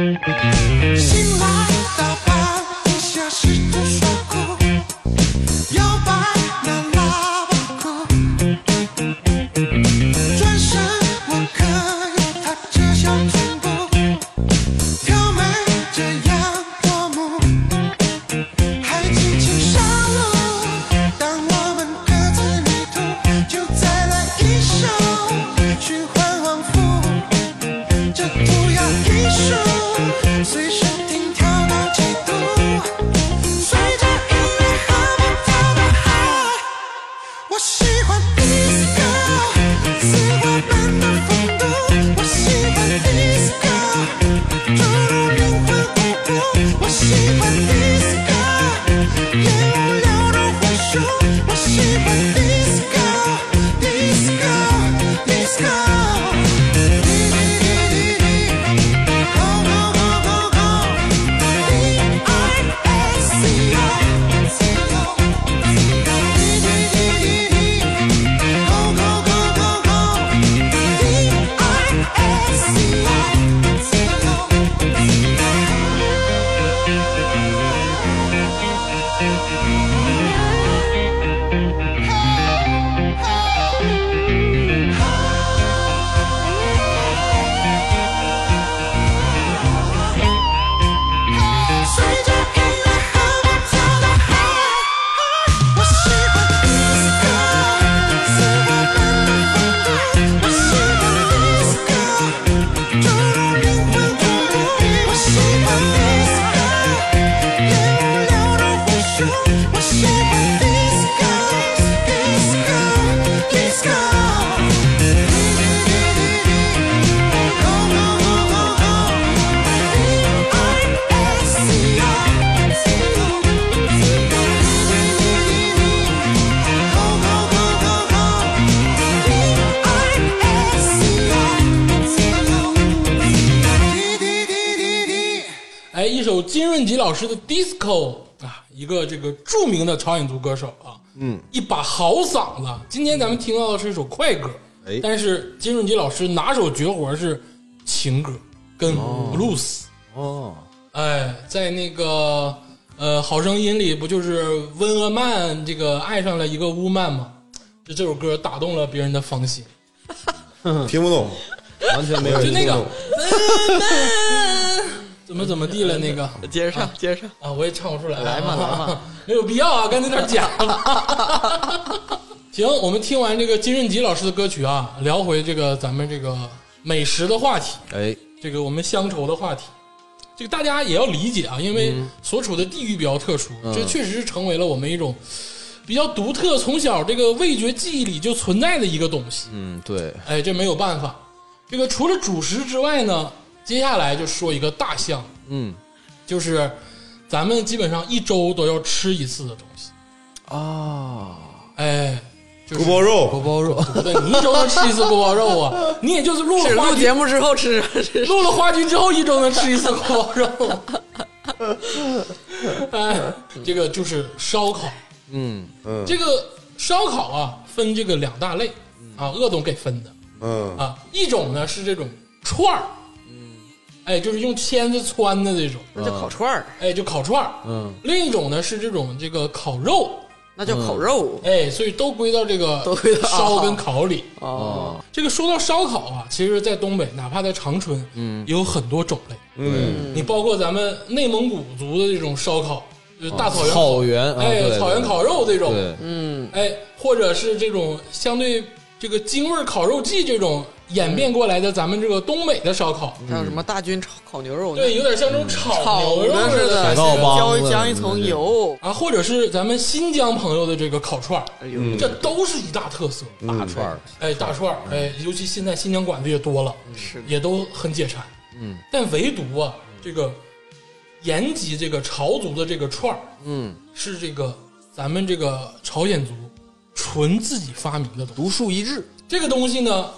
新来打扮一下，试图耍酷，摇摆那拉布酷。转身，我可以踏着小船步，挑眉这样落幕。还轻轻上路，当我们各自迷途，就再来一首循环往复。这涂鸦艺术，随身听跳到几度，随着音乐和我跳得嗨。我喜欢 disco，丝滑般的风度。我喜欢 disco，注入灵魂舞步。我喜欢 disco，连无聊都会输。我喜欢 disco，disco，disco。随着音乐和我跳得嗨，我喜欢 disco，丝滑般的风度。我喜欢 disco，注入灵魂舞步。我喜欢 disco，连无聊都会输。我喜欢 disco，disco，disco。
哎，一首金润吉老师的《Disco》啊，一个这个著名的朝鲜族歌手啊，嗯，一把好嗓子。今天咱们听到的是一首快歌，
哎
但是金润吉老师拿手绝活是情歌跟 blues，、
哦，
哎，在那个呃《好声音》里不就是温阿曼这个爱上了一个乌曼吗？就这首歌打动了别人的芳心，
听不懂，
完全没有
就
听
那个
懂。
怎么怎么地了那个。
接着唱，接着唱，
啊，我也唱不出来，
来嘛来嘛，
没有必要啊，刚才有点 假了。行，我们听完这个金润吉老师的歌曲啊，聊回这个咱们这个美食的话题，
哎，
这个我们乡愁的话题，这个大家也要理解啊，因
嗯
为所处的地域比较特殊，这确实是成为了我们一种比较独特，从小这个味觉记忆里就存在的一个东西。
嗯，对，
哎，这没有办法。这个除了主食之外呢，接下来就说一个大项，
嗯
就是咱们基本上一周都要吃一次的东西。
哦
啊，
哎，就
锅
是
包
锅
肉，
包肉，
对你一周能吃一次锅包肉啊，你也就是录
是
了花
录节
菊，
目之后吃，是
录了花菊之后一周能吃一次锅包肉。啊哎，这个就是烧烤，
嗯
嗯
这个烧烤啊分这个两大类啊，鄂总给分的
嗯
啊，一种呢是这种串儿，
嗯
哎，就是用签子穿的这种，
那就烤串儿，
哎，就烤串儿，
嗯
另一种呢是这种这个烤肉，
那叫烤肉
嗯
哎，所以都归到这个
都归到
烧
啊
跟烤里。
哦，
这个说到烧烤啊，其实，在东北，哪怕在长春，嗯，也有很多种类。
嗯，
你包括咱们内蒙古族的这种烧烤，就是大草原烤，
草原，啊
哎，
对
草原烤肉这种，
对，嗯
哎，或者是这种相对这个京味儿烤肉季这种演变过来的，咱们这个东北的烧烤，
还有什么大军炒烤牛肉呢？
对，有点像这种炒
嗯炒
牛肉
的似
的
的，
感
烤
觉
肉
浇
棒子
浇一层油，
啊，或者是咱们新疆朋友的这个烤串儿，
哎呦，
这都是一大特色。
大串儿，
哎，大串儿，哎，尤其现在新疆馆子也多了，
嗯是的
也都很解馋。嗯，但唯独啊，这个延吉这个朝族的这个串儿，
嗯，
是这个咱们这个朝鲜族纯自己发明的东西。
独树一帜，
这个东西呢，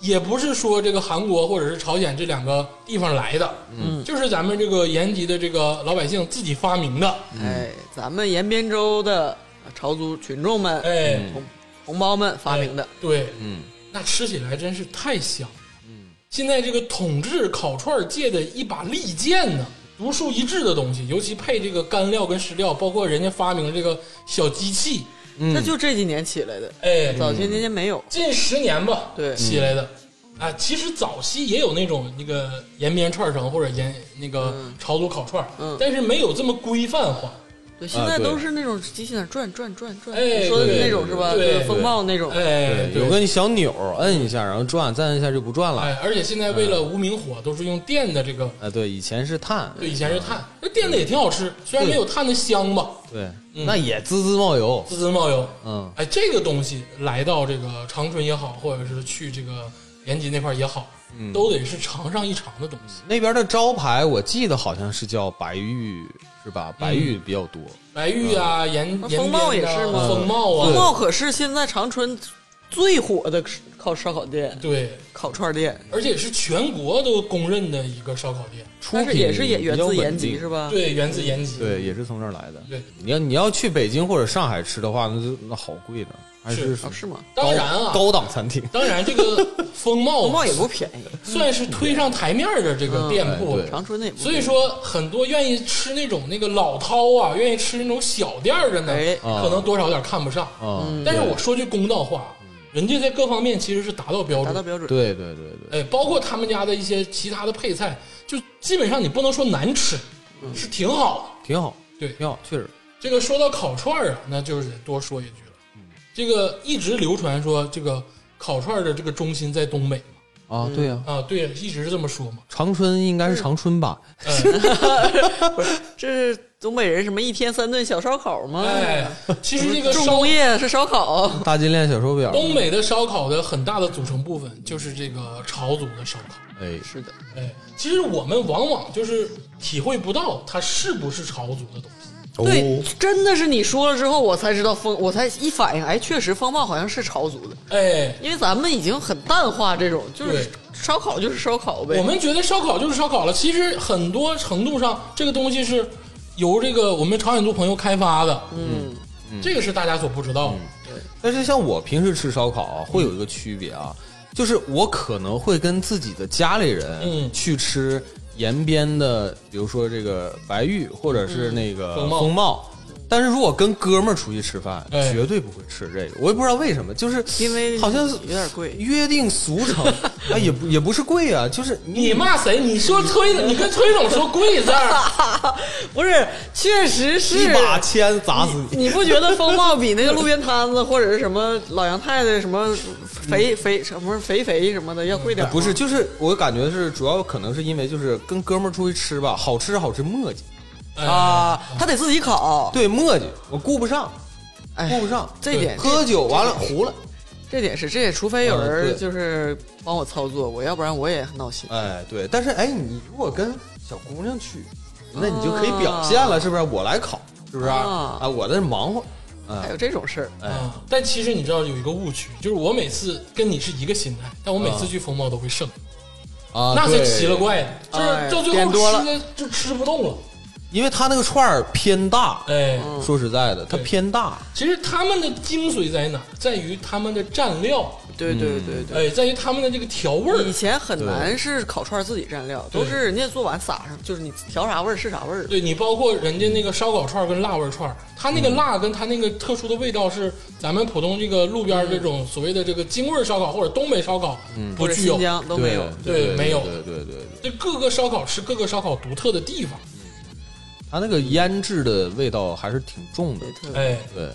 也不是说这个韩国或者是朝鲜这两个地方来的，嗯，就是咱们这个延吉的这个老百姓自己发明的。
哎，咱们延边州的朝族群众们、
哎，
同同胞们发明的
哎，对，嗯，那吃起来真是太香。嗯，现在这个统治烤串界的一把利剑呢，独树一帜的东西，尤其配这个干料跟食料，包括人家发明这个小机器，
嗯
那就这几年起来的，
哎，
早些年间没有。
近十年吧，
对
起来的。
嗯
啊，其实早期也有那种那个延边串城或者延那个朝族烤串，
嗯
但是没有这么规范化。
对，
啊
现在都是那种机器在那转转转转，
哎
你说的是那种
对
是吧？
对
就是风暴那种，
哎，对
有个小钮儿摁一下，然后转，再摁一下就不转了。
哎，而且现在为了无名火，都是用电的这个，
啊，对，以前是碳，
对，以前是炭，那电的也挺好吃，虽然没有炭的香吧，
对，
嗯
那也滋滋冒油，
滋滋冒油。
嗯，
哎，这个东西来到这个长春也好，或者是去这个延吉那块儿也好，
嗯
都得是尝上一尝的东西。
那边的招牌我记得好像是叫白玉，是吧？
嗯
白玉比较多，
白玉啊，
嗯
延延
那
边
风貌
呐
也是吗
风貌
风
啊，
暴可是现在长春最火的烤烧烤店、
对，
烤串店，
而且是全国都公认的一个烧烤店。
出
但
品
是也是也源自延
比
吉
较稳定
是吧？
对，源自延吉。
对，也是从这儿来的。
对
你要你要去北京或者上海吃的话，那就那好贵呢，还
是
是
哦，是吗？
当然啊，
高档餐厅。
当然这个风貌
风暴也不便宜，
算是推上台面儿的这个店铺。
嗯哎对
长春的也不便
所以
宜
说，很多愿意吃那种那个老饕啊，愿意吃那种小店儿的呢，
哎
可能多少有点看不上。
啊，
嗯但是我说句公道话，
嗯
人家在各方面其实是达到标
达到
准，
标准。
对对对对，
哎，包括他们家的一些其他的配菜，就基本上你不能说难吃，
嗯
是挺好的。
挺好，
对
挺好，确实。
这个说到烤串儿啊，那就是得多说一句了。这个一直流传说这个烤串儿的这个中心在东北嘛，
啊，对呀、啊，
啊，对，一直是这么说嘛。
长春应该是长春吧？
这是东北人什么一天三顿小烧烤吗？
哎，其实这个
重
烧
工业是烧烤，
大金链小手表，
嗯东北的烧烤的很大的组成部分就是这个朝族的烧烤。
哎，
是的，
哎，其实我们往往就是体会不到它是不是朝族的东西。
对
哦，，
真的是你说了之后，我才知道风，我才一反应，哎，确实风暴好像是朝族的，
哎，
因为咱们已经很淡化这种，就是
对
烧烤就是烧烤呗。
我们觉得烧烤就是烧烤了，其实很多程度上，这个东西是由这个我们朝鲜族朋友开发的。嗯，这个是大家所不知道的。
但是像我平时吃烧烤啊、会有一个区别啊，就是我可能会跟自己的家里人
嗯
去吃延边的，比如说这个白玉或者是那个
嗯风貌
风貌。但是如果跟哥们儿出去吃饭，
哎
绝对不会吃这个。我也不知道为什么，就是
因为
好像是
有点贵
约定俗成 啊，也不也不是贵啊，就是
你骂谁？你说崔，你跟崔总说贵字 儿，
不是，确实
一
是。
把签砸死你。
你不觉得风暴比那个路边摊子或者是什么老杨太太什么肥肥什么肥肥什么的要贵点儿吗？
不是，就是我感觉是主要可能是因为就是跟哥们儿出去吃吧，好吃好吃磨叽，
哎
啊，他得自己
哦
烤。
对磨叽，我顾不上，
哎，
顾不上。
这点
对喝酒完了糊了，
这点是，这也除非有
嗯
人
对
就是帮我操作，我要不然我也很闹心。
哎，对。但是哎，你如果跟小姑娘去，那你就可以表现了，是不是？我来烤，是不是？
啊
啊，我在这忙活，
还有这种事儿，
哎，
啊但其实你知道有一个误区，就是我每次跟你是一个心态，但我每次去风貌都会剩，
啊，
那
对
是奇了，怪的，就
哎
是到最
点多
后
了
吃的就吃不动了。
因为他那个串儿偏大，
哎，
嗯
说实在的，它
对
偏大，
其实他们的精髓在哪儿？在于他们的蘸料
对对对对。
哎，在于他们的这个调味儿
以。前很难是烤串自己蘸料，都是人家做完撒上，就是你调啥味儿是啥味儿。
对你包括人家那个烧烤串儿跟辣味儿串儿，它那个辣跟它那个特殊的味道是咱们普通这个路边儿这种所谓的这个京味儿烧烤或者东北烧烤不
嗯或者
具
新
有。
疆都没有，
对没有
对对对对，
这各个烧烤是各个烧烤独特的地方。
它那个腌制的味道还是挺重的
对，特别。
哎
对，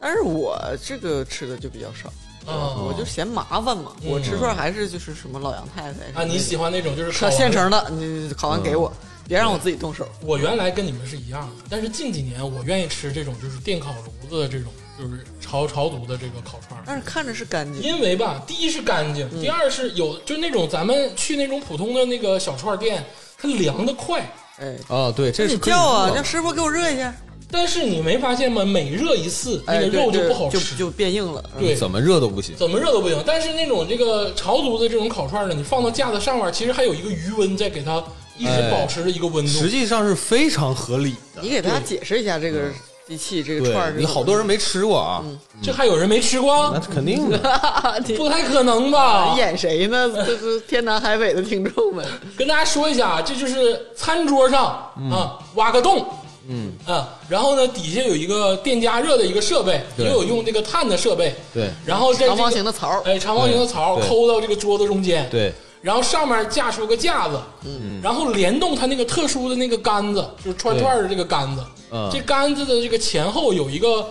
但是我这个吃的就比较少，
啊
我就嫌麻烦嘛。
嗯
我吃串还是就是什么老杨太太
啊，你喜欢那种就是烤
吃
完
现成的，你烤完给我，别让我自己动手。
我原来跟你们是一样的，但是近几年我愿意吃这种就是电烤炉子的这种就是潮潮毒的这个烤串儿，
但是看着是干净，
因为吧，第一是干净，
嗯
第二是有就那种咱们去那种普通的那个小串儿店，它凉的快。
哎，
啊对，这
你
是可以
叫啊，
做的
让师傅给我热一下。
但是你没发现吗？每热一次，那
哎，
个
对
肉就
对
不好
就
吃，
就变硬了。
对
怎么热都不行。
怎么热都不行。但是那种这个潮族的这种烤串呢，你放到架子上面，其实还有一个余温在给它一直
哎
保持着一个温度。
实际上是非常合理的。
你给大家解释一下这个机器，这个串儿
对
是，
你好多人没吃过啊，
这还有人没吃
那
光？
肯 定的。
你
不太可能吧？
演谁呢？这是天南海北的听众们。
跟大家说一下啊，这就是餐桌上、
嗯
啊挖个洞，嗯啊，然后呢底下有一个电加热的一个设备，也
对
有用这个炭的设备，
对
然后在这
长
个
方形的槽儿
哎，长方形的槽
对对
抠到这个桌子中间，
对，
然后上面架出个架子，嗯，然后联动它那个特殊的那个杆子，就是串串儿的这个杆子，
嗯
这杆子的这个前后有一个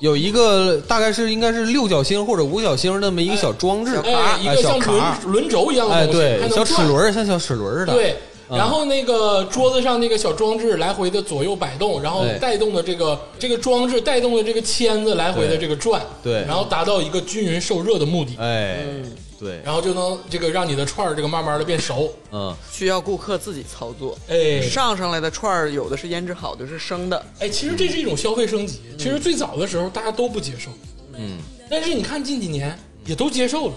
有一个大概是应该是六角星或者五角星那么一个小装置，
哎一
哎
个
小
像
卡
轮
儿，
轮轴一样
哎
的东西，还
对，
能
小齿
转
轮儿像小齿轮儿似的，
对，
嗯
然后那个桌子上那个小装置来回的左右摆动，然后
对
带动的这个这个装置带动的这个签子来回的
对
这个转，
对
然后达到一个均匀受热的目的，
哎
嗯
对，
然后就能这个让你的串儿这个慢慢的变熟，
嗯
需要顾客自己操作。
哎
上上来的串儿有的是腌制好的，有的是生的，
哎，其实这是一种消费升级，其实最早的时候大家都不接受，
嗯。
但是你看近几年也都接受了，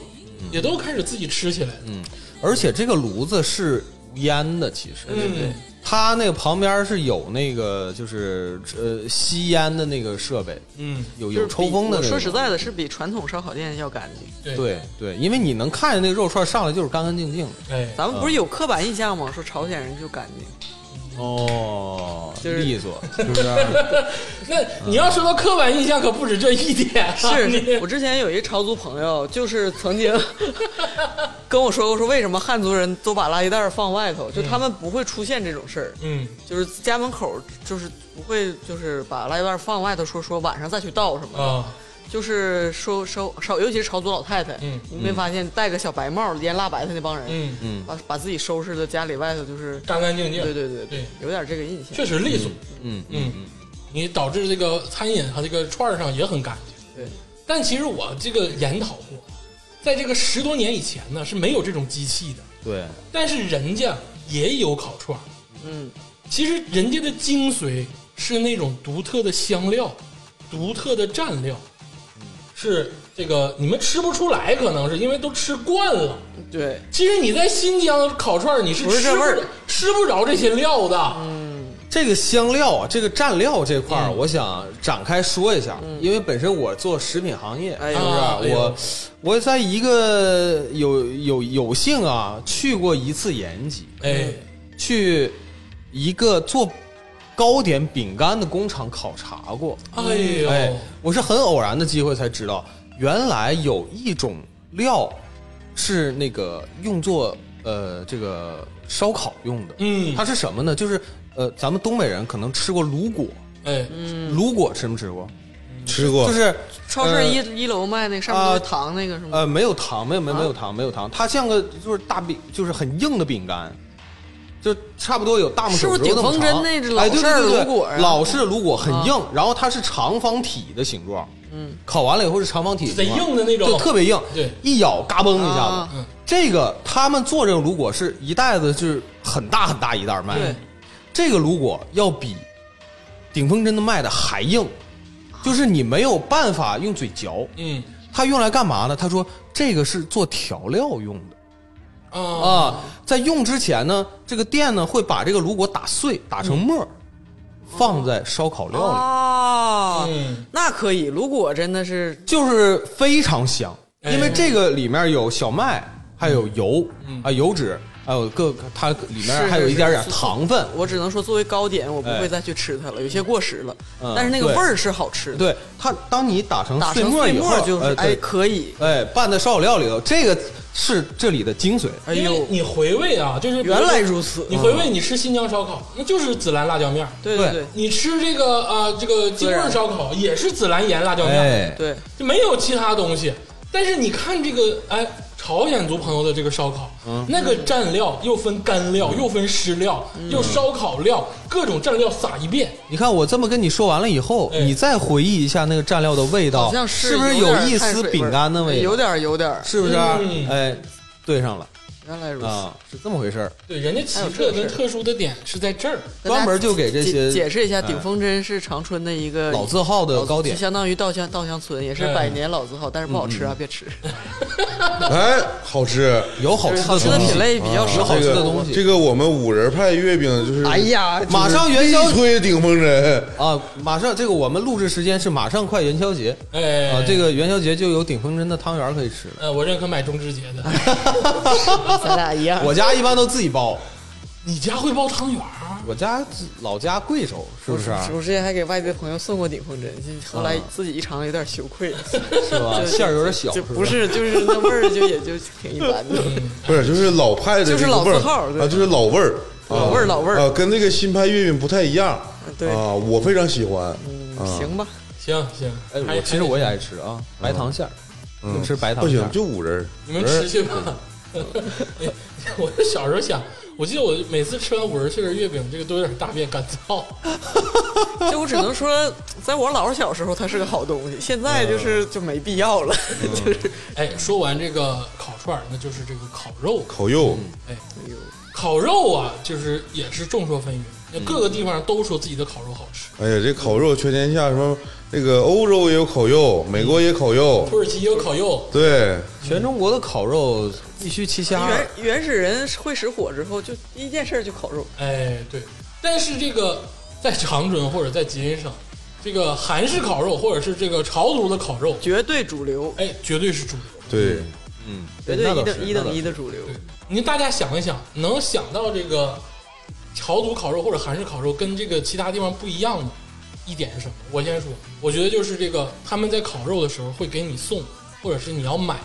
也都开始自己吃起来了，
而且这个炉子是无烟的，其实，
嗯对
它那个旁边是有那个就是呃吸烟的那个设备，
嗯，
有
就是
有
比
抽风的
我
那
说
个。
实在的，是比传统烧烤店要干净。
对，
对对，因为你能看见那个肉串上来就是干干净净的。
哎，
咱们
嗯
不是有刻板印象吗？说朝鲜人就干净，
哦，
就是
利索，是不是？
那你要说到刻板印象，可不止这一点啊，
是
你
我之前有一朝族朋友，就是曾 经跟我说过，说为什么汉族人都把垃圾袋儿放外头，就他们不会出现这种事儿，
嗯。
就是家门口就是不会就是把垃圾袋儿放外头，说说晚上再去倒什么的。
啊，
就是说收收，尤其是朝族老太太，
嗯
你没发现戴个小白帽、腌辣白菜那帮人，
嗯嗯，
把把自己收拾的家里外头就是，
干干净净，
对对对
对，
有点这个印象。
确实利索，
嗯
嗯你导致这个餐饮和这个串儿上也很干净。
对，
但其实我这个研讨过，在这个十多年以前呢是没有这种机器的，
对，
但是人家也有烤串儿。
嗯，
其实人家的精髓是那种独特的香料、独特的蘸料，是这个你们吃不出来，可能是因为都吃惯了。
对，
其实你在新疆烤串儿，你是
不是
吃
这味儿嗯
不吃不着这些料的。
这个香料啊，这个蘸料这块儿，
嗯
我想展开说一下，因为本身我做食品行业，
哎
是
呦
不是？啊
哎呦
我我在一个有有有幸啊，去过一次延吉，
哎，
嗯
去一个做糕点饼干的工厂考察过。
哎呦，
哎，我是很偶然的机会才知道，原来有一种料是那个用作呃这个烧烤用的。
嗯
它是什么呢？就是呃，咱们东北人可能吃过卤果，
哎，
嗯
卤果吃没吃过？
吃过
就是呃
超
呃
市一、一楼卖那个上面
啊
都是糖那个什么，
呃，没有糖，没有没有
啊
没有糖，没有糖，它像个就是大饼，就是很硬的饼干，就差不多有大拇
是
手
不
指
是
头那么
顶峰针
长。
那只
哎
老
对
式儿
对对
卤果啊啊
对老式的卤果很硬，然后它是长方体的形状，
嗯，
烤完了以后是长方体
贼
形状
硬的那种
就特别硬，
对
一咬嘎嘣一下
啊
子。
嗯
这个他们做这种卤果是一袋子，就是很大很大一袋儿卖
对，
这个卤果要比顶峰针的卖的还硬，
啊
就是你没有办法用嘴嚼，
嗯
他用来干嘛呢？他说这个是做调料用的
哦
啊
啊，在用之前呢，这个店呢会把这个卤果打碎，打成沫儿，放在烧烤料里，
啊，
哦嗯
那可以。如果真的是
就是非常香。
哎
因为这个里面有小麦，还有油啊油脂，还有各它里面
嗯是
还有一点点
是是
糖分。
我只能说，作为糕点，我不
哎
会再去吃它了，有些过时了。
嗯
但是那个
对
味儿是好吃的，
对它，当你打成
打
碎
成碎
以
末
后，
就是
呃
哎
对
可以，
哎拌在烧烤料里头，这个是这里的精髓。
哎
因为
呦，
你回味啊，就是比如说
原来如此嗯
你回味你吃新疆烧烤，那就是孜然辣椒面儿
对
对
对
你吃这个啊、呃这个京味儿烧烤也是孜然盐辣椒面儿
啊哎，
对，
就没有其他东西。但是你看这个，哎，朝鲜族朋友的这个烧烤，
嗯
那个蘸料又分干料，又分湿料，
嗯
又烧烤料，各种蘸料撒一遍，
你看我这么跟你说完了以后，
哎
你再回忆一下那个蘸料的味道，
好像
是不
不
是有一丝饼干的味道？
有点儿有点儿，
是不是？
嗯
哎，对上了
原来如此。
啊，是这么回事儿。
对，人家奇特跟特殊的点是在这儿，
跟大家
专门就给这
解
些
解释一下，
哎
顶峰针是长春的一个
老字号的
老
糕点嗯
就相当于稻香稻香村，也是
哎
百年老字号，但是不好吃啊，别 吃。
哎，好吃，
有好吃的
好
东
吃的
西
品，类比较
有
少
好，吃
这
的
个
东西
这个我们五仁派月饼就是，
哎呀
就是
马上元宵
力推顶峰针，
啊，马上这个我们录制时间是马上快元宵节
哎，
啊，这个元宵节就有顶峰针的汤圆可以吃了。
呃，我认可买中之节 的。
咱俩一样。
我家一般都自己包，
你家会包汤圆儿？啊
我家老家贵州是不是啊？
我之前还给外地的朋友送过顶峰针，后来自己一尝有点羞愧，
是吧？
就
馅儿有点小，
就不
吧
是就是那味儿就也就挺一般的。
嗯
不是就是老派的这个
就是老字
味儿
号对
啊，就是老味儿，啊
老味儿老味儿嗯
啊，跟那个新派月饼不太一样，
对嗯
啊，我非常喜欢，啊，
行吧，
行行，
哎，
还
我其实我也爱吃啊，白糖馅儿，就吃白糖
不
馅
行
儿。
就五仁，
你们吃去吧。 我小时候想，我记得我每次吃完五仁碎仁月饼，这个都有点大便干 燥。
就我只能说，在我姥姥小时候它是个好东西，现在就是就没必要了， 就是
哎，说完这个烤串儿，那就是这个烤肉。
烤肉，
嗯烤肉啊，就是也是众说纷纭，那各个地方都说自己的烤肉好吃。
哎呀，这烤肉全天下什么那个欧洲也有烤肉，美国也烤肉，
嗯
土耳其也有烤肉，
对，
全中国的烤肉必须七虾，
原原始人会使火之后，就第一件事儿就烤肉。
哎，对。但是这个在长春或者在吉林省，这个韩式烤肉或者是这个朝族的烤肉，
绝对主流，
哎，绝对是主流。
对，
嗯，
绝对
那
一
倒是
等一
那倒
等
是
一的主流。
你大家想一想，能想到这个朝族烤肉或者韩式烤肉跟这个其他地方不一样的一点是什么？我先说，我觉得就是这个他们在烤肉的时候会给你送，或者是你要买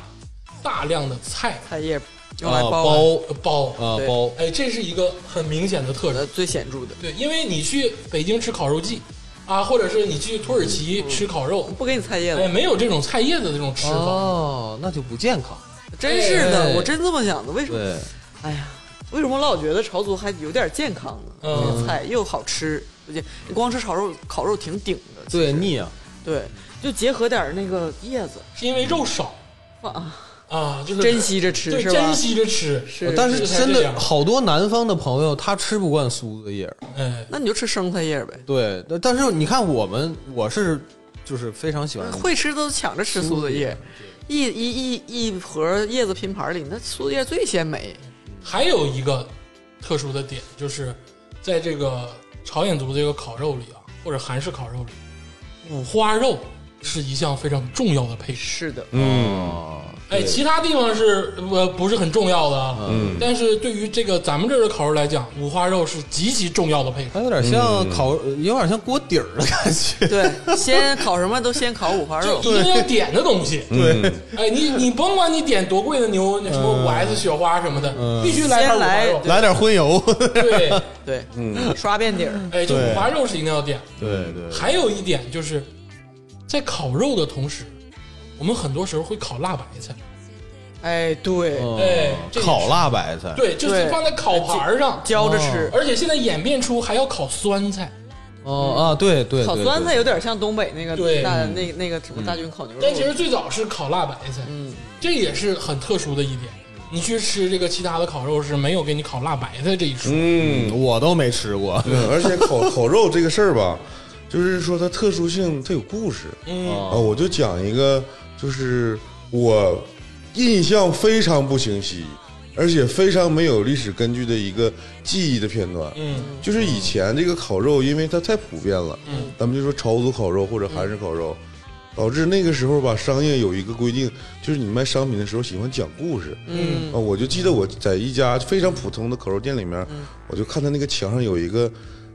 大量的菜
菜叶用来
啊
包完
包
呃包，
啊
对
包，
哎，这是一个很明显的特
呃
征。
最显著的，
对，因为你去北京吃烤肉季啊，或者是你去土耳其吃烤肉，
不给你菜叶
哎，
子，
没有这种菜叶子的这种吃法。
哦，那就不健康。
真是的
哎，
我真这么想的。为什么？
对，
哎呀，为什么我老觉得朝族还有点健康呢？
嗯
那个菜又好吃，而且你光吃炒肉，烤肉挺顶的。其
对
实
腻啊，
对，就结合点那个叶子，
是因为肉少
放啊，
啊，就是
珍惜着
对
吃是吧
珍？惜着吃，
是，
但
是
是
才
真
这
的
样
好多南方的朋友他吃不惯苏子叶儿，
哎，
那你就吃生菜叶呗。
对，但但是你看我们，我是就是非常喜欢
会吃都抢着吃苏子叶，一一一一盒叶子拼盘里，那苏子叶最鲜美。
还有一个特殊的点，就是在这个朝鲜族这个烤肉里啊，或者韩式烤肉里，五花肉是一项非常重要的配饰。
是的，
嗯，
啊，
哎，其他地方是呃不是很重要的啊，
嗯
但是对于这个咱们这儿的烤肉来讲，五花肉是极其重要的配
它
饰。
有点像烤，有点像锅底儿的感觉。
对，先烤什么都先烤五花
就
肉
一，定要点的东西，
对，
哎，你你甭管你点多贵的牛，那什么五 S 雪花什么的，必须来盘五
先
花
来
肉。
来点荤油，
对，
对，刷遍底儿，
哎，就
对
五花肉是一定要点。
对对，
还有一点就是，在烤肉的同时，我们很多时候会烤辣白菜。
哎，对，
哦嗯
哎这个是
烤辣白菜，
对，就是
对
放在烤盘儿上，
浇着吃。
而且现在演变出还要烤酸菜。
哦啊，对对，
烤
对
酸菜
对
有点像东北那个
对
大那那个什么大军烤牛肉，
但其实最早是烤辣白菜，嗯，这也是很特殊的一点。你去吃这个其他的烤肉是没有给你烤辣白菜这一说。
嗯，
我都没吃过。
对，而且烤 烤肉这个事儿吧，就是说它特殊性，它有故事
嗯，
啊。我就讲一个，就是我印象非常不清晰，而且非常没有历史根据的一个记忆的片段。
嗯，
就是以前这个烤肉，因为它太普遍了，
嗯，
咱们就说朝族烤肉或者韩式烤肉，导致那个时候吧，商业有一个规定，就是你卖商品的时候喜欢讲故事。嗯啊，我就记得我在一家非常普通的烤肉店里面，
嗯
我就看他那个墙上有一个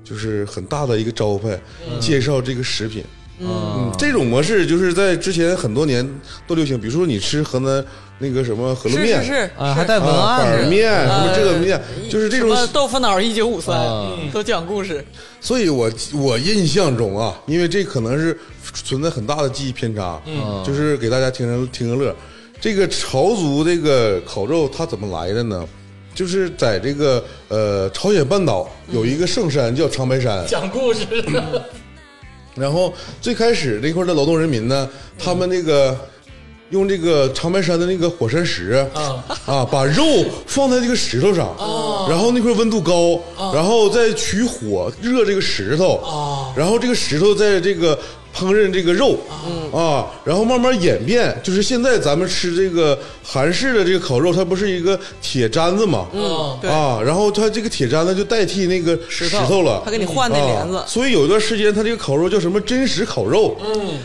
就是很大的一个招牌，
嗯
介绍这个食品。
嗯
嗯，这种模式就是在之前很多年都流行，比如说你吃河南那个什么饸饹
是
面
是是
啊，还带文
啊
案
板
呢
面什么
呃
这个面，就是这
什
种
么豆腐脑一九五三
啊
都讲故事，
所以我我印象中啊，因为这可能是存在很大的记忆偏差，
嗯
就是给大家听个听个乐。这个朝族这个烤肉它怎么来的呢？就是在这个呃朝鲜半岛有一个圣山叫长白山，
讲故事嗯
然后最开始那块的劳动人民呢，他们那个用这个长白山的那个火山石
啊
啊，把肉放在这个石头上，然后那块温度高，然后再取火热这个石头，
啊
然后这个石头在这个烹饪这个肉，啊，然后慢慢演变，就是现在咱们吃这个韩式的这个烤肉，它不是一个铁砧子嘛，
啊
对
啊，然后它这个铁砧子就代替那个石头了，
他给你换那帘子
啊，所以有一段时间，它这个烤肉叫什么真实烤肉啊、
嗯，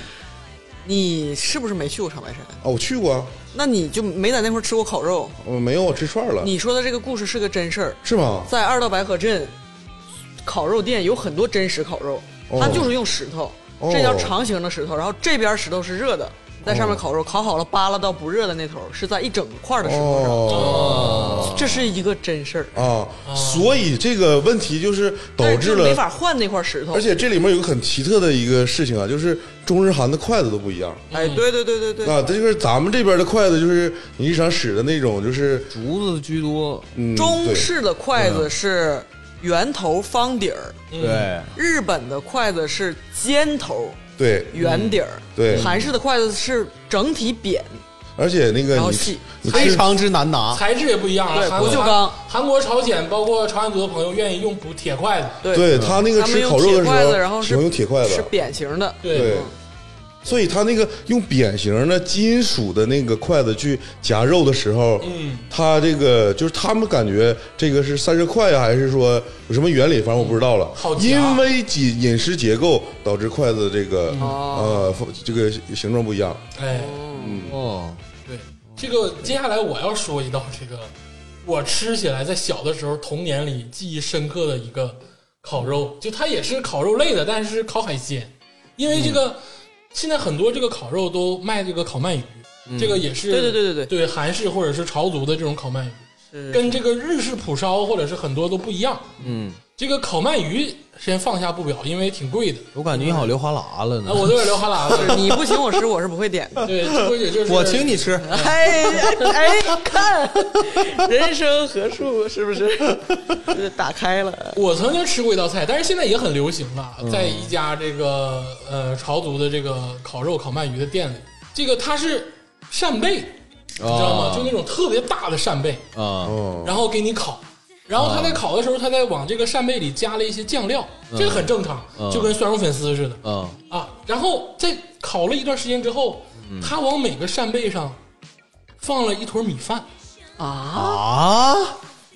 你是不是没去过长白山？
我去过啊，
那你就没在那块儿吃过烤肉？
我没有，我吃串了，
你说的这个故事是个真事儿，
是吗？
在二道白河镇烤肉店有很多真实烤肉，
哦
它就是用石头，
哦
这叫长形的石头，然后这边石头是热的，你在上面
哦
烤肉，烤好了扒拉到不热的那头，是在一整块的石头上，
哦
这是一个真事儿，
啊，所以这个问题就是导
哦但是
致
就没
了，
法换那块石头
而。且这里面有个很奇特的一个事情啊，就是中日韩的筷子都不一样。
哎，对对对对对，
啊，这就是咱们这边的筷子，就是你日常使的那种，就是
竹子居多，
嗯，
中
对嗯
式的筷子是圆头方底儿，
对，
日本的筷子是尖头
对
圆底儿，
嗯对
韩式的筷子是整体扁，
而且那个
然后
你
细
你
非
吃
常之难拿。
材质也不一样
对
了。韩国
不锈钢
韩国、朝鲜，包括朝鲜族的朋友愿意用补铁筷子。
对
对他那个
他们
吃
用
烤肉
铁
的时
筷
候
子，然后
喜
是
欢用铁筷
是
子，
扁形的，
对
对，所以他那个用扁形的金属的那个筷子去夹肉的时候，
嗯，
他这个就是他们感觉这个是散热快啊，还是说有什么原理，反正我不知道了。
好夹
因为饮饮食结构导致筷子这个
哦
呃这个形状不一样。
哎，
哦，
对，这个接下来我要说一道这个我吃起来在小的时候童年里记忆深刻的一个烤肉，
嗯
就它也是烤肉类的，但是烤海鲜，因为这
嗯
个、现在很多这个烤肉都卖这个烤鳗鱼，这个也是
嗯对对对对
对韩式或者是朝族的这种烤鳗鱼，
对，
跟这个日式普烧或者是很多都不一样。
嗯，
这个烤鳗鱼先放下不表，因为挺贵的。
我感觉你好流哈喇了呢
啊，。我都有点流哈喇
嗯 是
子。
你不请我吃，我是不会点 的。
对，这也就是
我请 你吃，
哎哎，看，人生何处是不是？ 就是打开了，
我曾经吃过一道菜，但是现在也很流行了，
嗯
在一家这个呃朝族的这个烤肉烤鳗鱼的店里，这个它是扇贝，
知
你知道吗？就那种特别大的扇贝，
啊，
哦，
然后给你烤，然后他在烤的时候，他在往这个扇贝里加了一些酱料，这个很正常，
嗯
就跟蒜蓉粉丝似的
嗯，
啊。然后在烤了一段时间之后，
嗯
他往每个扇贝上放了一坨米饭，
啊，
啊，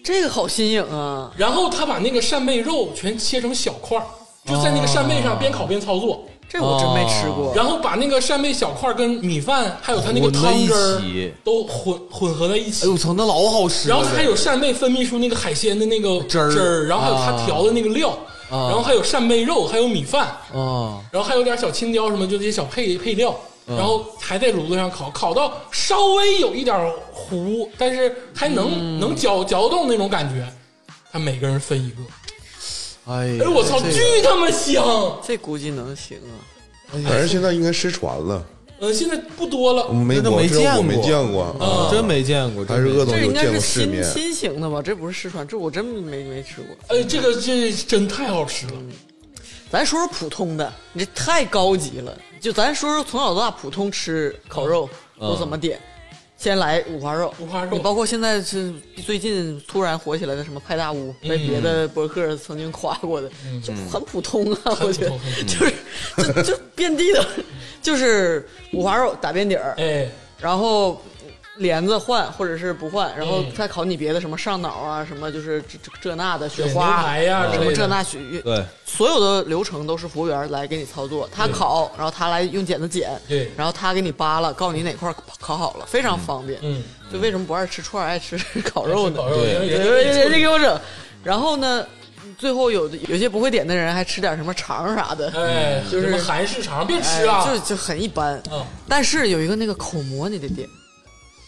这个好新颖啊！
然后他把那个扇贝肉全切成小块儿，就在那个扇
啊
贝上边烤边操作。
这我真没吃过。
哦
然后把那个扇贝小块儿跟米饭还有它那个
混在
汤
一
汁儿
起
都混混合在一
哎
起，
呦，我操，那老好吃了。
然后它还有扇贝分泌出那个海鲜的那个
汁儿
然后还有它
啊
调的那个料，
啊
然后还有扇贝肉，还有米饭，
啊，
然后还有点小青椒什么，就这些小配配料，
嗯
然后还在炉子上烤，烤到稍微有一点糊，但是还
嗯
能、能嚼嚼动那种感觉。他每个人分一个，
哎
哎
呀，
我操，
这个
巨他妈香！
这估计能行啊！
反正现在应该失传了，
呃，现在不多了
我，没
那都
我
没
知道
见
我没
过
见过啊，
啊
真没见过，
还是鄂
嗯恶
总
这
有
应该
见
是
过世
新
面。
新型的吧？这不是失传，这我真没没吃过。
哎，这个这真太好吃了。
咱说说普通的，你这太高级了。就咱说说从小到大普通吃烤肉
嗯
都怎么点。先来五花肉，
五花肉
你包括现在是最近突然火起来的什么派大屋，
嗯
被别的博客曾经夸过的，就很普通啊，我觉得
嗯很普通
就是就就遍地的，就是五花肉打边底儿，
哎，
然后帘子换或者是不换，然
嗯
后再考你别的什么上脑啊，什么就是这这这那的雪花啊
牛排呀之
什
类
么
的
这那雪，
对，
所有的流程都是服务员来给你操作，他考，然后他来用剪子剪，
对
然后他给你扒拉，告诉你哪块儿烤好了，非常方便。
嗯，
就为什么不爱吃串儿，爱吃烤肉 呢？
烤肉，
对
因为
对，
人
人家给我整。然后呢，最后有的有些不会点的人还吃点什么肠啥的，
哎，
就是
什么韩式肠，别吃啊，
哎就就很一般。
嗯，
但是有一个那个口蘑你得点，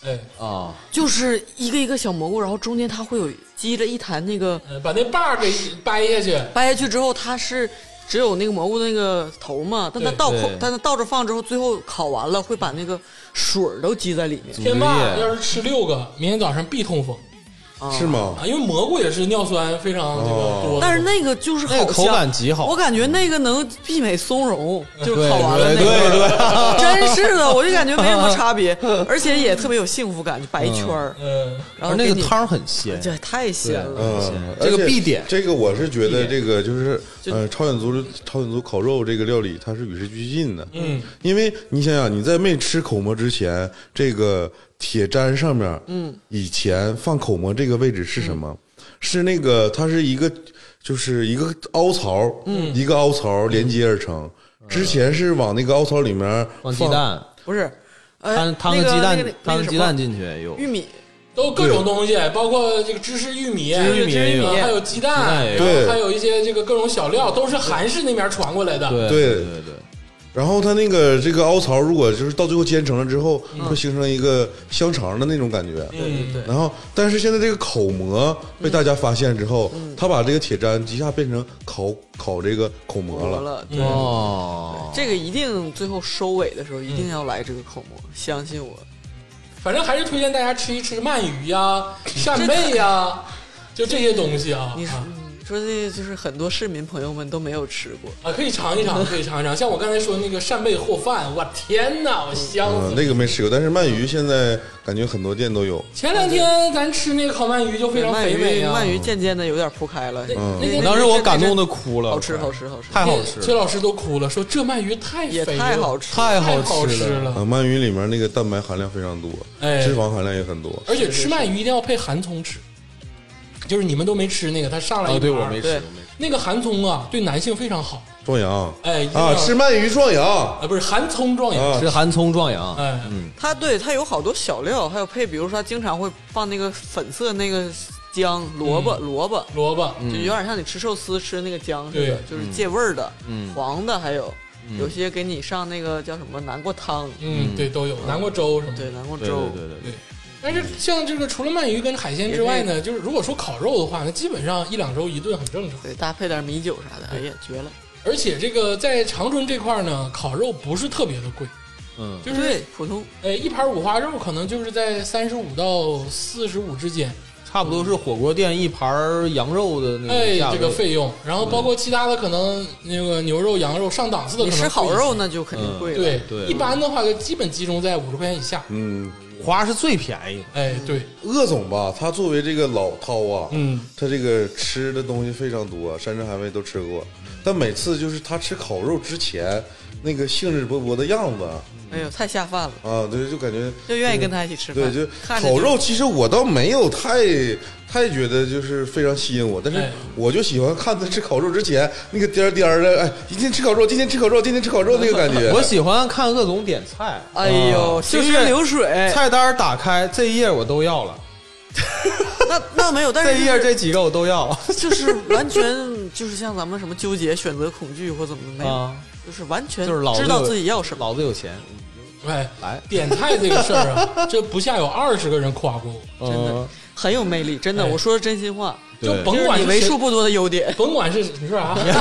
哎，
啊，
就是一个一个小蘑菇，然后中间它会有积着一坛那个，
呃把那把儿给掰下去，
掰下去之后它是。只有那个蘑菇的那个头嘛，但它
对
倒
对
扣，但它倒着放之后，最后烤完了会把那个水儿都积在里面。
嗯
天霸
竹叶
要是吃六个，明天早上必痛风
是吗？
啊，因为蘑菇也是尿酸非常这个多的，
但是那个就是好
那个口
香
感极好
我感觉那个能媲美松茸，就是
对
烤完了那
对
个，
对
真是的，我就感觉没什么差 别，而且也特别有幸福感，就白一圈儿，
嗯，
然后
而那
给
个
你，
汤很
啊
鲜，
这太鲜了，
嗯，
这个
而且
必点
这个我是觉得这个就是
就
呃，朝鲜族朝鲜族烤肉这个料理，它是与时俱进的。
嗯，
因为你想想，你在没吃口蘑之前，这个铁砧上面，
嗯，
以前放口蘑这个位置是
嗯
什么？是那个它是一个就是一个凹槽，嗯，一个凹槽连接而成。之前是往那个凹槽里面
放嗯鸡蛋，
不是，
哎
呃，
摊
那
摊个鸡
那
蛋，
那
摊
个
个
什
鸡
么
蛋进去也有，
玉米，
都各种东西，包括这个芝士玉米、
芝士玉米也有
啊还有鸡
鸡
蛋
蛋，也
然
有
后还有一些这个各种小料，都是韩式那边传过来的。
对
对
对对，
然后它那个这个凹槽，如果就是到最后煎成了之后，会形成一个香肠的那种感觉。
嗯，对
然后，但是现在这个口蘑被大家发现之后，
嗯
他把这个铁砧一下变成烤烤这个口蘑
好
了。
了，
嗯
哦，
这个一定最后收尾的时候一定要来这个口蘑，相信我，
反正还是推荐大家吃一吃鳗鱼 呀、扇贝呀，就这些东西啊。
你说
啊
你说这就是很多市民朋友们都没有吃过，
啊，可以尝一尝，可以尝一尝。像我刚才说那个扇贝和饭，我天哪，我香死
嗯，
了！
那个没吃过，但是鳗鱼现在感觉很多店都有。
前两天咱吃那个烤鳗鱼就非常
鳗
肥美
鱼
啊，嗯
鳗鱼渐渐的有点铺开了，
那天
当时我感动的哭了，
好吃好吃好吃，
太好吃
崔
了，
老师都哭了，说这鳗鱼太
也
肥
太
了
好吃了，
太
太
好
吃
了，
了。
啊，鳗鱼里面那个蛋白含量非常多，
嗯哎
脂肪含量也很多。
而且吃鳗鱼一定要配韩葱吃，就是你们都没吃那个，它上来一
啊，对
盘
我
儿
没吃
对，
那个韩葱啊，对男性非常好。
壮阳，
哎一定要
啊，吃鳗鱼壮阳
啊，不是韩葱壮阳，
啊，
吃韩葱壮阳，嗯
哎，
它对它有好多小料，还有配，比如说它经常会放那个粉色那个姜、萝卜、
嗯
萝卜，
萝卜，
就有点像你吃寿司吃那个姜似的
对，
就是借味儿的，
嗯
嗯
嗯
黄的，还有有些给你上那个叫什么南瓜汤，
嗯，对，都有南瓜粥什么
对
的。
南瓜
对对
粥，
对对对，
但是像这个除了鳗鱼跟海鲜之外呢，就是如果说烤肉的话，那基本上一两周一顿很正常。
对搭配点米酒啥的，哎呀绝了，
而且这个在长春这块儿呢，烤肉不是特别的贵，
嗯，
就是
对普通
呃一盘五花肉可能就是在三十五到四十五之间，
差不多是火锅店一盘儿羊肉的那
哎
个嗯价，
这个
位嗯
费用，然后包括其他的可能那个牛肉、羊肉上档次的，
你
可能
吃好
贵一些嗯
肉那就肯定贵了，
对
对嗯
一般的话基本集中在五十块钱以下。
嗯，
五花是最便宜的，
哎，对，
鄂总吧，他作为这个老饕啊，
嗯，
他这个吃的东西非常多，山珍海味都吃过，但每次就是他吃烤肉之前那个兴致勃勃的样子
哎呦太下饭了，
啊，对，就感觉
就愿意跟他一起吃
对，
饭，
就
看着
烤肉，其实我倒没有太太觉得就是非常吸引我，但是
哎
我就喜欢看他吃烤肉之前那个颠儿颠儿的，哎，今天吃烤肉，今天吃烤肉，今天吃烤肉那个感觉。
我喜欢看鄂总点菜，
哎呦
啊
行
就是
云流水，
菜单打开这一页我都要了，
那那没有，但
这
是
一
就是
页这几个我都要了
就是完全就是像咱们什么纠结、选择恐惧或怎么没有，
啊，
就是完全
就是老子
知道
有
自己要什么。
老子有钱，
哎，
来
点菜这个事儿啊，这不下有二十个人夸过我，
真
真的很有魅力，真的，
哎
我说的真心话，
就
对
甭
就是
管
你
是
为
谁
数不多的优点。
甭管是你说啥，
嗯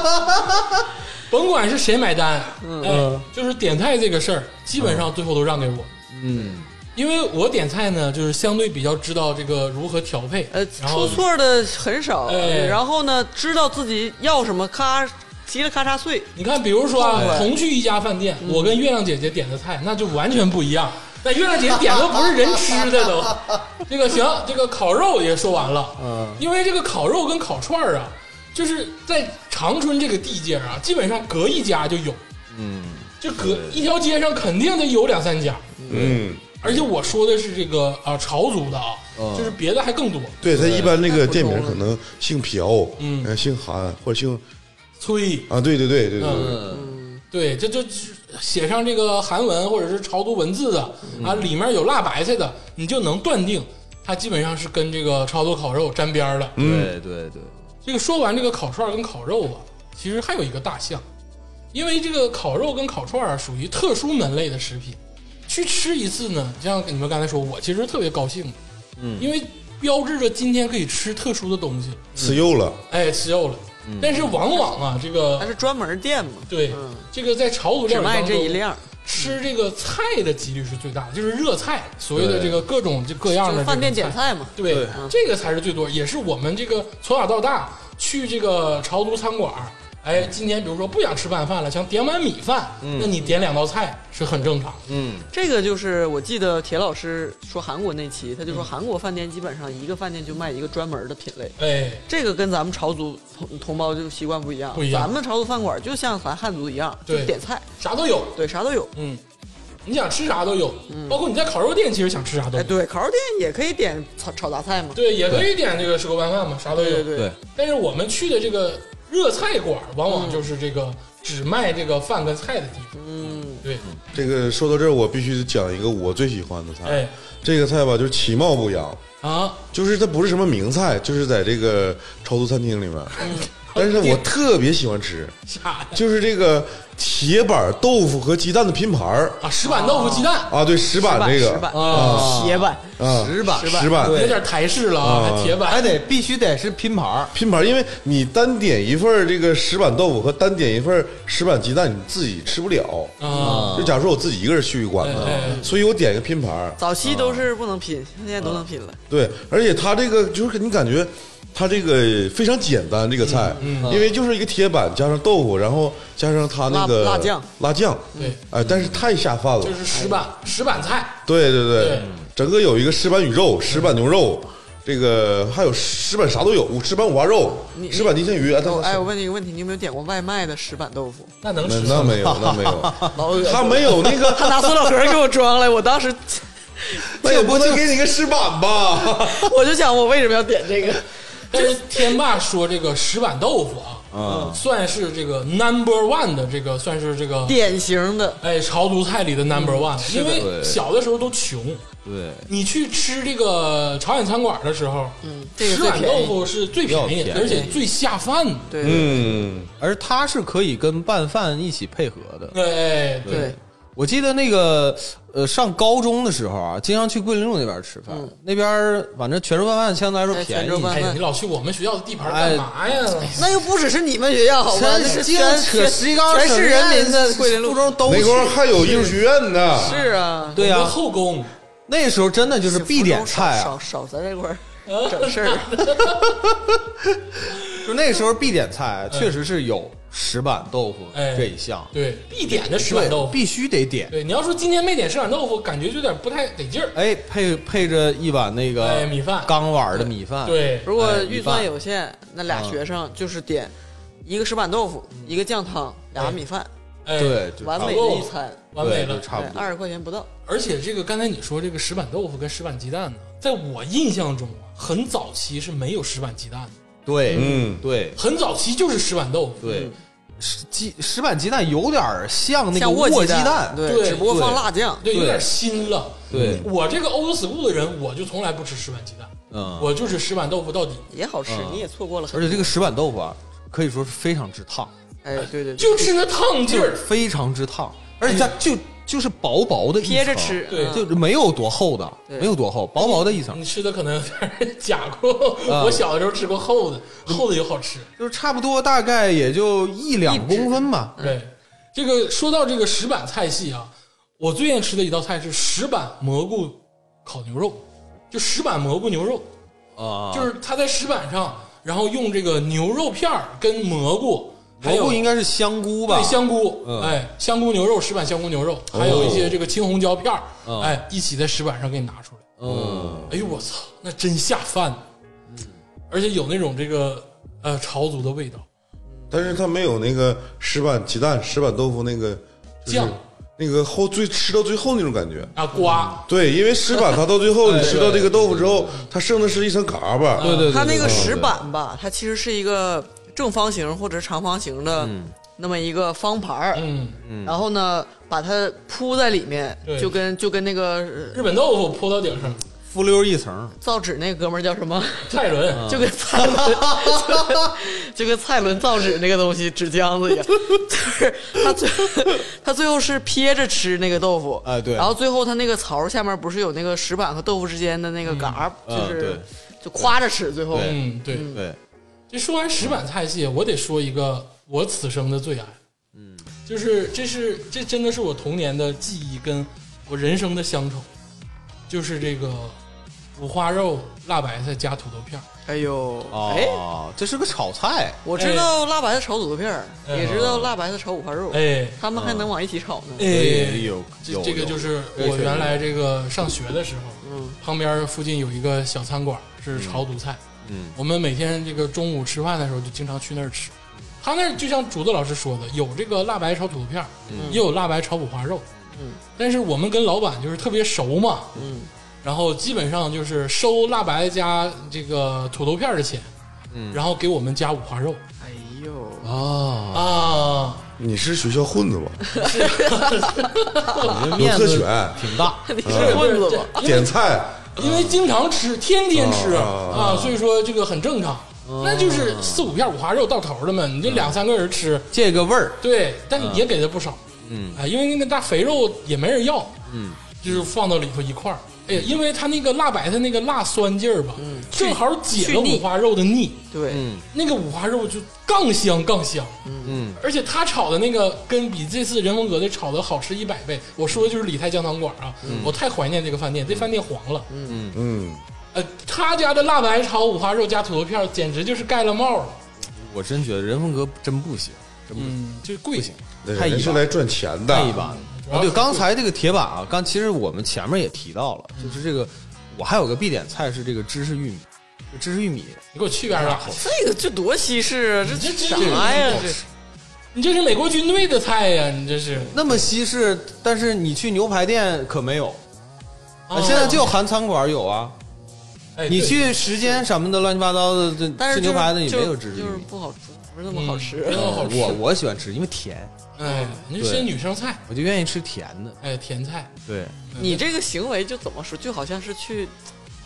甭管是谁买单，哎，就是点菜这个事儿，基本上最后都让给我，
嗯，
因为我点菜呢，就是相对比较知道这个如何调配，
呃，
然后
出错的很少，
哎
然后呢，知道自己要什么，咔叽里咔嚓碎，
你看，比如说啊，
哎
同去一家饭店，
嗯
我跟月亮姐姐点的菜那就完全不一样。那月亮姐姐点的不是人吃的都， 这个行，这个烤肉也说完了，
嗯，
因为这个烤肉跟烤串儿啊，就是在长春这个地界啊，基本上隔一家就有，嗯，就隔一条街上肯定得有两三家，
嗯，
而且我说的是这个啊、朝族的啊，就是别的还更多，
对他一般这个店名可能姓朴，嗯、姓韩或者姓
崔，
啊，对对对对对对，
嗯
对，这就写上这个韩文或者是朝族文字的啊，里面有辣白菜的，你就能断定它基本上是跟这个朝族烤肉沾边儿的。
对
嗯
对对，
这个说完这个烤串儿跟烤肉啊，其实还有一个大项，因为这个烤肉跟烤串儿啊属于特殊门类的食品，去吃一次呢，像你们刚才说，我其实特别高兴，嗯，因为标志着今天可以吃特殊的东西了，
吃肉了，
哎，吃肉了。
嗯
但是往往啊，这个
它是嗯专门店嘛，
对，这个在朝族
只
料理
卖
当
这一
中，
样，
吃这个菜的几率是最大的，就是热菜，所谓的这个各种这各样
就
的这
是
个
饭店捡嗯菜嘛。
对，
对
这个才是最多，也是我们这个从小到大去这个朝族餐馆儿，
嗯
哎，今天比如说不想吃拌饭了，想点碗米饭，那你点两道菜是很正常
嗯
的。
这个就是我记得铁老师说韩国那期，他就
嗯
说韩国饭店基本上一个饭店就卖一个专门的品类。
哎，
这个跟咱们朝族同同胞就习惯不一样，
不一样
咱们朝族饭馆就像咱汉族一样，就
对
点菜，
啥都有，
对，啥都有。
嗯，你想吃啥都有，
嗯
包括你在烤肉店，其实想吃啥都
哎，
有。
对，烤肉店也可以点炒炒杂菜嘛。
对，也可以点这个石锅拌饭嘛，啥都有。
对对
对
但是我们去的这个热菜馆儿，往往就是这个只卖这个饭跟菜的地方。嗯，对，
这个说到这儿，我必须讲一个我最喜欢的菜。
哎
这个菜吧，就是其貌不扬，
啊，
就是它不是什么名菜，就是在这个朝族餐厅里面。但是我特别喜欢吃，
啥呀？
就是这个铁板豆腐和鸡蛋的拼盘儿
啊，石板豆腐鸡蛋。
啊，对，石板这
石
个
板，
啊
铁板，
啊，
石板
石板
有
对
点台式了啊，还铁
还
板，
得必须得是拼盘儿，
拼盘儿，因为你单点一份儿这个石板豆腐和单点一份儿石板鸡蛋，你自己吃不了。
啊
就假如说我自己一个人去馆子
哎哎，哎
所以我点一个拼盘儿。
早期都是不能拼，现在都能拼
啊
了。
对，而且它这个就是你感觉它这个非常简单，这个菜，因为就是一个铁板加上豆腐，然后加上它那个
辣辣酱，
辣酱，
对，
哎，但是太下饭了
就，是石板石板菜，
对对
对
对，整个有一个石板鱼肉、石板牛肉，这个还有石板啥都有，石板五花肉、石板金枪鱼，哎，它
哎，我问你一个问题，你有没有点过外卖的石板豆腐？
那能
那
吃
那没有，那没有，他没有那个，
他拿塑料盒给我装来，我当时
那也不能给你个石板吧？
我就想，我为什么要点 这个？
但是天霸说这个石板豆腐啊，算是这个 number one 的这个，算是这个
典型的
哎潮族菜里的 number one，因为
对
小的时候都穷，
对，
你去吃这个朝鲜餐馆的时候，
嗯这个
石
最
板
便宜
豆腐是最便宜
比较便
的，
宜
而且最下饭的，
对
嗯，
而它是可以跟拌饭一起配合的。
哎，对，
对，
我记得那个呃，上高中的时候啊，经常去桂林路那边吃饭，那边儿反正泉州拌饭相对来说
哎
便宜
泉州
一
拌
哎
些。
饭
呀，你老去我们学校的地盘干嘛呀？
那又不只是你们学校好吧？那哦是
净
全
扯石膏
全
省
市人民的桂林
附
路
中都
那
去
块儿还有艺术学院呢，
是啊，
对呀、
我们后宫
那时候真的就是必点菜
少
啊，
少在这块儿整事 儿，
就那时候必点菜确实是有石板豆腐
哎
这一项，
对必点的石
对
板豆腐，
必须得点，
对，你要说今天没点石板豆腐，感觉就有点不太得劲儿。
哎，配配着一碗那个
哎米饭
钢碗的米
嗯
饭，
对，
如果
哎
预
米饭嗯
算有限，那俩学生就是点一个石板豆腐，一个酱汤，俩米饭，
哎，
对，就
完美
差不
的
多
一餐，
完美
对就
了。
差不多。
二十块钱不到。
而且这个刚才你说这个石板豆腐跟石板鸡蛋呢，在我印象中啊，很早期是没有石板鸡蛋的，
对，
嗯
对
很早期就是石板豆腐。
对，石嗯鸡石板鸡蛋有点儿像那个
像
握
鸡
蛋，
对
对，只不过放
对嗯
辣酱，
对，有
对
点新了。
对
我这个 old school 的人，我就从来不吃石板鸡蛋，
嗯
我就是石板豆腐到底，
也好吃，你也错过了很
而
多。
且这个石板豆腐啊，可以说是非常之烫，
哎，对对，对
就吃那烫劲儿。
非常之烫，而且它就就是薄薄的一层
哎贴着吃，
对
嗯
就没有多厚的，
对嗯
没有多厚，薄薄的一层
你，吃的可能有 点假过，
啊
我小的时候吃过厚的，厚的有好吃。
就是差不多大概也就一两公分吧。
对，这个说到这个石板菜系啊，我最愿意吃的一道菜是石板蘑菇烤牛肉，就石板蘑菇牛肉，
啊，
就是它在石板上，然后用这个牛肉片儿跟蘑菇，还
蘑
有
菇应该是香菇吧
对？香菇，
嗯哦
哎，香菇牛肉，石板香菇牛肉，还有一些这个青红椒片儿，
嗯
哎，一起在石板上给你拿出来。
嗯，
哎呦我操，那真下饭，而且有那种这个呃朝族的味道，
但是它没有那个石板鸡蛋、石板豆腐那个就是
酱
那个后最吃到最后那种感觉。
啊，瓜
对，因为石板它到最后你吃到这个豆腐之后，它剩的是一层嘎巴。
对对对，
它那个
对
石板吧，它其实是一个正方形或者长方形的
嗯
那么一个方盘儿，
嗯，
然后呢，把它铺在里面
对，
就跟就跟那个呃
日本豆腐铺到顶上，
浮溜一层，
造纸那哥们儿叫什么？
蔡伦
嗯
就跟蔡伦， 就跟蔡伦造纸那个东西纸浆子一样，就是他最他最后是撇着吃那个豆腐，
哎对
然后最后他那个槽下面不是有那个石板和豆腐之间的那个嘎儿，
嗯
就是、
对
就夸着吃，最后
对
嗯，对。
对，
这说完石板菜系，我得说一个我此生的最爱，嗯，就是这是这真的是我童年的记忆，跟我人生的乡愁，就是这个五花肉、辣白菜加土豆片儿。
哎呦，哎，
哦，这是个炒菜，
我知道辣白菜炒土豆片儿，
哎
也知道辣白菜炒五花肉，
哎
他们还能往一起炒呢。
哎，
有
这
有
这个
有
就是
有
我原来这个上学的时候，
嗯
旁边附近有一个小餐馆是潮毒菜，
嗯，
我们每天这个中午吃饭的时候就经常去那儿吃。他那儿就像竹子老师说的，有这个辣白炒土豆片儿，也有辣白炒五花肉，
嗯，
但是我们跟老板就是特别熟嘛，
嗯，
然后基本上就是收辣白加这个土豆片儿的钱，嗯，然后给我们加五花肉
哎呦，
啊，
啊，
你是学校混子 吧？
你这
有
面
特
子
权，
挺大，
你是混子吧？
点菜
因为经常吃，天天
哦
吃
啊
啊，所以说这个很正常。那就是四五片五花肉到头了嘛，你就
嗯
两三个人吃，
这个味儿，
对，但也给的不少，
嗯
啊，因为那大肥肉也没人要，
嗯，
就是放到里头一块儿。哎，
嗯
因为它那个辣白菜那个辣酸劲儿吧，正好解了
去腻
五花肉的腻，
对，
嗯
那个五花肉就杠香杠香。
嗯，
而且他炒的那个跟比这次人风阁的炒的好吃一百倍。我说的就是李泰江汤馆啊，我太怀念这个饭店，这饭店黄了。嗯
嗯，
呃，他家的辣白炒五花肉加土豆片儿，简直就是盖了帽了。
我真觉得人风格真不行，真不行。
嗯，就是贵。
那
太一
人是
般
来赚钱的，
太一般了。
主
啊，
要
对，
是
刚才这个铁板啊，刚其实我们前面也提到了，就是这个，我还有个必点菜是这个芝士玉米，芝士玉米
你给我去边儿拉！
这个这多稀释啊！这
这这
啥呀？
这
这
你这是美国军队的菜呀、你这是。
那么西式，但是你去牛排店可没有，
啊
现在就有韩餐馆有啊，
哎
你
对
去时间什么的乱七八糟的，这
但
吃
是
牛
就是
排的也
就
没有芝士玉
就是
米。
不好吃，不是那么好吃。
嗯不好吃
我我喜欢吃，因为甜，
哎，你这
对
是女生菜，
我就愿意吃甜的。
哎，甜菜。
对，
你这个行为就怎么说，就好像是去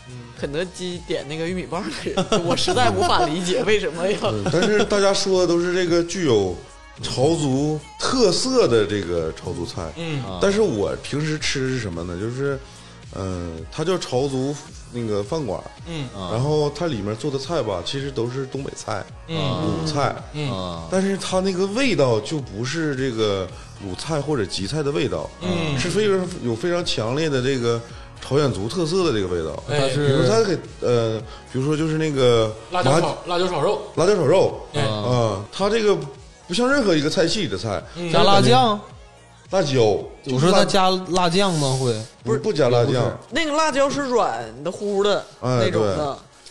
嗯
肯德基点那个玉米棒的人，就我实在无法理解为什么要。
嗯
但是大家说的都是这个具有潮族特色的这个潮族菜，
嗯
但是我平时吃的是什么呢？就是，嗯、它叫潮族那个饭馆，
嗯
然后它里面做的菜吧，其实都是东北菜、
嗯
鲁菜，
嗯
啊，
但是它那个味道就不是这个鲁菜或者吉菜的味道，
嗯
是非常有非常强烈的这个朝鲜族特色的这个味道。
哎
它
比如
是
它给呃，比如说就是那个
辣椒
麻
炒辣椒炒肉，
辣椒炒肉，
哎
啊、它这个不像任何一个菜系里的菜，
加辣酱，
辣椒，
嗯我说它
辣
加辣酱吗？会
不是不加辣酱，
那个辣椒是软的乎的
哎
那种的，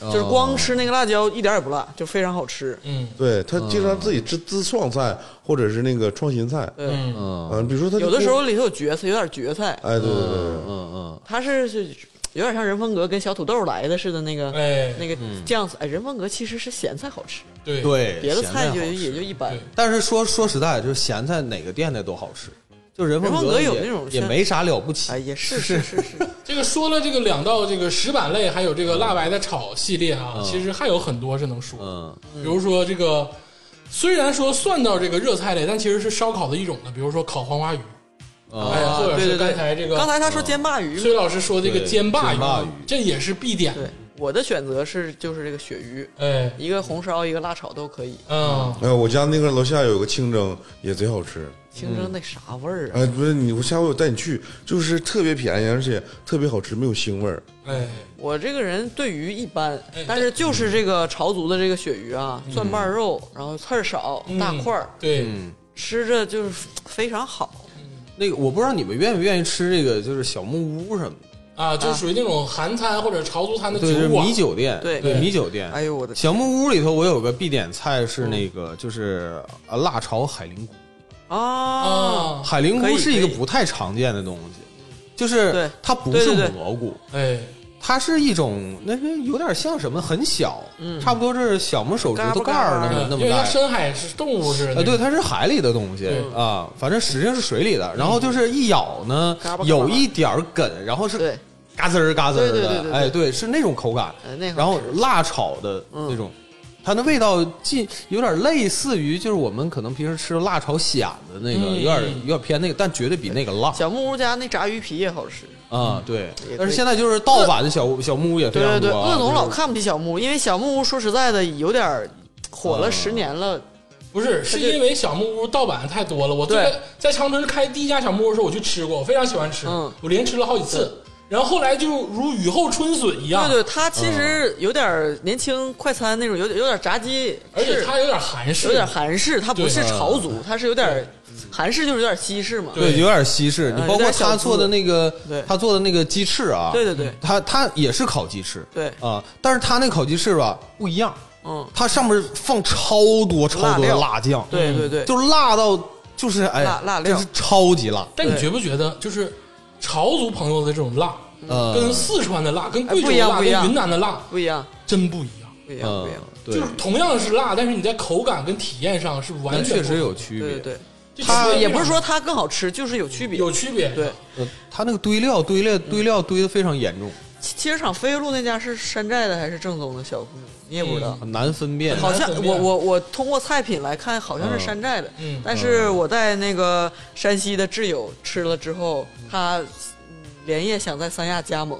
哦
就是光吃那个辣椒一点也不辣，就非常好吃。
嗯
对他经常自己自自创菜或者是那个创新菜，嗯、
嗯
嗯
比如说他
有的时候，里头有蕨菜，有点蕨菜，
哎，对对对对，
嗯嗯，
它是是有点像人风格跟小土豆来的似的那个。
哎，
那个酱菜，哎，人风格其实是咸菜好吃，
对
嗯对，
别的
咸
菜
好
就
吃
也就一般
对。
但是说说实在，就是咸菜哪个店的都好吃，就人
人
风
风
格
格有
也
那种
也
像
没啥了不起。
哎， 也是是是是，
这个说了这个两道这个石板类，还有这个辣白的炒系列啊，其实还有很多是能说的，
嗯
比如说这个虽然说算到这个热菜类，但其实是烧烤的一种的，比如说烤黄花鱼，哎，
啊，
或者
对
是
对
刚
对，
才这个
刚才他说煎鲅鱼
崔老师说这个
对
煎鲅
煎鲅鱼
这也是必点
对
的，，
我的选择是就是这个鳕鱼，
哎，
一个红烧，一个辣炒都可以。
嗯，
哎，我家那个楼下有个清蒸也贼好吃，
清蒸那啥味儿啊？
哎，不是你，我下回我带你去，就是特别便宜，而且特别好吃，没有腥味儿。
嗯
哎，
我这个人对鱼一般
哎，
但是就是这个潮族的这个鳕鱼啊，蒜瓣肉，然后刺儿少，
嗯
大块儿，
对，
嗯
吃着就是非常好。
那个我不知道你们愿不愿意吃这个，就是小木屋什么的，
啊，就属于那种韩餐或者潮族餐的
对，就是
酒馆
米，酒店，
对
米酒店。
哎呦我的天嗯
小木屋里头，我有个必点菜是那个，就是呃辣炒海蛎菇，
啊
啊，
海灵
可以
菇是一个
可以
不太常见的东西，就
对
是它不是
对对对
蘑菇，
哎，
它是一种那个有点像什么，很小，
嗯
差不多是小拇手指头盖儿那么那
因
么
为它
大。
深海是动物似的，
啊，对，它是海里的东西
对
啊，反正实际上是水里的。然后就是一咬呢
嗯嘎巴嘎，巴
有一点儿梗，然后
对
是嘎吱儿嘎吱
对
儿
对对对对
的，哎，对，是那种口感
哎那个好。吃嗯
然后辣炒的那种，它的味道近有点类似于就是我们可能平时吃辣炒蚬的那个，
嗯
有点有点偏那个，但绝对比那个辣
小木屋家那炸鱼皮也好吃。
啊。对
可以，
但是现在就是盗版的小小木屋也非
对
常
对对，
多啊。
恶
就
总
是
老看不起小木屋，因为小木屋说实在的有点儿火了十年了。
不是，是因为小木屋盗版的太多了。我最
对
开在长春开第一家小木屋的时候，我去吃过，我非常喜欢吃，
嗯
我连吃了好几次。然后后来就如雨后春笋一样，
对对，他其实有点儿年轻快餐那种，有点有点炸鸡，
而且
是
它有点韩式，
有点韩式，它不
对
是潮族，它是有点儿韩式，就是有点西式嘛。
对
对，有点西式。
嗯
你包
有
括
点小
他做的那个
对，
他做的那个鸡翅啊，
对对对
他他也是烤鸡翅，
对
啊，但是他那烤鸡翅吧不一样，
嗯，
它上面放超多超
辣
多的
料
辣酱，
对对对，
就是辣到就是哎呀，
辣辣料
就是超级辣，
但你
对
觉不觉得，就是潮族朋友的这种辣，
呃，
跟四川的辣、跟贵州
哎不
的
一样
辣、
不
跟
一样
云南的辣
不一样，
真不一样。
不一样，
嗯
不一样。
对
就，是同样是辣，但是你在口感跟体验上是完
但
全
确
不
实
同
有区
对
别。
对对，
就
它
区别
也不
非
是
常
说它更好吃，就是有区别。
有区别，
对，
呃，他那个堆料堆料堆料堆的非常严重，
其其实厂飞跃路那家是山寨的还是正宗的小木屋，你也不知道。
很难分辨。
好像
很难分
我
辨
我我通过菜品来看，好像是山寨的。
嗯
但是我在那个山西的挚友吃了之后，他嗯连夜想在三亚加 盟，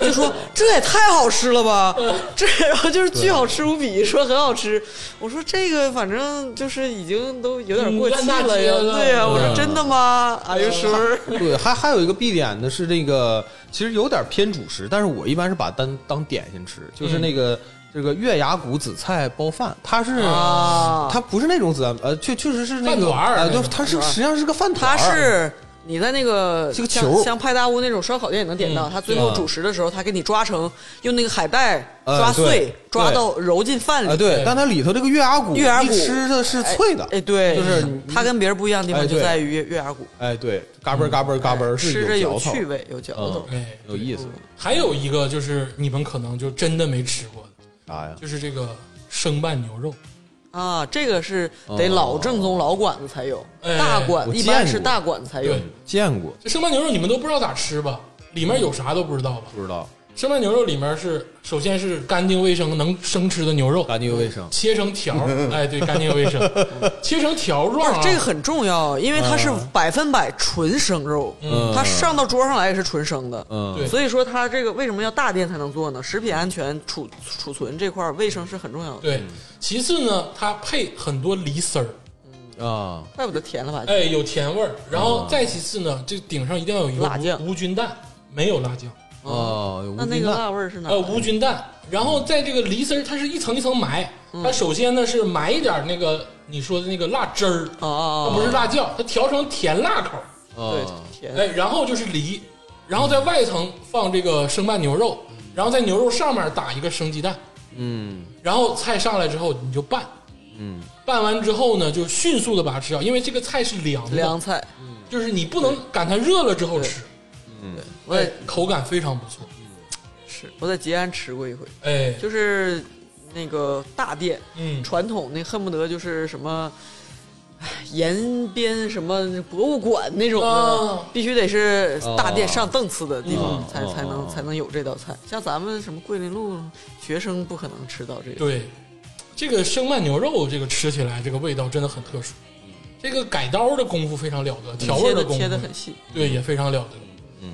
就说这也太好吃了吧，
嗯
这然后就是
啊
巨好吃无比，说很好吃。我说这个反正就是已经都有点过期
嗯烂大
了
街
呀，
了
对呀、
嗯
我说真的吗？哎呦叔，
对，还还有一个必点的是那个，其实有点偏主食，但是我一般是把当当点心吃，
嗯
就是那个、这个月牙骨紫菜包饭，它是、
啊
它不是那种紫菜，呃，确确实是那
饭
个
团儿
呃，
那
对
种，
它是实际上是个饭团
它
儿，
是。你在那个
这个
像
球
像派大屋那种烧烤店也能点到，
嗯
它最后
嗯
主食的时候，它给你抓成用那个海带
呃
抓碎
对，
抓
对
到揉进饭里
啊、。对，但它里头这个月牙骨，
月牙骨
一吃的是脆的，
哎，对，
就是
它跟别人不一样的地方
哎
就
对
在于月牙骨，
哎对，嘎嘣儿嘎嘣儿嘎嘣儿
嗯哎吃
是
着
嚼头，
趣味，有嚼头。
嗯，
哎，
有意思，
还有一个就是你们可能就真的没吃过的，
啥呀？
就是这个生拌牛肉。
啊，这个是得老正宗老馆子才有，
哎
大馆
哦我
一般
见
是
过
大馆子
哎
才有
对。
见过
这生拌牛肉你们都不知道咋吃吧？里面有啥都不知道吧？
不知道，
生拌牛肉里面是首先是干净卫生能生吃的牛肉，
干净卫生，
切成条儿， 哎，对，干净卫生，切成条状啊。
哎这个很重要，因为它是百分百纯生肉，
嗯
它上到桌上来也是纯生的。
嗯
对
所以说它这个为什么要大店才能做呢？食品安全储储存这块儿卫生是很重要的。
对，其次呢，它配很多梨丝儿，
啊，
怪不得甜了吧唧，
哎，有甜味儿。然
嗯
后再其次呢，这顶上一定要有一个
辣酱
无无菌蛋，没有辣酱，
哦，有
嗯那
无
那
菌
个
蛋
辣味儿是哪儿
呃，
来
无
的？
菌蛋。然后在这个梨丝儿，它是一层一层埋。
嗯
它首先呢是埋一点儿那个你说的那个辣汁儿，
哦
它
哦，
不是辣酱，它调成甜辣口儿。
啊
对，甜。
哎，然后就是梨，然后在外层放这个生拌牛肉，然后在牛肉上面打一个生鸡蛋，
嗯
然后菜上来之后你就拌，
嗯，
拌完之后呢就迅速的把它吃掉，因为这个菜是凉的，
凉菜，
就是你不能赶它热了之后吃，
我在
哎，口感非常不错，
吃，我在吉安吃过一回，
哎，
嗯就是那个大店，
嗯，
传统那恨不得就是什么。唉延边什么博物馆那种的，
啊
必须得是大店
哦
上档次的地方
嗯
才、
哦
才能、
啊
哦
才能有这道菜。像咱们什么桂林路学生不可能吃到这个。
对，这个生拌牛肉这个吃起来这个味道真的很特殊，
嗯
这个改刀的功夫非常了得，调味
嗯切
儿
的
功夫
切的很细，
对，也非常了得。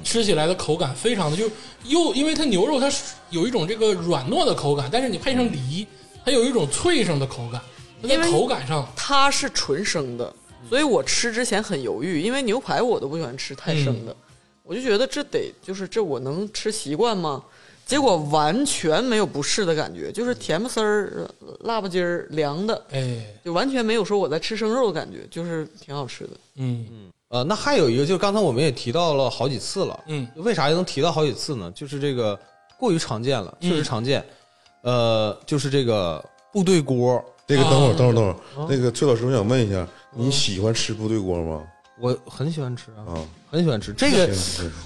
吃起来的口感非常的就又因为它牛肉它是有一种这个软糯的口感，但是你配上梨，它有一种脆生的口感。它在
因为
口感上，
它是纯生的，所以我吃之前很犹豫，因为牛排我都不喜欢吃太生的，我就觉得这得就是这我能吃习惯吗？结果完全没有不适的感觉，就是甜不丝儿、呃辣不筋儿、凉的，
哎，
就完全没有说我在吃生肉的感觉，就是挺好吃的。
嗯
呃，那还有一个就是刚才我们也提到了好几次了，
嗯，
为啥能提到好几次呢？就是这
嗯
个过于常见了，确实常见，呃，就是这个部队锅，
那个
啊
等会儿，等会儿，等会儿，那个崔老师，我想问一下，你喜欢吃部队锅吗？
我很喜欢吃啊，
啊，
很喜欢吃这个，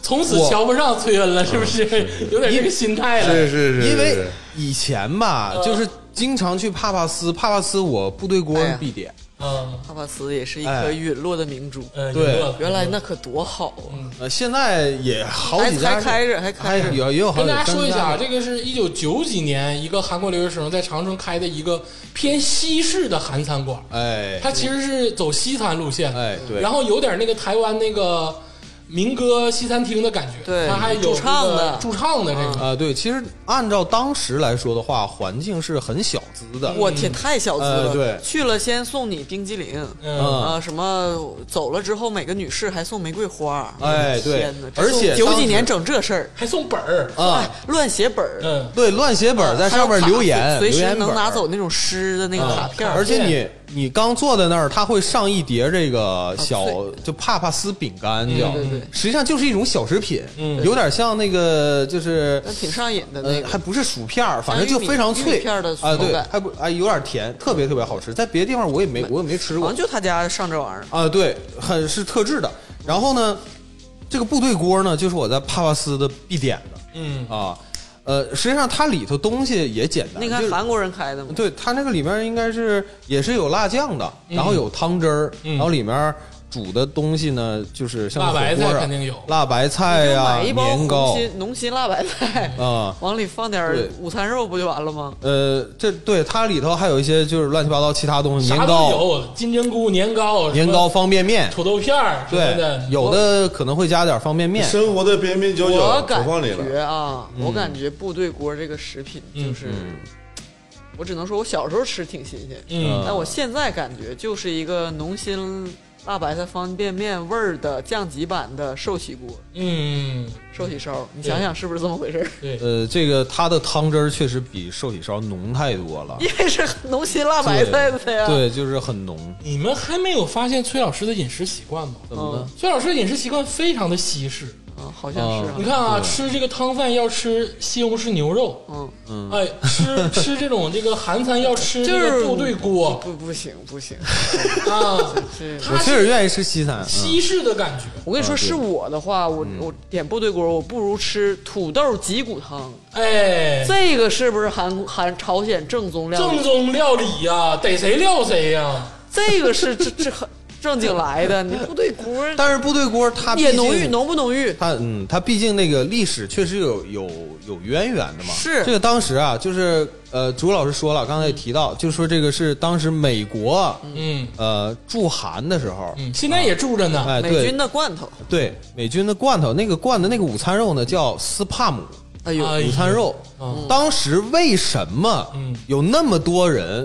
从此
我
瞧不上崔恩了，是不是？ 有点这个心态了。
是是是，
因为
是
以前吧，就是经常去帕帕斯，帕帕斯我部队锅
呃哎呀
必点，
啊，
帕帕斯也是一
哎
颗陨落的明珠，
嗯，有
对
了
原来那可多好啊！
呃，现在也好
还
几家
还开着还开着
有也有好
跟
几
大家说一
啊
下，啊
家
这个是一九九几年一个韩国留学生在长春开的一个偏西式的韩餐馆，
哎
它其实是走西餐路线，
哎对
然后有点那个台湾那个民歌西餐厅的感觉，
对
它还有
驻唱
这个
的
驻唱的这个，
啊、对，其实按照当时来说的话，环境是很小资的，
我天，太小资了！
呃对
去了先送你冰激凌，
嗯，
啊，什么走了之后，每个女士还送玫瑰花。
哎对
天哪
而且
这九
当
几
时
年整这事儿，
还送本儿，
啊
哎，乱写本儿，
嗯，
对，乱写本儿在上面
呃还有
留
卡
言，
随
留
时
言
能
本儿
拿走那种诗的那个卡
嗯
片儿。
而且你你刚坐在那儿，他会上一碟这个小
啊嗯
就帕帕斯饼干叫，
对对对
实际上就是一种小食品，
嗯
有点像那个就是
那挺上瘾的那
呃，
个
还不是薯片儿，反正就非常
玉米
脆
片儿的口
啊，对
感，
还不啊有点甜，特别特别好吃，在别的地方我也没我也没吃
好
过
像就他家上这玩意儿。
啊，对，很是特制的。然后呢，这个部队锅呢，就是我在帕帕斯的必点的
嗯，
啊，呃，实际上它里头东西也简单，
那
嗯就
个
是
韩国人开的吗？
对，它那个里面应该是也是有辣酱的，
嗯
然后有汤汁儿，然后里面煮的东西呢，就是像
辣
火
白
锅
菜
啊
肯定有
辣白菜
就
哎呀、
买一包
年
浓
糕
心浓心辣白菜，
啊。
往里放点儿
对
午餐肉不就完了吗？
呃，这对它里头还有一些就是乱七八糟其他东西，
啥
年
都
糕、
有，金针菇、年糕、
年糕、、方便面，
土豆片儿什么
对
的，，
有的可能会加点方便面。
生活的边边角
我
角
感
投放你
觉
了，
啊，
嗯
我感觉部队锅这个食品就是，我只能说我小时候吃挺新鲜，
嗯
但我现在感觉就是一个浓心辣白菜方便面味儿的降级版的寿喜锅、
嗯，
寿喜烧，你
对
想想是不是这么回事儿？
对，
呃，这个它的汤汁儿确实比寿喜烧浓太多 了，
因为是浓心辣白菜的呀。
对，就是很浓。
你们还没有发现崔老师的饮食习惯吗？嗯
怎么的？
崔老师的饮食习惯非常的西式，
啊，好像是
啊
啊
你。看啊，吃这个汤饭要吃西红柿牛肉，
嗯，
哎，吃吃这种这个韩餐要吃这
就是
个部队锅
不不行不行，
啊，
这
我
它
确实
是
愿意吃西餐，嗯
西式的感觉。
我跟你说，是我的话，我我点部队锅，我不如吃土豆脊骨汤，
哎，
这个是不是韩韩朝鲜正宗料理
正？宗料理呀、逮谁撂谁呀、
这个是 这这很正经来的，你部队锅 儿
但是部队锅它毕
也浓郁，
竟
浓不浓郁？
它嗯，它毕竟那个历史确实有有有渊源的嘛。
是
这个当时啊，就是呃，朱老师说了，刚才也提到，就说这个是当时美国
嗯
呃驻韩的时候，
嗯，现在也住着呢。
哎，
美军
对
的罐头，
对，美军的罐头，那个罐的那个午餐肉呢叫斯帕姆
哎呦，
哎
午餐肉
嗯。
当时为什么
嗯
有那么多人？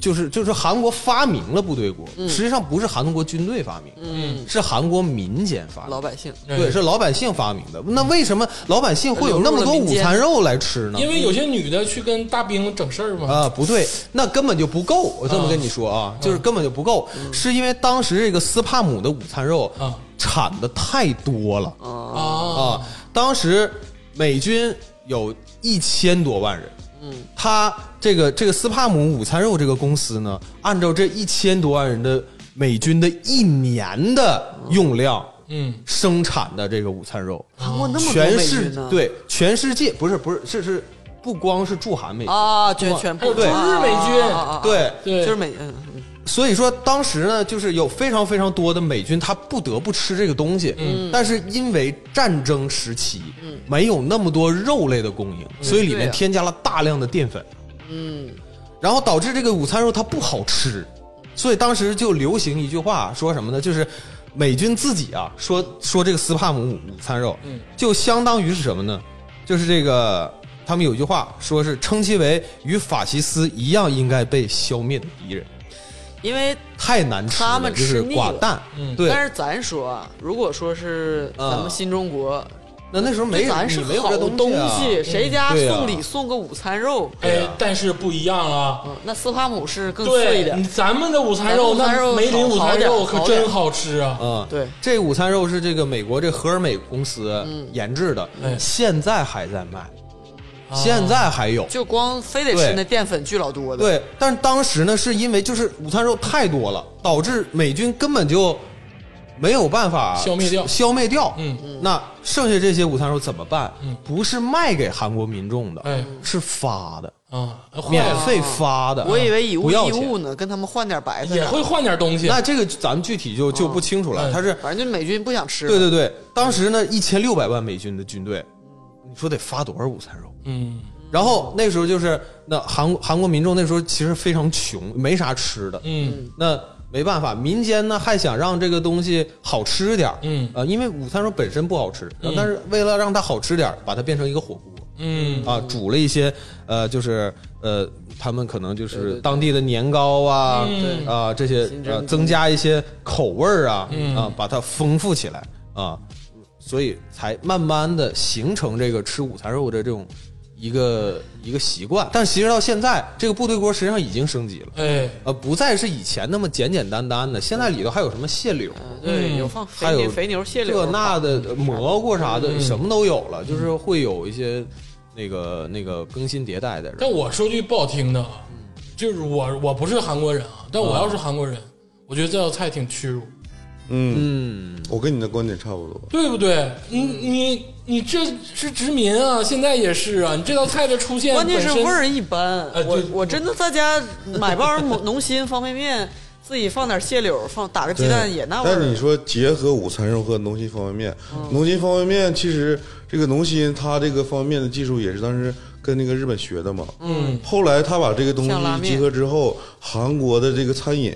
就是就是韩国发明了部队锅，
嗯
实际上不是韩国军队发明，嗯，是韩国民间发明的
老。百姓
哎
对，是老百姓发明的。那为什么老百姓会有那么多午餐肉来吃呢？
因为有些女的去跟大兵整事儿嘛。
啊、不对，那根本就不够。我这么跟你说啊，就是根本就不够，是因为当时这个斯帕姆的午餐肉
啊
产的太多了
啊
啊、当时美军有一千多万人，嗯，他这个这个斯帕姆午餐肉这个公司呢，按照这一千多万人的美军的一年的用量
嗯，
生产的这个午餐肉，
韩哦国那么多
全
美
世
军呢？
对全世界不是不是是是不光是驻韩美军，
啊，全全部
对
啊
日美军
啊啊啊
对，
对，
就是美嗯嗯
所以说当时呢，就是有非常非常多的美军，他不得不吃这个东西，嗯，但是因为战争时期，嗯，没有那么多肉类的供应，所以里
对
面
啊
添加了大量的淀粉，嗯，然后导致这个午餐肉它不好吃，所以当时就流行一句话，说什么呢？就是。美军自己啊，说说这个斯帕姆午餐肉，
嗯
就相当于是什么呢？就是这个，他们有句话说是称其为与法西斯一样应该被消灭的敌人。
因为
太难吃了，
他们
就
吃
是
腻
寡
了
淡。
嗯
对，
但是咱说啊，如果说是咱们新中国，
那那时候没
这咱
你
是
没有
好
这
东
西啊，
谁家
对啊
送礼送个午餐肉，
哎，但是不一样啊。
嗯，那斯帕姆是更脆
对，
一点
嗯
你，咱们的午餐肉，
咱们午餐
那
肉
梅林午餐肉可真好吃啊！
嗯，
对嗯
这午餐肉是这个美国这荷尔美公司研制的，
哎啊
现在还在卖。现在还有。
就光非得吃那淀粉巨老多的，
对，但当时呢，是因为就是午餐肉太多了，导致美军根本就没有办法
消灭掉
消灭掉。
嗯，
那剩下这些午餐肉怎么办？
嗯
不是卖给韩国民众的，
哎
是发的，
啊，坏
免
了
费发的。
我以为以物
不要
易
钱
物呢，跟他们换点白菜
也
啥
会
的。
换点东西。
那这个咱们具体就就不清楚
嗯
了。他是
反正就美军不想吃，
对，对对，当时呢一千六百万美军的军队，你说得发多少午餐肉？
嗯
然后那时候就是那韩韩国民众那时候其实非常穷，没啥吃的。
嗯
那没办法，民间呢还想让这个东西好吃点儿，
嗯
呃，因为午餐肉本身不好吃，
嗯
但是为了让它好吃点儿，把它变成一个火锅。
嗯
啊，煮了一些呃，就是呃，他们可能就是当地的年糕啊，
嗯
啊这些
增
呃，增加一些口味儿啊，
嗯
啊，把它丰富起来啊，所以才慢慢的形成这个吃午餐肉的这种一个一个习惯。但其实到现在，这个部队锅实际上已经升级了。
哎
呃，不再是以前那么简简单单的，现在里头还有什么蟹柳，
对，
嗯
有放
还
肥
有
牛、肥牛、蟹
这
柳，
那的呃蘑菇啥的，
嗯
什么都有了，就是会有一些那个那个更新迭代的人。
但我说句不好听的啊，
嗯
就是我我不是韩国人啊，但我要是韩国人，我觉得这道菜挺屈辱，
嗯，
嗯，
我跟你的观点差不多。
对不对？你你你这是殖民啊，现在也是啊，你这道菜的出现
关键是
本身
味儿一般
哎。
我
对
我真的在家买包农心方便面，自己放点蟹柳，放打个鸡蛋也那味
但是
儿
你。说结合午餐肉和农心方便面，
嗯
农心方便面其实这个农心它这个方便面的技术也是当时跟那个日本学的嘛。
嗯，
后来他把这个东西
像拉面
结合之后，韩国的这个餐饮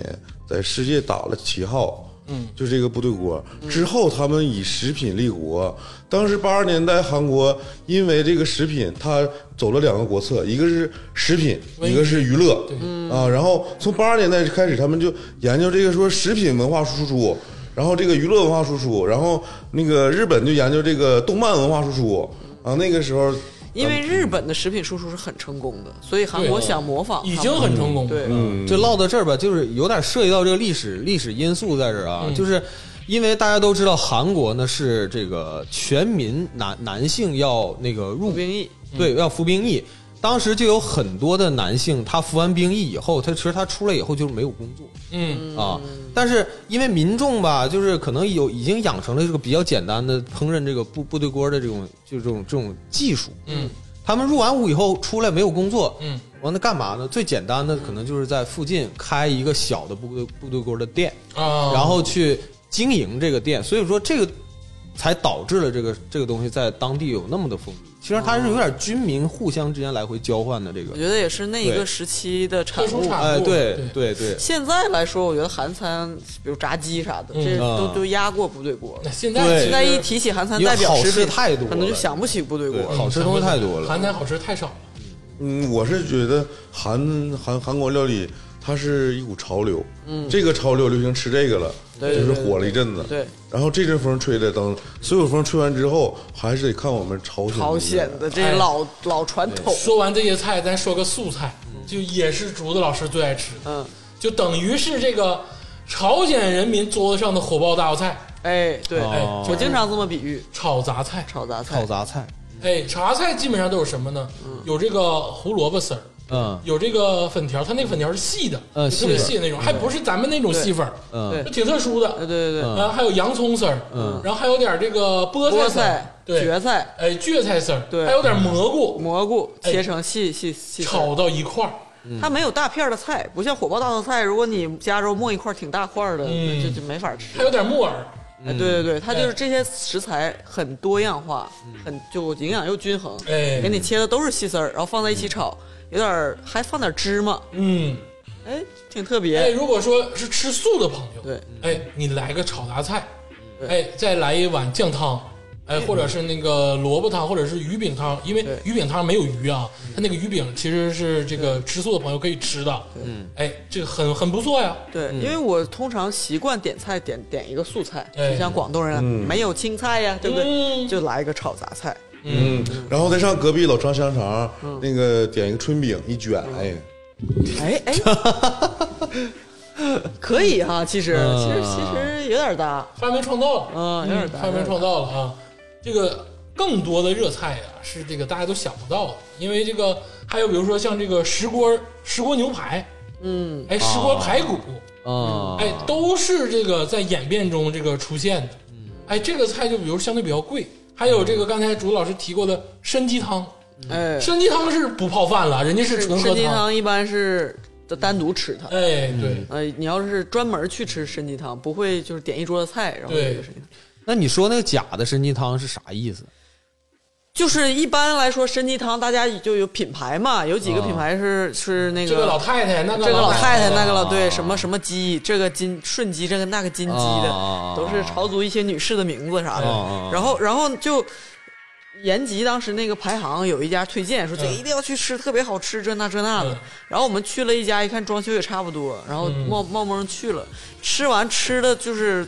在世界打了旗号。
嗯，
就这个部队锅之后，他们以食品立国。当时八十年代，韩国因为这个食品，它走了两个国策，一个是食品，
文
一
娱
个是娱乐。
对
啊，然后从八十年代开始，他们就研究这个说食品文化输出，然后这个娱乐文化输出，然后那个日本就研究这个动漫文化输出。啊，那个时候
因
嗯
为日本的食品输出是很成功的，所以韩
对
国想模仿他
已
们，
经很成功
嗯
了。嗯
对，
就唠到这儿吧，就是有点涉及到这个历史历史因素在这儿啊，就是因为大家都知道韩国呢是这个全民男男性要那个入
服兵役，
对，要服兵役。当时就有很多的男性，他服完兵役以后，他其实他出来以后就是没有工作，
嗯
啊，但是因为民众吧，就是可能有已经养成了这个比较简单的烹饪这个部部队锅的这种就这种这种技术。
嗯，
他们入完伍以后出来没有工作，
嗯，
完了干嘛呢？最简单的可能就是在附近开一个小的部队部队锅的店，
嗯
啊，
然后去经营这个店。所以说这个才导致了这个这个东西在当地有那么的风靡。其实它是有
哦
点军民互相之间来回交换的这个
我，觉得也是那一个
对
时期的产
特殊
物。
产
哎，对
对
对对，
现在来说，我觉得韩餐，比如炸鸡啥的，这都
嗯
都压过部队锅
那
了。
现在
对
其实
现在一提起韩餐代表
因为好
食
吃
品，
太多了
可能就想不起部队锅
对
了。
好吃的东西太多了
嗯韩餐好吃太少了。
嗯，我是觉得韩韩韩国料理它是一股潮流，嗯，这个潮流流行吃这个了，
对对对
就是火了一阵子，
对，
然后这阵风吹的，等所有风吹完之后，还是得看我们朝鲜的
朝鲜的这老老传统，
哎说完这些菜，咱说个素菜，
嗯
就也是竹子老师最爱吃的，
嗯，
就等于是这个朝鲜人民桌子上的火爆大道菜
哎，对，
哎
哦
我经常这么比喻
——炒杂菜。
炒杂
炒
菜。
杂菜，
哎，炒杂菜基本上都有什么呢？有这个胡萝卜丝儿，
嗯
有这个粉条，它那个粉条是细的，
嗯
就特别
细
细的那种，还不是咱们那种细粉儿，
嗯。
对
就挺特殊的。
哎，对
啊
对对，
嗯
然后还有洋葱丝儿，然后还有点这个菠
菠
丝儿
菜、，
对
蕨，菜、
哎，蕨菜丝儿，
对
还有点蘑菇，
蘑菇
哎
切成细细细丝
炒
儿，
到一块儿。
它没有大片儿的菜，不像火爆大头菜，如果你加肉末一块儿挺大块儿的，
嗯
就就没法吃
还。有点木耳，
哎，对对对，它就
哎嗯
是这些食材很多样化，很就营养又均衡，
哎
给你切的都是细丝儿，然后放在一起炒，有点儿还放点儿芝麻，
嗯，
哎，挺特
哎，
别。
如果说是吃素的朋友，
对，
哎，你来个炒杂菜，
对
哎，再来一碗酱汤，哎，或者是那个萝卜汤，或者是鱼饼汤，因为
对嗯
鱼饼汤没有鱼啊，它那个鱼饼其实是这个吃素的朋友可以吃的，嗯，哎，这个很很不错呀，
对，因为我通常习惯点菜点点一个素菜，
哎嗯
就像广东人啊没有青菜呀，对不对？就来一个炒杂菜，
嗯，然后再上隔壁老张香肠，
嗯
那个点一个春饼一卷，哎，
哎哎， 可以哈，其实
嗯
其实其实有点搭，
发明创造了，
嗯，有点搭，
发明
有点搭
创造了啊，这个更多的热菜呀、啊是这个大家都想不到的，因为这个还有比如说像这个石锅石锅牛排，嗯，哎，石锅排骨，
啊，
哎，都是这个在演变中这个出现的。
嗯
哎，这个菜就比如相对比较贵，还有这个刚才竹子老师提过的参鸡汤，
哎，
参鸡汤嗯是不泡饭了，人家是纯喝
参鸡汤一般是单独吃它。
哎，对，
呃，你要是专门去吃参鸡汤，不会就是点一桌子菜，然后
对
这个参鸡汤。
那你说那个假的参鸡汤是啥意思？
就是一般来说，参鸡汤大家就有品牌嘛，有几个品牌是、是那个
哦这个老太太，那哦个
这个老太太，那
个
个老对什么什么鸡，这个金顺鸡，这个那个金鸡的，
哦
啊
都是朝族一些女士的名字啥的。
啊
然后，然后就延吉当时那个排行有一家推荐说这
嗯
一定要去吃，特别好吃，这那这那的
嗯。
然后我们去了一家，一看装修也差不多，然后冒冒蒙去了，吃完吃的就是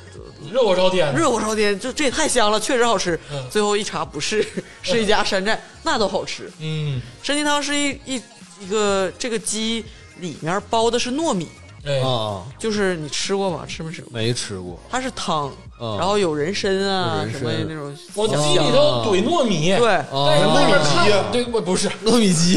热火朝天，
热火朝天，就这也太香了，确实好吃。
嗯
最后一查不 是，是一家山寨，那都好吃。
嗯，
参鸡汤是一一一个这个鸡里面包的是糯米，
哎，
哦
啊，
就是你吃过吗？吃没吃过？
没吃过
它是汤，
嗯
然后有人参啊
有人参
什么那种，
我鸡里
哦
头怼糯米，
对，，
但
啊
是外面
糯米鸡呀
看，对，不不是。
啊糯米鸡，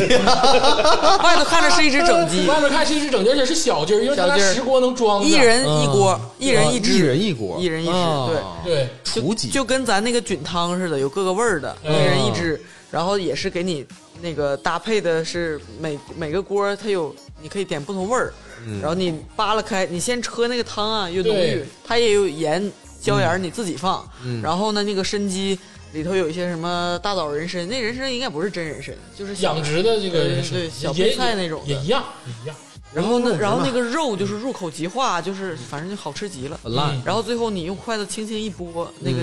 外头看着是一只整 鸡，
外面看其实是整鸡，而且是小鸡儿，因为它
小
拿
鸡儿
石锅能装着。
一人嗯一锅，
嗯
一人一
啊一
只，
人一锅，
一人一只
啊
对，
雏鸡
就跟咱那个菌汤似的，有各个味儿的，一
嗯
人一只，然后也是给你那个搭配的是每每个锅儿它有，你可以点不同味儿，然后你扒拉开，你先喝那个汤啊，越浓郁
嗯对，嗯
它也有盐椒盐儿你自己放，然后呢那个参鸡里头有一些什么大枣人参，那人参应该不是真人参，就是小
养殖的这个
对
也是
对小
也
配菜那种的
也一样，也一样。
然后呢，
嗯
然后那个肉就是入口即化，就是反正就好吃极了。
很烂
嗯
然后最后你用筷子轻轻一拨，那个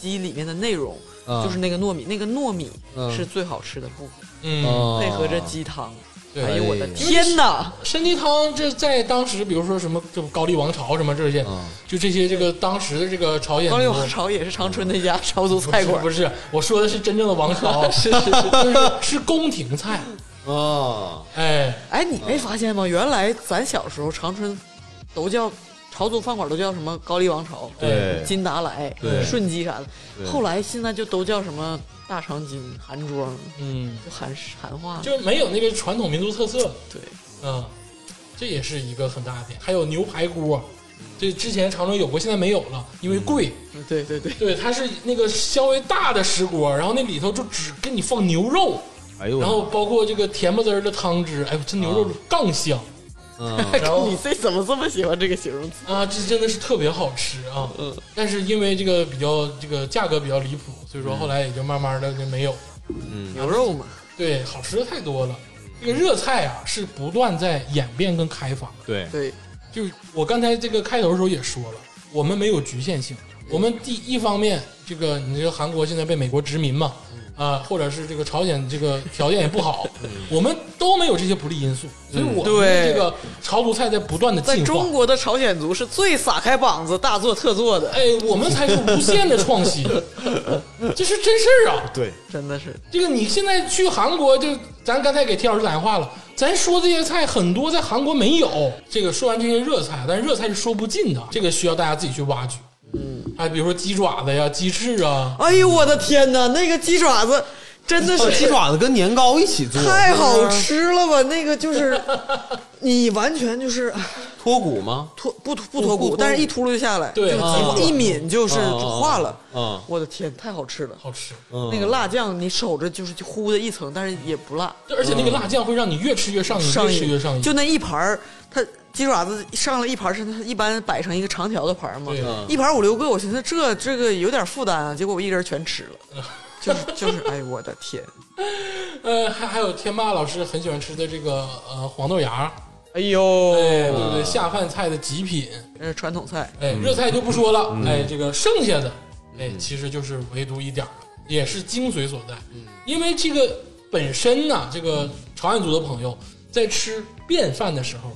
鸡里面的内容
嗯
就是那个糯米，那个糯米
嗯哦
是最好吃的部分，
嗯，
啊
配合着鸡汤。
对
哦哎呦我的
哎呀
天哪！
参鸡汤这在当时，比如说什么就高丽王朝什么这些，就这些这个当时的这个朝鲜
高丽王朝也是长春那家朝族菜馆
不，是不是我说的是真正的王朝，哦是是是宫廷菜，
啊，
哎，
哎，你没发现吗？原来咱小时候长春都叫朝族饭馆都叫什么高丽王朝、
对
哎
金达莱
对、
顺鸡啥的，后来现在就都叫什么大长今、韩庄，
嗯，
就韩式韩话了。
就没有那个传统民族特色，
对，
嗯，这也是一个很大的点。还有牛排锅，这之前长春有过，现在没有了，因为贵。
嗯对对对。
对，它是那个稍微大的石锅，然后那里头就只给你放牛肉，
哎呦，
然后包括这个甜不滋儿的汤汁，哎呦，这牛肉杠香
嗯
然后
你这怎么这么喜欢这个形容词？
啊，这真的是特别好吃啊。但是因为这个比较这个价格比较离谱，所以说后来也就慢慢的就没有了。
牛肉嘛，
对，好吃的太多了。这个热菜啊，是不断在演变跟开发。
对，
对，
就是我刚才这个开头的时候也说了，我们没有局限性。我们第一方面，这个你这个韩国现在被美国殖民嘛，啊、或者是这个朝鲜这个条件也不好，我们都没有这些不利因素，所以我们的
对
这个朝族菜在不断的
在
进化
中。国的朝鲜族是最撒开膀子、大做特做的，
哎，我们才是无限的创新，这是真事儿啊！
对，
真的是。
这个你现在去韩国，就咱刚才给田老师打电话了，咱说这些菜很多在韩国没有。这个说完这些热菜，但是热菜是说不尽的，这个需要大家自己去挖掘。嗯，哎，比如说鸡爪子呀、鸡翅啊，
哎呦我的天哪，那个鸡爪子真的
哦鸡
是
爪子跟年糕一起做，
太好吃了吧！那个就是，你完全就是啊
脱骨吗？
脱不脱不脱骨，但是一秃噜就下来，
对
就
啊
一抿就是
啊
化了。
啊
我的天，太好吃了！
好吃。
嗯
那个辣酱你手着就是糊的一层，但是也不辣。
而且那个辣酱会让你越吃越上瘾，
上
越吃越
瘾，
上瘾。
就那一盘儿，它鸡爪子上了一盘儿是它一般摆成一个长条的盘儿嘛
对嗯，
一盘儿五六个，我寻思这这个有点负担啊，结果我一人全吃 了，就是就是，哎呦我的天，
呃，还还有天霸老师很喜欢吃的这个呃黄豆芽，
哎呦，
哎，对不对？下饭菜的极品，
这是传统菜，
哎，热菜就不说了，哎，这个剩下的，哎，其实就是唯独一点儿了，也是精髓所在。因为这个本身呢，这个朝鲜族的朋友在吃便饭的时候，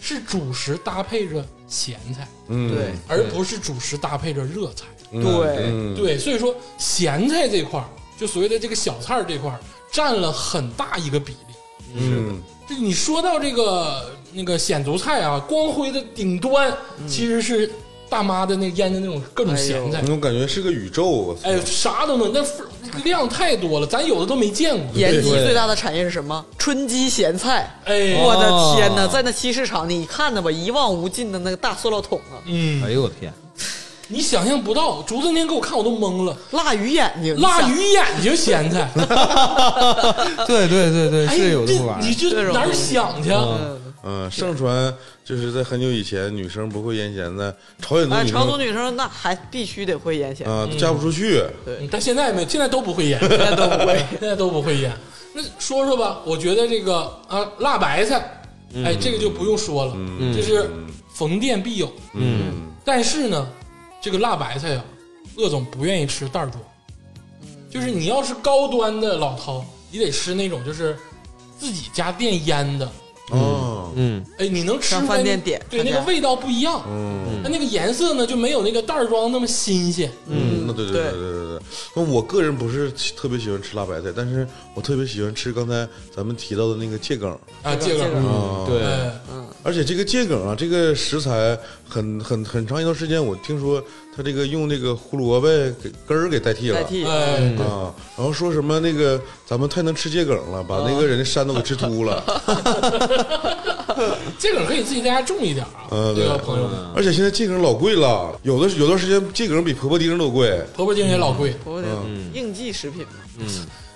是主食搭配着咸菜，
嗯
对
而不是主食搭配着热菜。
对，
嗯，
对，所以说咸菜这块儿，就所谓的这个小菜儿这块儿，占了很大一个比例。
嗯，
这你说到这个那个鲜族菜啊，光辉的顶端其实是大妈的那个腌的那种各种咸菜，
我感觉是个宇宙，我操
哎，啥都能，那份量太多了，咱有的都没见过。
延吉最大的产业是什么？春季咸菜。
哎，
我的天哪，在那西市场，你看那吧，一望无尽的那个大塑料桶啊，
嗯，
哎呦我天！
你想象不到，竹子那天给我看我都懵了，
辣鱼眼睛，
辣鱼眼睛咸菜，
呃
对对对对，
哎，
是有这么玩
这
意
你
儿。
这哪儿想去？啊？
嗯，盛传就是在很久以前，女生不会腌咸菜，朝鲜
哎，
族女
长
生
族女生那还必须得会腌咸，
嗯
啊嫁不出去，
嗯
但现在没有，现在都不会演，现在都不会， 现在都不会演。那说说吧，我觉得这个啊，辣白菜，哎，这个就不用说了，这是逢店必有。
嗯，
但是呢，这个辣白菜呀、鄂总不愿意吃袋儿装，
嗯
就是你要是高端的老饕，你得吃那种就是自己家店腌的，
哦，
嗯，
哎，你能吃
上
出
饭
来
店
那
点
对，
看
那个
见
味道不一样，
嗯
它那个颜色呢就没有那个袋儿装那么新鲜。
嗯，那对对
对
对对对对，那我个人不是特别喜欢吃辣白菜，但是我特别喜欢吃刚才咱们提到的那个桔梗
啊，
这
这
个
个，
这个
嗯对，
哎，
而且这个桔梗啊，这个食材很很很长一段时间，我听说它这个用那个胡萝卜给根儿给代替了。
代替。
哎，
啊，然后说什么那个咱们太能吃桔梗了，把那个人的山都给吃秃了。
这个可以自己在家种一点啊，
嗯
这
对
个朋友们，
而且现在桔梗老贵了，有的有段时间桔梗比婆婆丁都贵。
婆婆丁也老贵，
婆婆丁应季食品嘛，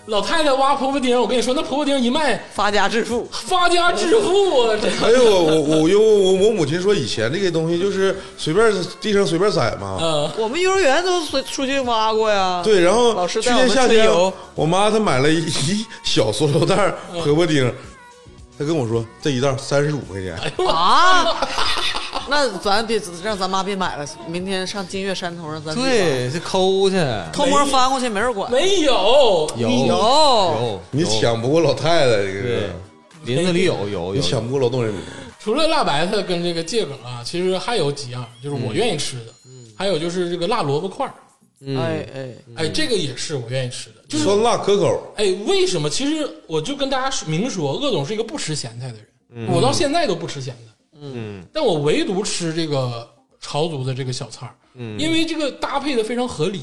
老太太挖婆婆丁，我跟你说，那婆婆丁一卖，
发家致富，
发家致富啊，这
还有我我我因为我我母亲说以前这个东西就是随便地上随便撒嘛，
呃，
我们幼儿园都出出去挖过呀。
啊对，然后
老师
去
带我
年
们
夏
春
天
游，
我妈她买了一 一小塑料袋儿婆婆丁，她跟我说这一袋三十五块钱，
啊，那咱别让咱妈别买了，明天上金岳山头让咱自己挖
对，这抠去，
偷摸翻过去没人管。
没有，
有
你
有，
你抢不过老太太这个
对
人，，
林子里有有
你
有，
抢不过劳动人民。
除了辣白菜跟这个桔梗啊，其实还有几样，就是我愿意吃的，还有就是这个辣萝卜块儿，
哎哎，
哎，这个也是我愿意吃的，就是
酸辣可口，
哎，为什么？其实我就跟大家说明说，鄂总是一个不吃咸菜的人，我到现在都不吃咸菜，嗯，但我唯独吃这个潮族的这个小菜儿，嗯，因为这个搭配的非常合理。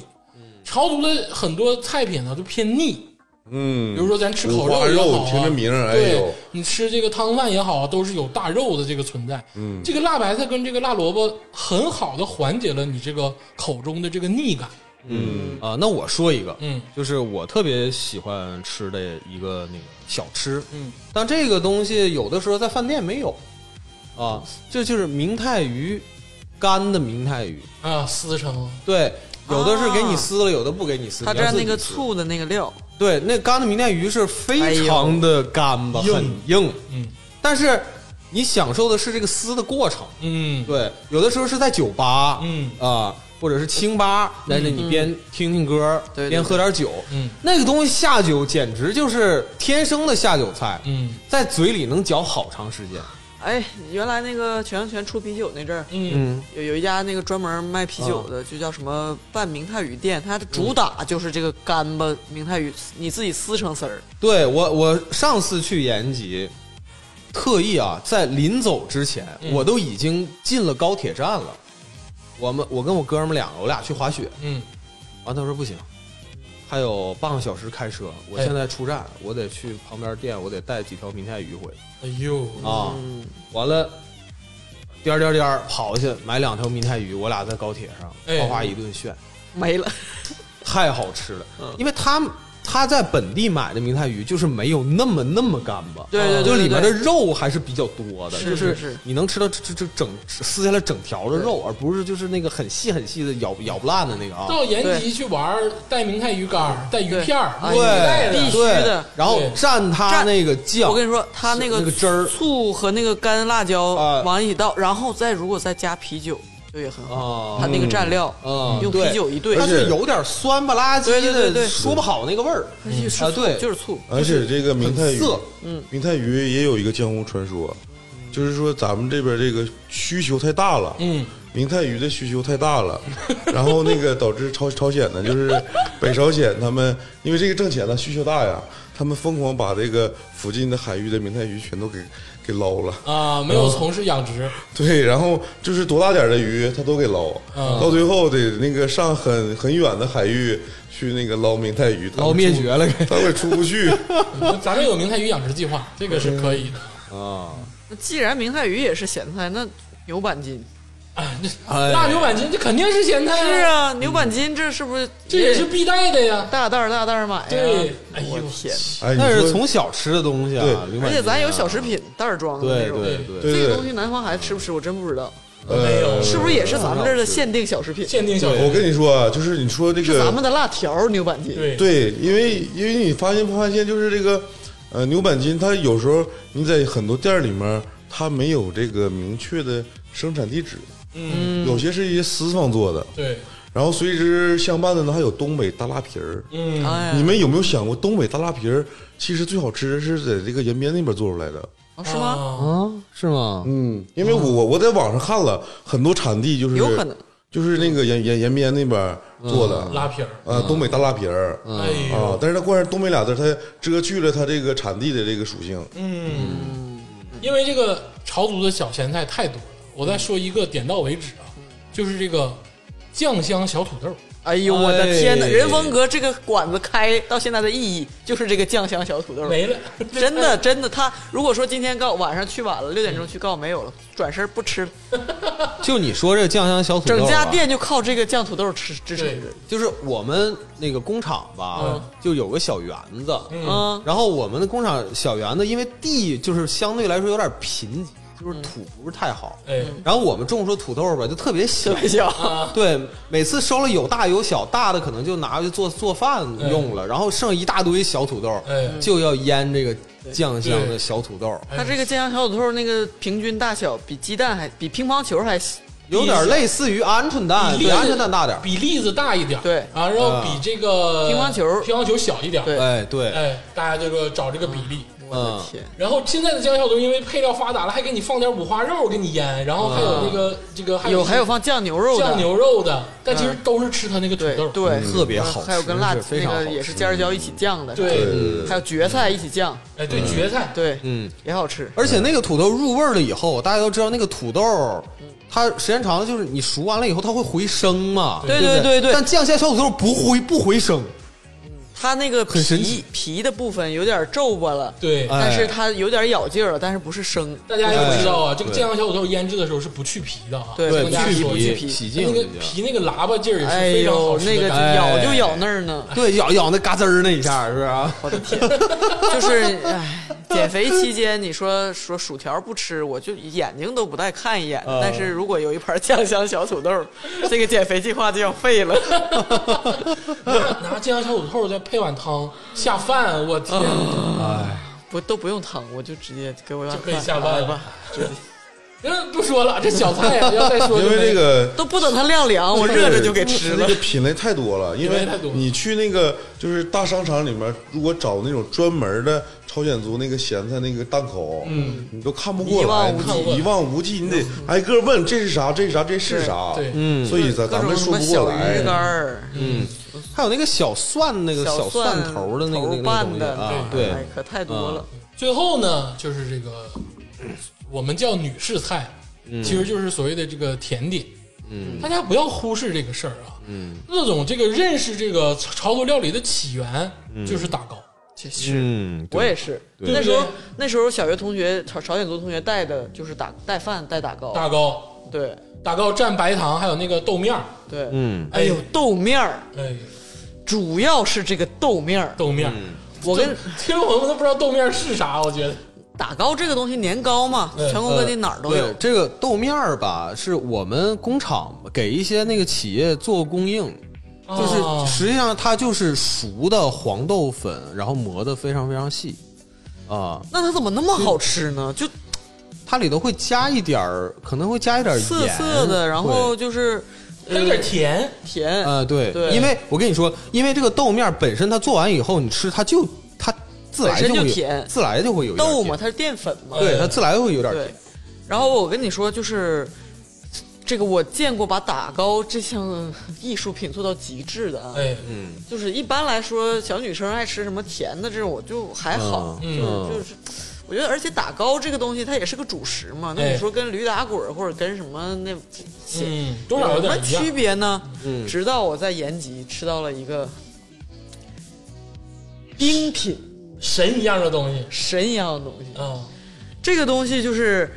潮族的很多菜品呢都偏腻，
嗯，
比如说咱吃烤
五花
肉也好
肉
啊，，
听着名儿，哎
对
呦，
你吃这个汤饭也好啊，都是有大肉的这个存在。嗯，这个辣白菜跟这个辣萝卜很好的缓解了你这个口中的这个腻感。
嗯
啊，那我说一个，
嗯
就是我特别喜欢吃的一个那个小吃，
嗯，
但这个东西有的时候在饭店没有，
哦
啊，这就是明太鱼，干的明太鱼，
啊，撕成
对，有的是给你撕了，有的不给你撕，
哦他
你要
蘸
自
那
己
个
撕，
醋的哎那个料，
对，那干的明太鱼是非常的干巴，
哎呦
很硬，
嗯
但是你享受的是这个撕的过程，
嗯
对，有的时候是在酒吧，
嗯
啊、或者是清吧，在那你边听听歌，
嗯对对
边喝点酒，
嗯
那个东西下酒简直就是天生的下酒菜，
嗯
在嘴里能嚼好长时间。
哎，原来那个全羊泉出啤酒那阵儿，
嗯
嗯，
有有一家那个专门卖啤酒的，就叫什么半明太鱼店，它的主打就是这个干巴明太鱼，你自己撕成丝儿。
对我我上次去延吉，特意啊，在临走之前，
嗯
我都已经进了高铁站了。我们我跟我哥们儿两个，我俩去滑雪，
嗯
完他说不行，还有半个小时开车，我
哎
现在出站，我得去旁边店，我得带几条明太鱼回来
哎呦
啊。完了，颠儿颠儿颠儿跑去买两条明太鱼，我俩在高铁上
哎
哗哗一顿炫，
没了，
太好吃了。
嗯
因为他他在本地买的明太鱼就是没有那么那么干巴，
对对对对
就是里面的
对
肉还是比较多的，
是
就是
是
你能吃到这这这整撕下来整条的肉，而不是就是那个很细很细的咬咬不烂的那个啊。
到延吉去玩儿，带明太鱼干儿，带鱼片儿，
对
我带
必
的
须
哎对
的，
然后
对
蘸它
蘸
那个酱，
我跟你说，它那个
那个汁儿
醋和那个干辣椒
啊
往一起倒，然后再如果再加啤酒，就也很
哦
好。
啊
它那个蘸料
嗯，
用
对
啤酒一兑，
它
而且
是有点酸不拉几
对对对
的，
对
说不好那个味儿
是醋
啊，对，
就是醋。
而且这个明太
很
鱼
涩，嗯
明太鱼也有一个江湖传说，就是说咱们这边这个需求太大了，
嗯，
明太鱼的需求太大了，然后那个导致朝朝鲜呢，就是北朝鲜他们因为这个挣钱呢需求大呀，他们疯狂把这个附近的海域的明太鱼全都给给捞了。
啊，没有从事养殖，
对，然后就是多大点儿的鱼，他都给捞，
啊
嗯
到最后得那个上很很远的海域去那个捞明太鱼，他们
捞灭
出
绝了
嗯
给
他们出不去。
咱们有明太鱼养殖计划，这个是可以的。
啊！
那既然明太鱼也是咸菜，那牛板筋
哎，这
哎
大牛板筋这肯定是咸菜
是
啊，
啊，牛板筋这是不是
这也是必带的呀。
大袋儿大袋儿买呀？
对哎呦
我天！
哎，你
那
说
是从小吃的东西啊，
对
刘
而
满
且咱有
记啊
小食品袋儿装的那
对
种。
对对，
对
这个
对
东西南方孩子吃不吃？我真不知道，
没有
呃，
是不是也是咱们这儿的限定小食品？
限定小
我跟你说啊，就是你说这
是咱
个
们的辣条牛板筋。
对
对，因为因为你发现不发现，就是这个呃牛板筋，它有时候你在很多店儿里面，它没有这个明确的生产地址，
嗯
有些是一些私创做的，
对，
然后随之相伴的呢，还有东北大拉皮儿。
嗯
哎呀，
你们有没有想过，东北大拉皮儿其实最好吃的是在这个延边那边做出来的？
哦是吗？
啊
啊，是吗？
嗯，因为我我我在网上看了很多产地，就是
哦有可能嗯
就是那个延延延边那边做的，
拉皮儿，
呃，东北大拉皮儿。
哎
啊
呦，，
但是它冠上“东北”俩字儿，它遮去了它这个产地的这个属性。
嗯，因为这个朝族的小咸菜太多了，我再说一个点到为止啊，就是这个酱香小土豆。
哎呦，我的
哎
天哪！人文阁这个馆子开到现在的意义就是这个酱香小土豆，
没了，
真的真的。他如果说今天告晚上去晚了，六点钟去告没有了，转身不吃了，
就你说这酱香小土豆啊，
整家店就靠这个酱土豆吃支撑着。
就是我们那个工厂吧
嗯，
就有个小园子，啊
嗯，
然后我们的工厂小园子，因为地就是相对来说有点贫瘠，
嗯
就是土不是太好。
哎，
然后我们种出土豆吧，就特别小
特，别香。
对，每次收了有大有小，大的可能就拿去做做饭用
哎
了，然后剩一大堆小土豆
哎，
就要腌这个酱香的小土豆，
哎
它这个酱香小土豆那个平均大小比鸡蛋还比乒乓球还小
有点类似于鹌鹑蛋，比
比
鹌鹑蛋大点儿。
比栗子大一点儿，
对
啊，然后比这个
乒乓球
乒乓球小一点儿，
对
哎，对，
哎，大家这个找这个比例。
我的天，
然后现在的酱香小土豆，因为配料发达了，还给你放点五花肉给你腌，然后还有那个这个还
嗯有
有
还有放酱牛肉
嗯
的，嗯
酱牛肉的，但其实都是吃它那个土
对
豆，
对，
嗯特别好吃
还有跟辣
是非
那
常好
个
吃
也是尖儿椒一起酱的，
对
对
还有蕨菜一起酱，
哎对，蕨菜，
对，
嗯，
也好吃。
而且那个土豆入味儿了以后，大家都知道那个土豆，
嗯
它时间长了就是你熟完了以后它会回升嘛。
对
不
对对对
但酱香小土豆不回不回升，
它那个
很神
皮
奇
皮的部分有点皱巴了，
对，
哎
但是它有点咬劲儿了，但是不是生，
大家要知道啊，这个
对
酱香小土豆腌制的时候是不去皮的啊，
对
跟
对，
大家
去
不
说一下
去
皮
皮
洗
它
净
那个
就行
皮那个喇叭劲儿也
哎
是非常好
呦，
吃
那
的
个
感觉。
哎
咬就咬那儿呢，
对，咬咬那嘎吱儿那一下，是不是啊？
我的天，就是哎，减肥期间你说说薯条不吃，我就眼睛都不带看一眼的，但是如果有一盘酱香小土豆，这个减肥计划就要废了。
拿拿酱香小土豆再配碗汤下饭，我 天，
不都不用汤，我就直接给我一碗
就可以
饭
下饭
来
了
吧，。
嗯，不说了，这小菜啊，要再说就
因
没
为这个
都不等它晾凉，我热着就给吃了
那。个品类太多了，因为
品类太多了
你去那个就是大商场里面，如果找那种专门的朝鲜族那个咸菜那个档口，嗯，你都看不过来，
一望无嗯
际
你一望无际，你得挨个问这是啥，这是啥，这是啥，
对对
嗯，所以咱
各
咱
种
们
什
说
么
不过
小鱼干
来，
儿，
嗯，还有那个小蒜，那个
小
蒜头的那个那个那个
拌
东西
的
啊，
那个
对啊
哎，可太多了。
最后呢，就是这个我们叫女士菜，
嗯
其实就是所谓的这个甜点。嗯，大家不要忽视这个事儿啊。嗯，乐总这个认识这个潮族料理的起源
嗯
就是打糕。
这是
嗯，
我也是，
对
那时候
对
那时候小学同学朝朝鲜族同学带的就是打带饭带打
哦
糕，
打糕，
对
打糕蘸白糖，还有那个豆面儿。
对，
嗯，
哎呦豆面儿，
哎，
主要是这个豆面儿，
豆面儿，
嗯
我跟
听众朋友们都不知道豆面儿是啥，我觉得。
打糕这个东西年糕嘛，
嗯
全国各地哪儿都有
对，这个豆面儿吧，是我们工厂给一些那个企业做供应，
哦
啊
就是实际上它就是熟的黄豆粉，然后磨得非常非常细，啊，
那它怎么那么好吃呢？就
它里头会加一点儿，可能会加一点儿盐，
涩涩的，然后就是呃
它有点甜，
甜，
呃，对，
对
因为我跟你说，因为这个豆面儿本身它做完以后，你吃它就它自来
本身就
会有
甜
自来就会有一点
豆
甜
嘛，它是淀粉嘛，
对，它自来会有点
嗯对
甜，，
然后我跟你说，就是这个我见过把打糕这项艺术品做到极致的啊。
哎，
嗯
啊
就是一般来说，小女生爱吃什么甜的这种，我就还好，
嗯
就是
嗯
就是我觉得，而且打糕这个东西，它也是个主食嘛。那
哎
你说跟驴打滚儿或者跟什么那，
嗯，多少有
什么
点一样
区。别呢？直到我在延吉吃到了一个冰品，
神一样的东西
神一样的东西。
啊，
这个东西就是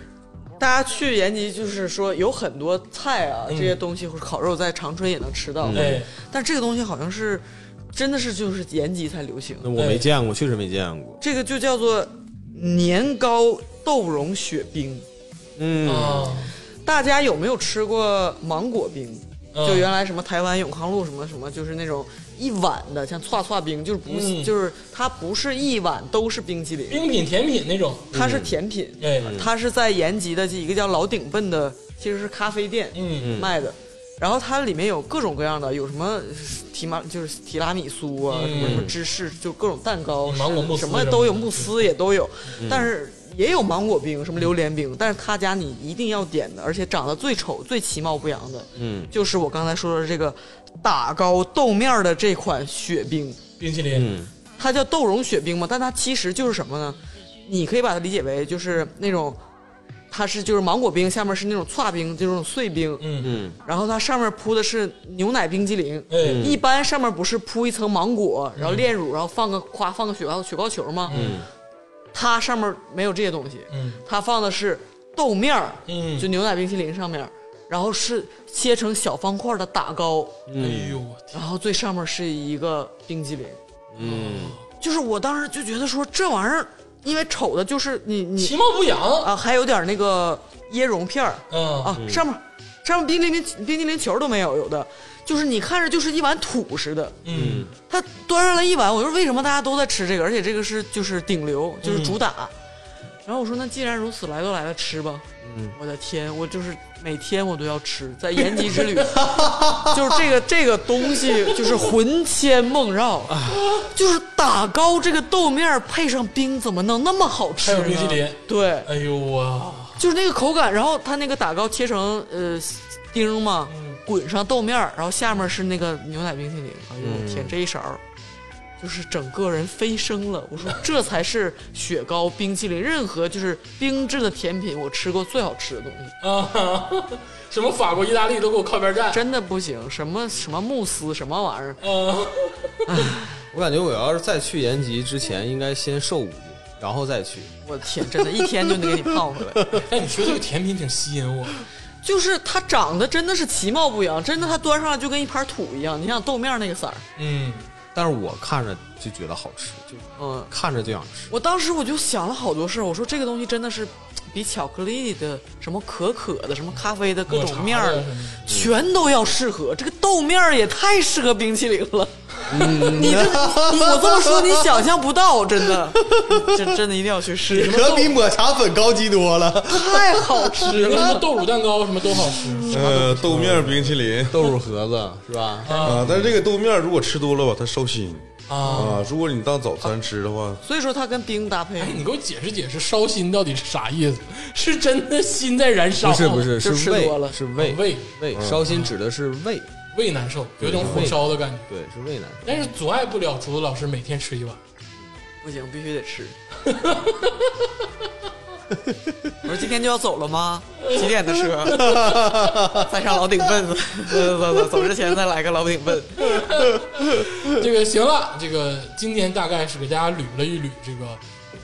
大家去延吉，就是说有很多菜啊，这些东西或者烤肉在长春也能吃到，
哎，
但这个东西好像是真的是就是延吉才流行。
那我没见过，确实没见过。
这个就叫做年糕豆蓉雪冰。
嗯，
啊，
大家有没有吃过芒果冰？
嗯
就原来什么台湾永康路什么什么，就是那种一碗的，像歘歘冰，就是不、
嗯
就是它不是一碗都是冰淇淋，
冰品甜品那种，
它是甜品。
哎，
它是在延吉的一个叫老顶笨的，其实是咖啡店
嗯
卖的。然后它里面有各种各样的，有什么提马就是提拉米苏啊，
嗯
什么什么芝士，就各种蛋糕，
芒果慕斯嗯
什么都有，慕斯也都有，但是也有芒果冰，什么榴莲冰，但是他家你一定要点的，而且长得最丑、最其貌不扬的，
嗯，
就是我刚才说的这个打糕豆面儿的这款雪冰，
冰淇淋，
它叫豆蓉雪冰嘛，但它其实就是什么呢？你可以把它理解为就是那种，它是就是芒果冰，下面是那种刨冰，就那种碎冰，
嗯，
然后它上面铺的是牛奶冰激凌。
哎，
一般上面不是铺一层芒果，
嗯
然后炼乳，然后放个夸放个雪糕雪糕球吗？嗯，它上面没有这些东西，
嗯，
它放的是豆面儿，
嗯
就牛奶冰淇淋上面，然后是切成小方块的打糕，
哎呦我天，
然后最上面是一个冰激凌，嗯，就是我当时就觉得说这玩意儿，因为瞅的就是你
其
你
貌不扬，
啊，还有点那个椰蓉片儿
嗯，
啊，上面上面冰激凌冰激凌球都没有，有的就是你看着就是一碗土似的，
嗯，
他端上来一碗，我说为什么大家都在吃这个，而且这个是就是顶流，就是主打。
嗯
然后我说那既然如此，来都来了，吃吧。嗯，我的天，我就是每天我都要吃，在延吉之旅， 就是这个这个东西就是魂牵 梦绕，就是打糕这个豆面儿配上冰怎么能那么好吃
还
呢？
有冰淇淋
对，
哎呦哇，
就是那个口感，然后它那个打糕切成呃丁儿嘛，滚上豆面儿，然后下面是那个牛奶冰淇淋。哎呦我天，这一勺儿，就是整个人飞升了。我说这才是雪糕、冰淇淋，任何就是冰制的甜品，我吃过最好吃的东西，
啊， 什么法国、意大利都给我靠边站，
真的不行。什么什么慕斯，什么玩意儿，
嗯，
我感觉我要是再去延吉之前，应该先瘦五斤，然后再去。
我的天，真的，一天就能给你胖回来。
哎，你说这个甜品挺吸引我，
就是它长得真的是其貌不扬，真的它端上来就跟一盘土一样。你想豆面儿那个色儿，
嗯，
但是我看着就觉得好吃，就
嗯。
看着就想吃。
我当时我就想了好多事儿，我说这个东西真的是比巧克力的、什么可可的、什么咖啡的各种面
抹茶
儿
的什么的，
全都要适合。这个豆面儿也太适合冰淇淋了。 你这你我这么说你想象不到，真的，真真的一定要去试，
可比抹茶粉高级多了。
太好吃
什
了。
么豆乳蛋糕什么都好吃，
呃，豆面儿冰淇淋
豆乳盒子是吧？
嗯
啊，但是这个豆面儿如果吃多了吧，它烧心
啊。
啊。如啊果你当早餐吃的话，
所以说它跟冰搭配
哎，，你给我解释解释，烧心到底是啥意思？ 是真的心在燃烧？
不是不是，
哦就是吃
胃
多了哦
是胃
胃
胃烧心指的是胃，
胃难受，有一种火烧的感觉，
对，是胃难受。
但是阻碍不了厨子老师每天吃一碗。
不行，必须得吃。我说今天就要走了吗？几点的车？ 再上老顶奔子，走走走，走之前再来个老顶奔。
这个行了，这个今天大概是给大家捋了一捋这个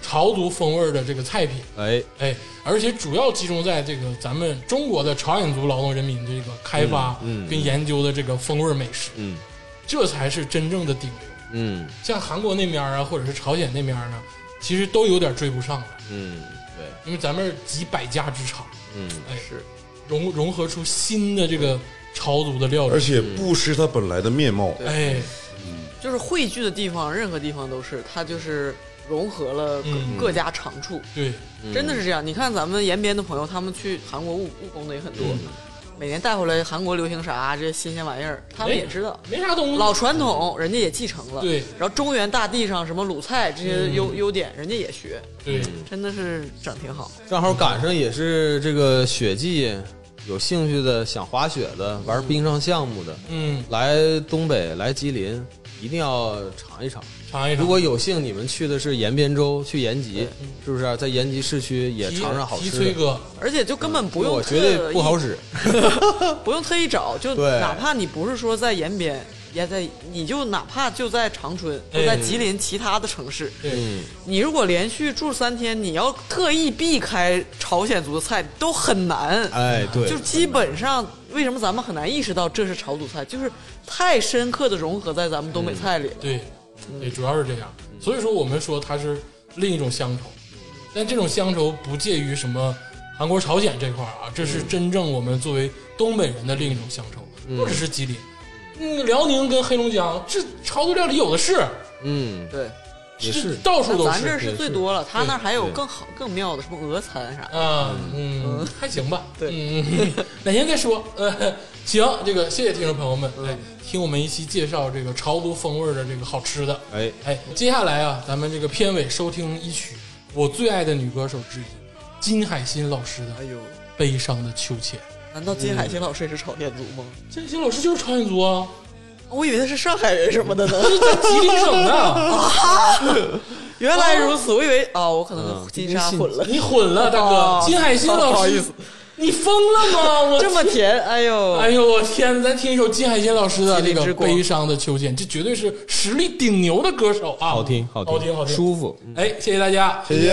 朝族风味儿的这个菜品，
哎，
哎，而且主要集中在这个咱们中国的朝鲜族劳动人民这个开发跟研究的这个风味儿美食，
嗯，
这才是真正的顶流。
嗯
像韩国那面儿啊，或者是朝鲜那面儿呢，其实都有点追不上了，
嗯，对，
因为咱们几百家之长，
嗯
哎，是融融合出新的这个朝族的料
而
理，
且不失它本来的面貌。
哎，
就是汇聚的地方，任何地方都是，它就是融合了各、
嗯
各家长处，
对，
嗯
真的是这样。你看咱们延边的朋友，他们去韩国务务工的也很
嗯
多，每年带回来韩国流行啥这些新鲜玩意儿，他
哎
们也知道。
没啥东西，
老传统，人家也继承了。
对
然后中原大地上什么鲁菜这些优、
嗯
优点，人家也学，
对，
真的是整挺好。
正好赶上也是这个雪季，有兴趣的想滑雪的，玩冰上项目的，
嗯，
来东北来吉林，一一定要尝一尝。
尝一尝。
如果有幸你们去的是延边州，去延吉，是不是、啊在延吉市区也
提
尝尝好
提
吃
崔
的？
哥，
而且就根本不用
嗯我
特
觉
意，
得不好使，
不用特意找，就
对
哪怕你不是说在延边，也在，你就哪怕就在长春，就在
哎
吉林其他的城市，
嗯
对，
你如果连续住三天，你要特意避开朝鲜族的菜都很难。
哎，对，
就基本上，为什么咱们很难意识到这是朝族菜？就是太深刻的融合在咱们东北菜里了。
对，对，主要是这样。
嗯
所以说，我们说它是另一种乡愁，但这种乡愁不介于什么韩国、朝鲜这块儿啊，这
嗯
是真正我们作为东北人的另一种乡愁，不只是吉林，嗯，辽宁跟黑龙江这朝族料理有的是，
嗯，
对，
也是
到处都
咱这儿
是
是最多了，他那儿还有更好、更妙的，什么俄餐啥的。
啊，嗯，还行吧，
对
嗯，嗯嗯哪天再说。呃，行，这个谢谢听众朋友们，
嗯
来听我们一期介绍这个潮族风味儿的这个好吃的。
哎，
哎，接下来啊，咱们这个片尾收听一曲我最爱的女歌手之一金海心老师的
哎
《
呦，
悲伤的秋千》。
难道金海心老师也是朝鲜族吗？
金海心老师就是朝鲜族啊，
嗯我以为他是上海人什么的呢。
在吉林省的， 啊
原来如此，我以为啊，我可能跟金沙混了。
你混了，大
哦
哥。金海心老师，
不好意思，
你疯了吗？我
这么甜，哎呦，
哎呦我天！咱听一首金海心老师的
吉
这
林
个
之
《
光
悲伤的秋千》，这绝对是实力顶牛的歌手啊！
好听，好
好听，好听，
舒服。
哎，谢谢大家，
谢谢。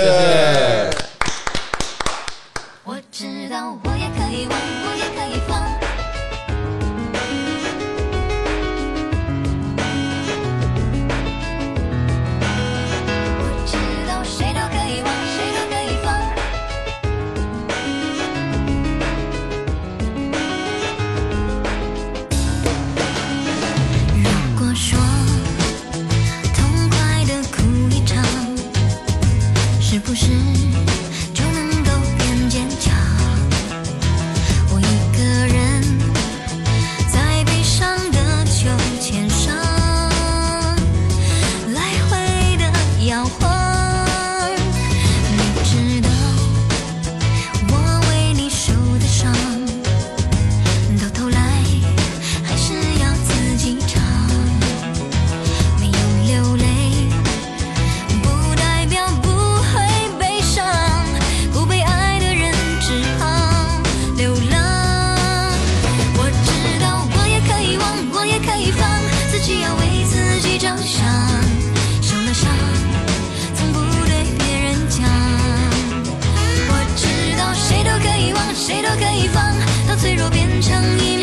我知道我也可以玩，我也可以疯。我知道谁都可以玩，谁都可以疯。如果说痛快的哭一场，是不是就能够变坚强？我一个人在悲伤的秋千上来回的摇晃。你知道我为你受的伤，到头来还是要自己尝。没有流泪。不代表不会悲伤，不被爱的人只好流浪。我知道我也可以忘，我也可以放，自己要为自己着想。受了伤，从不对别人讲。我知道谁都可以忘，谁都可以放，当脆弱变成依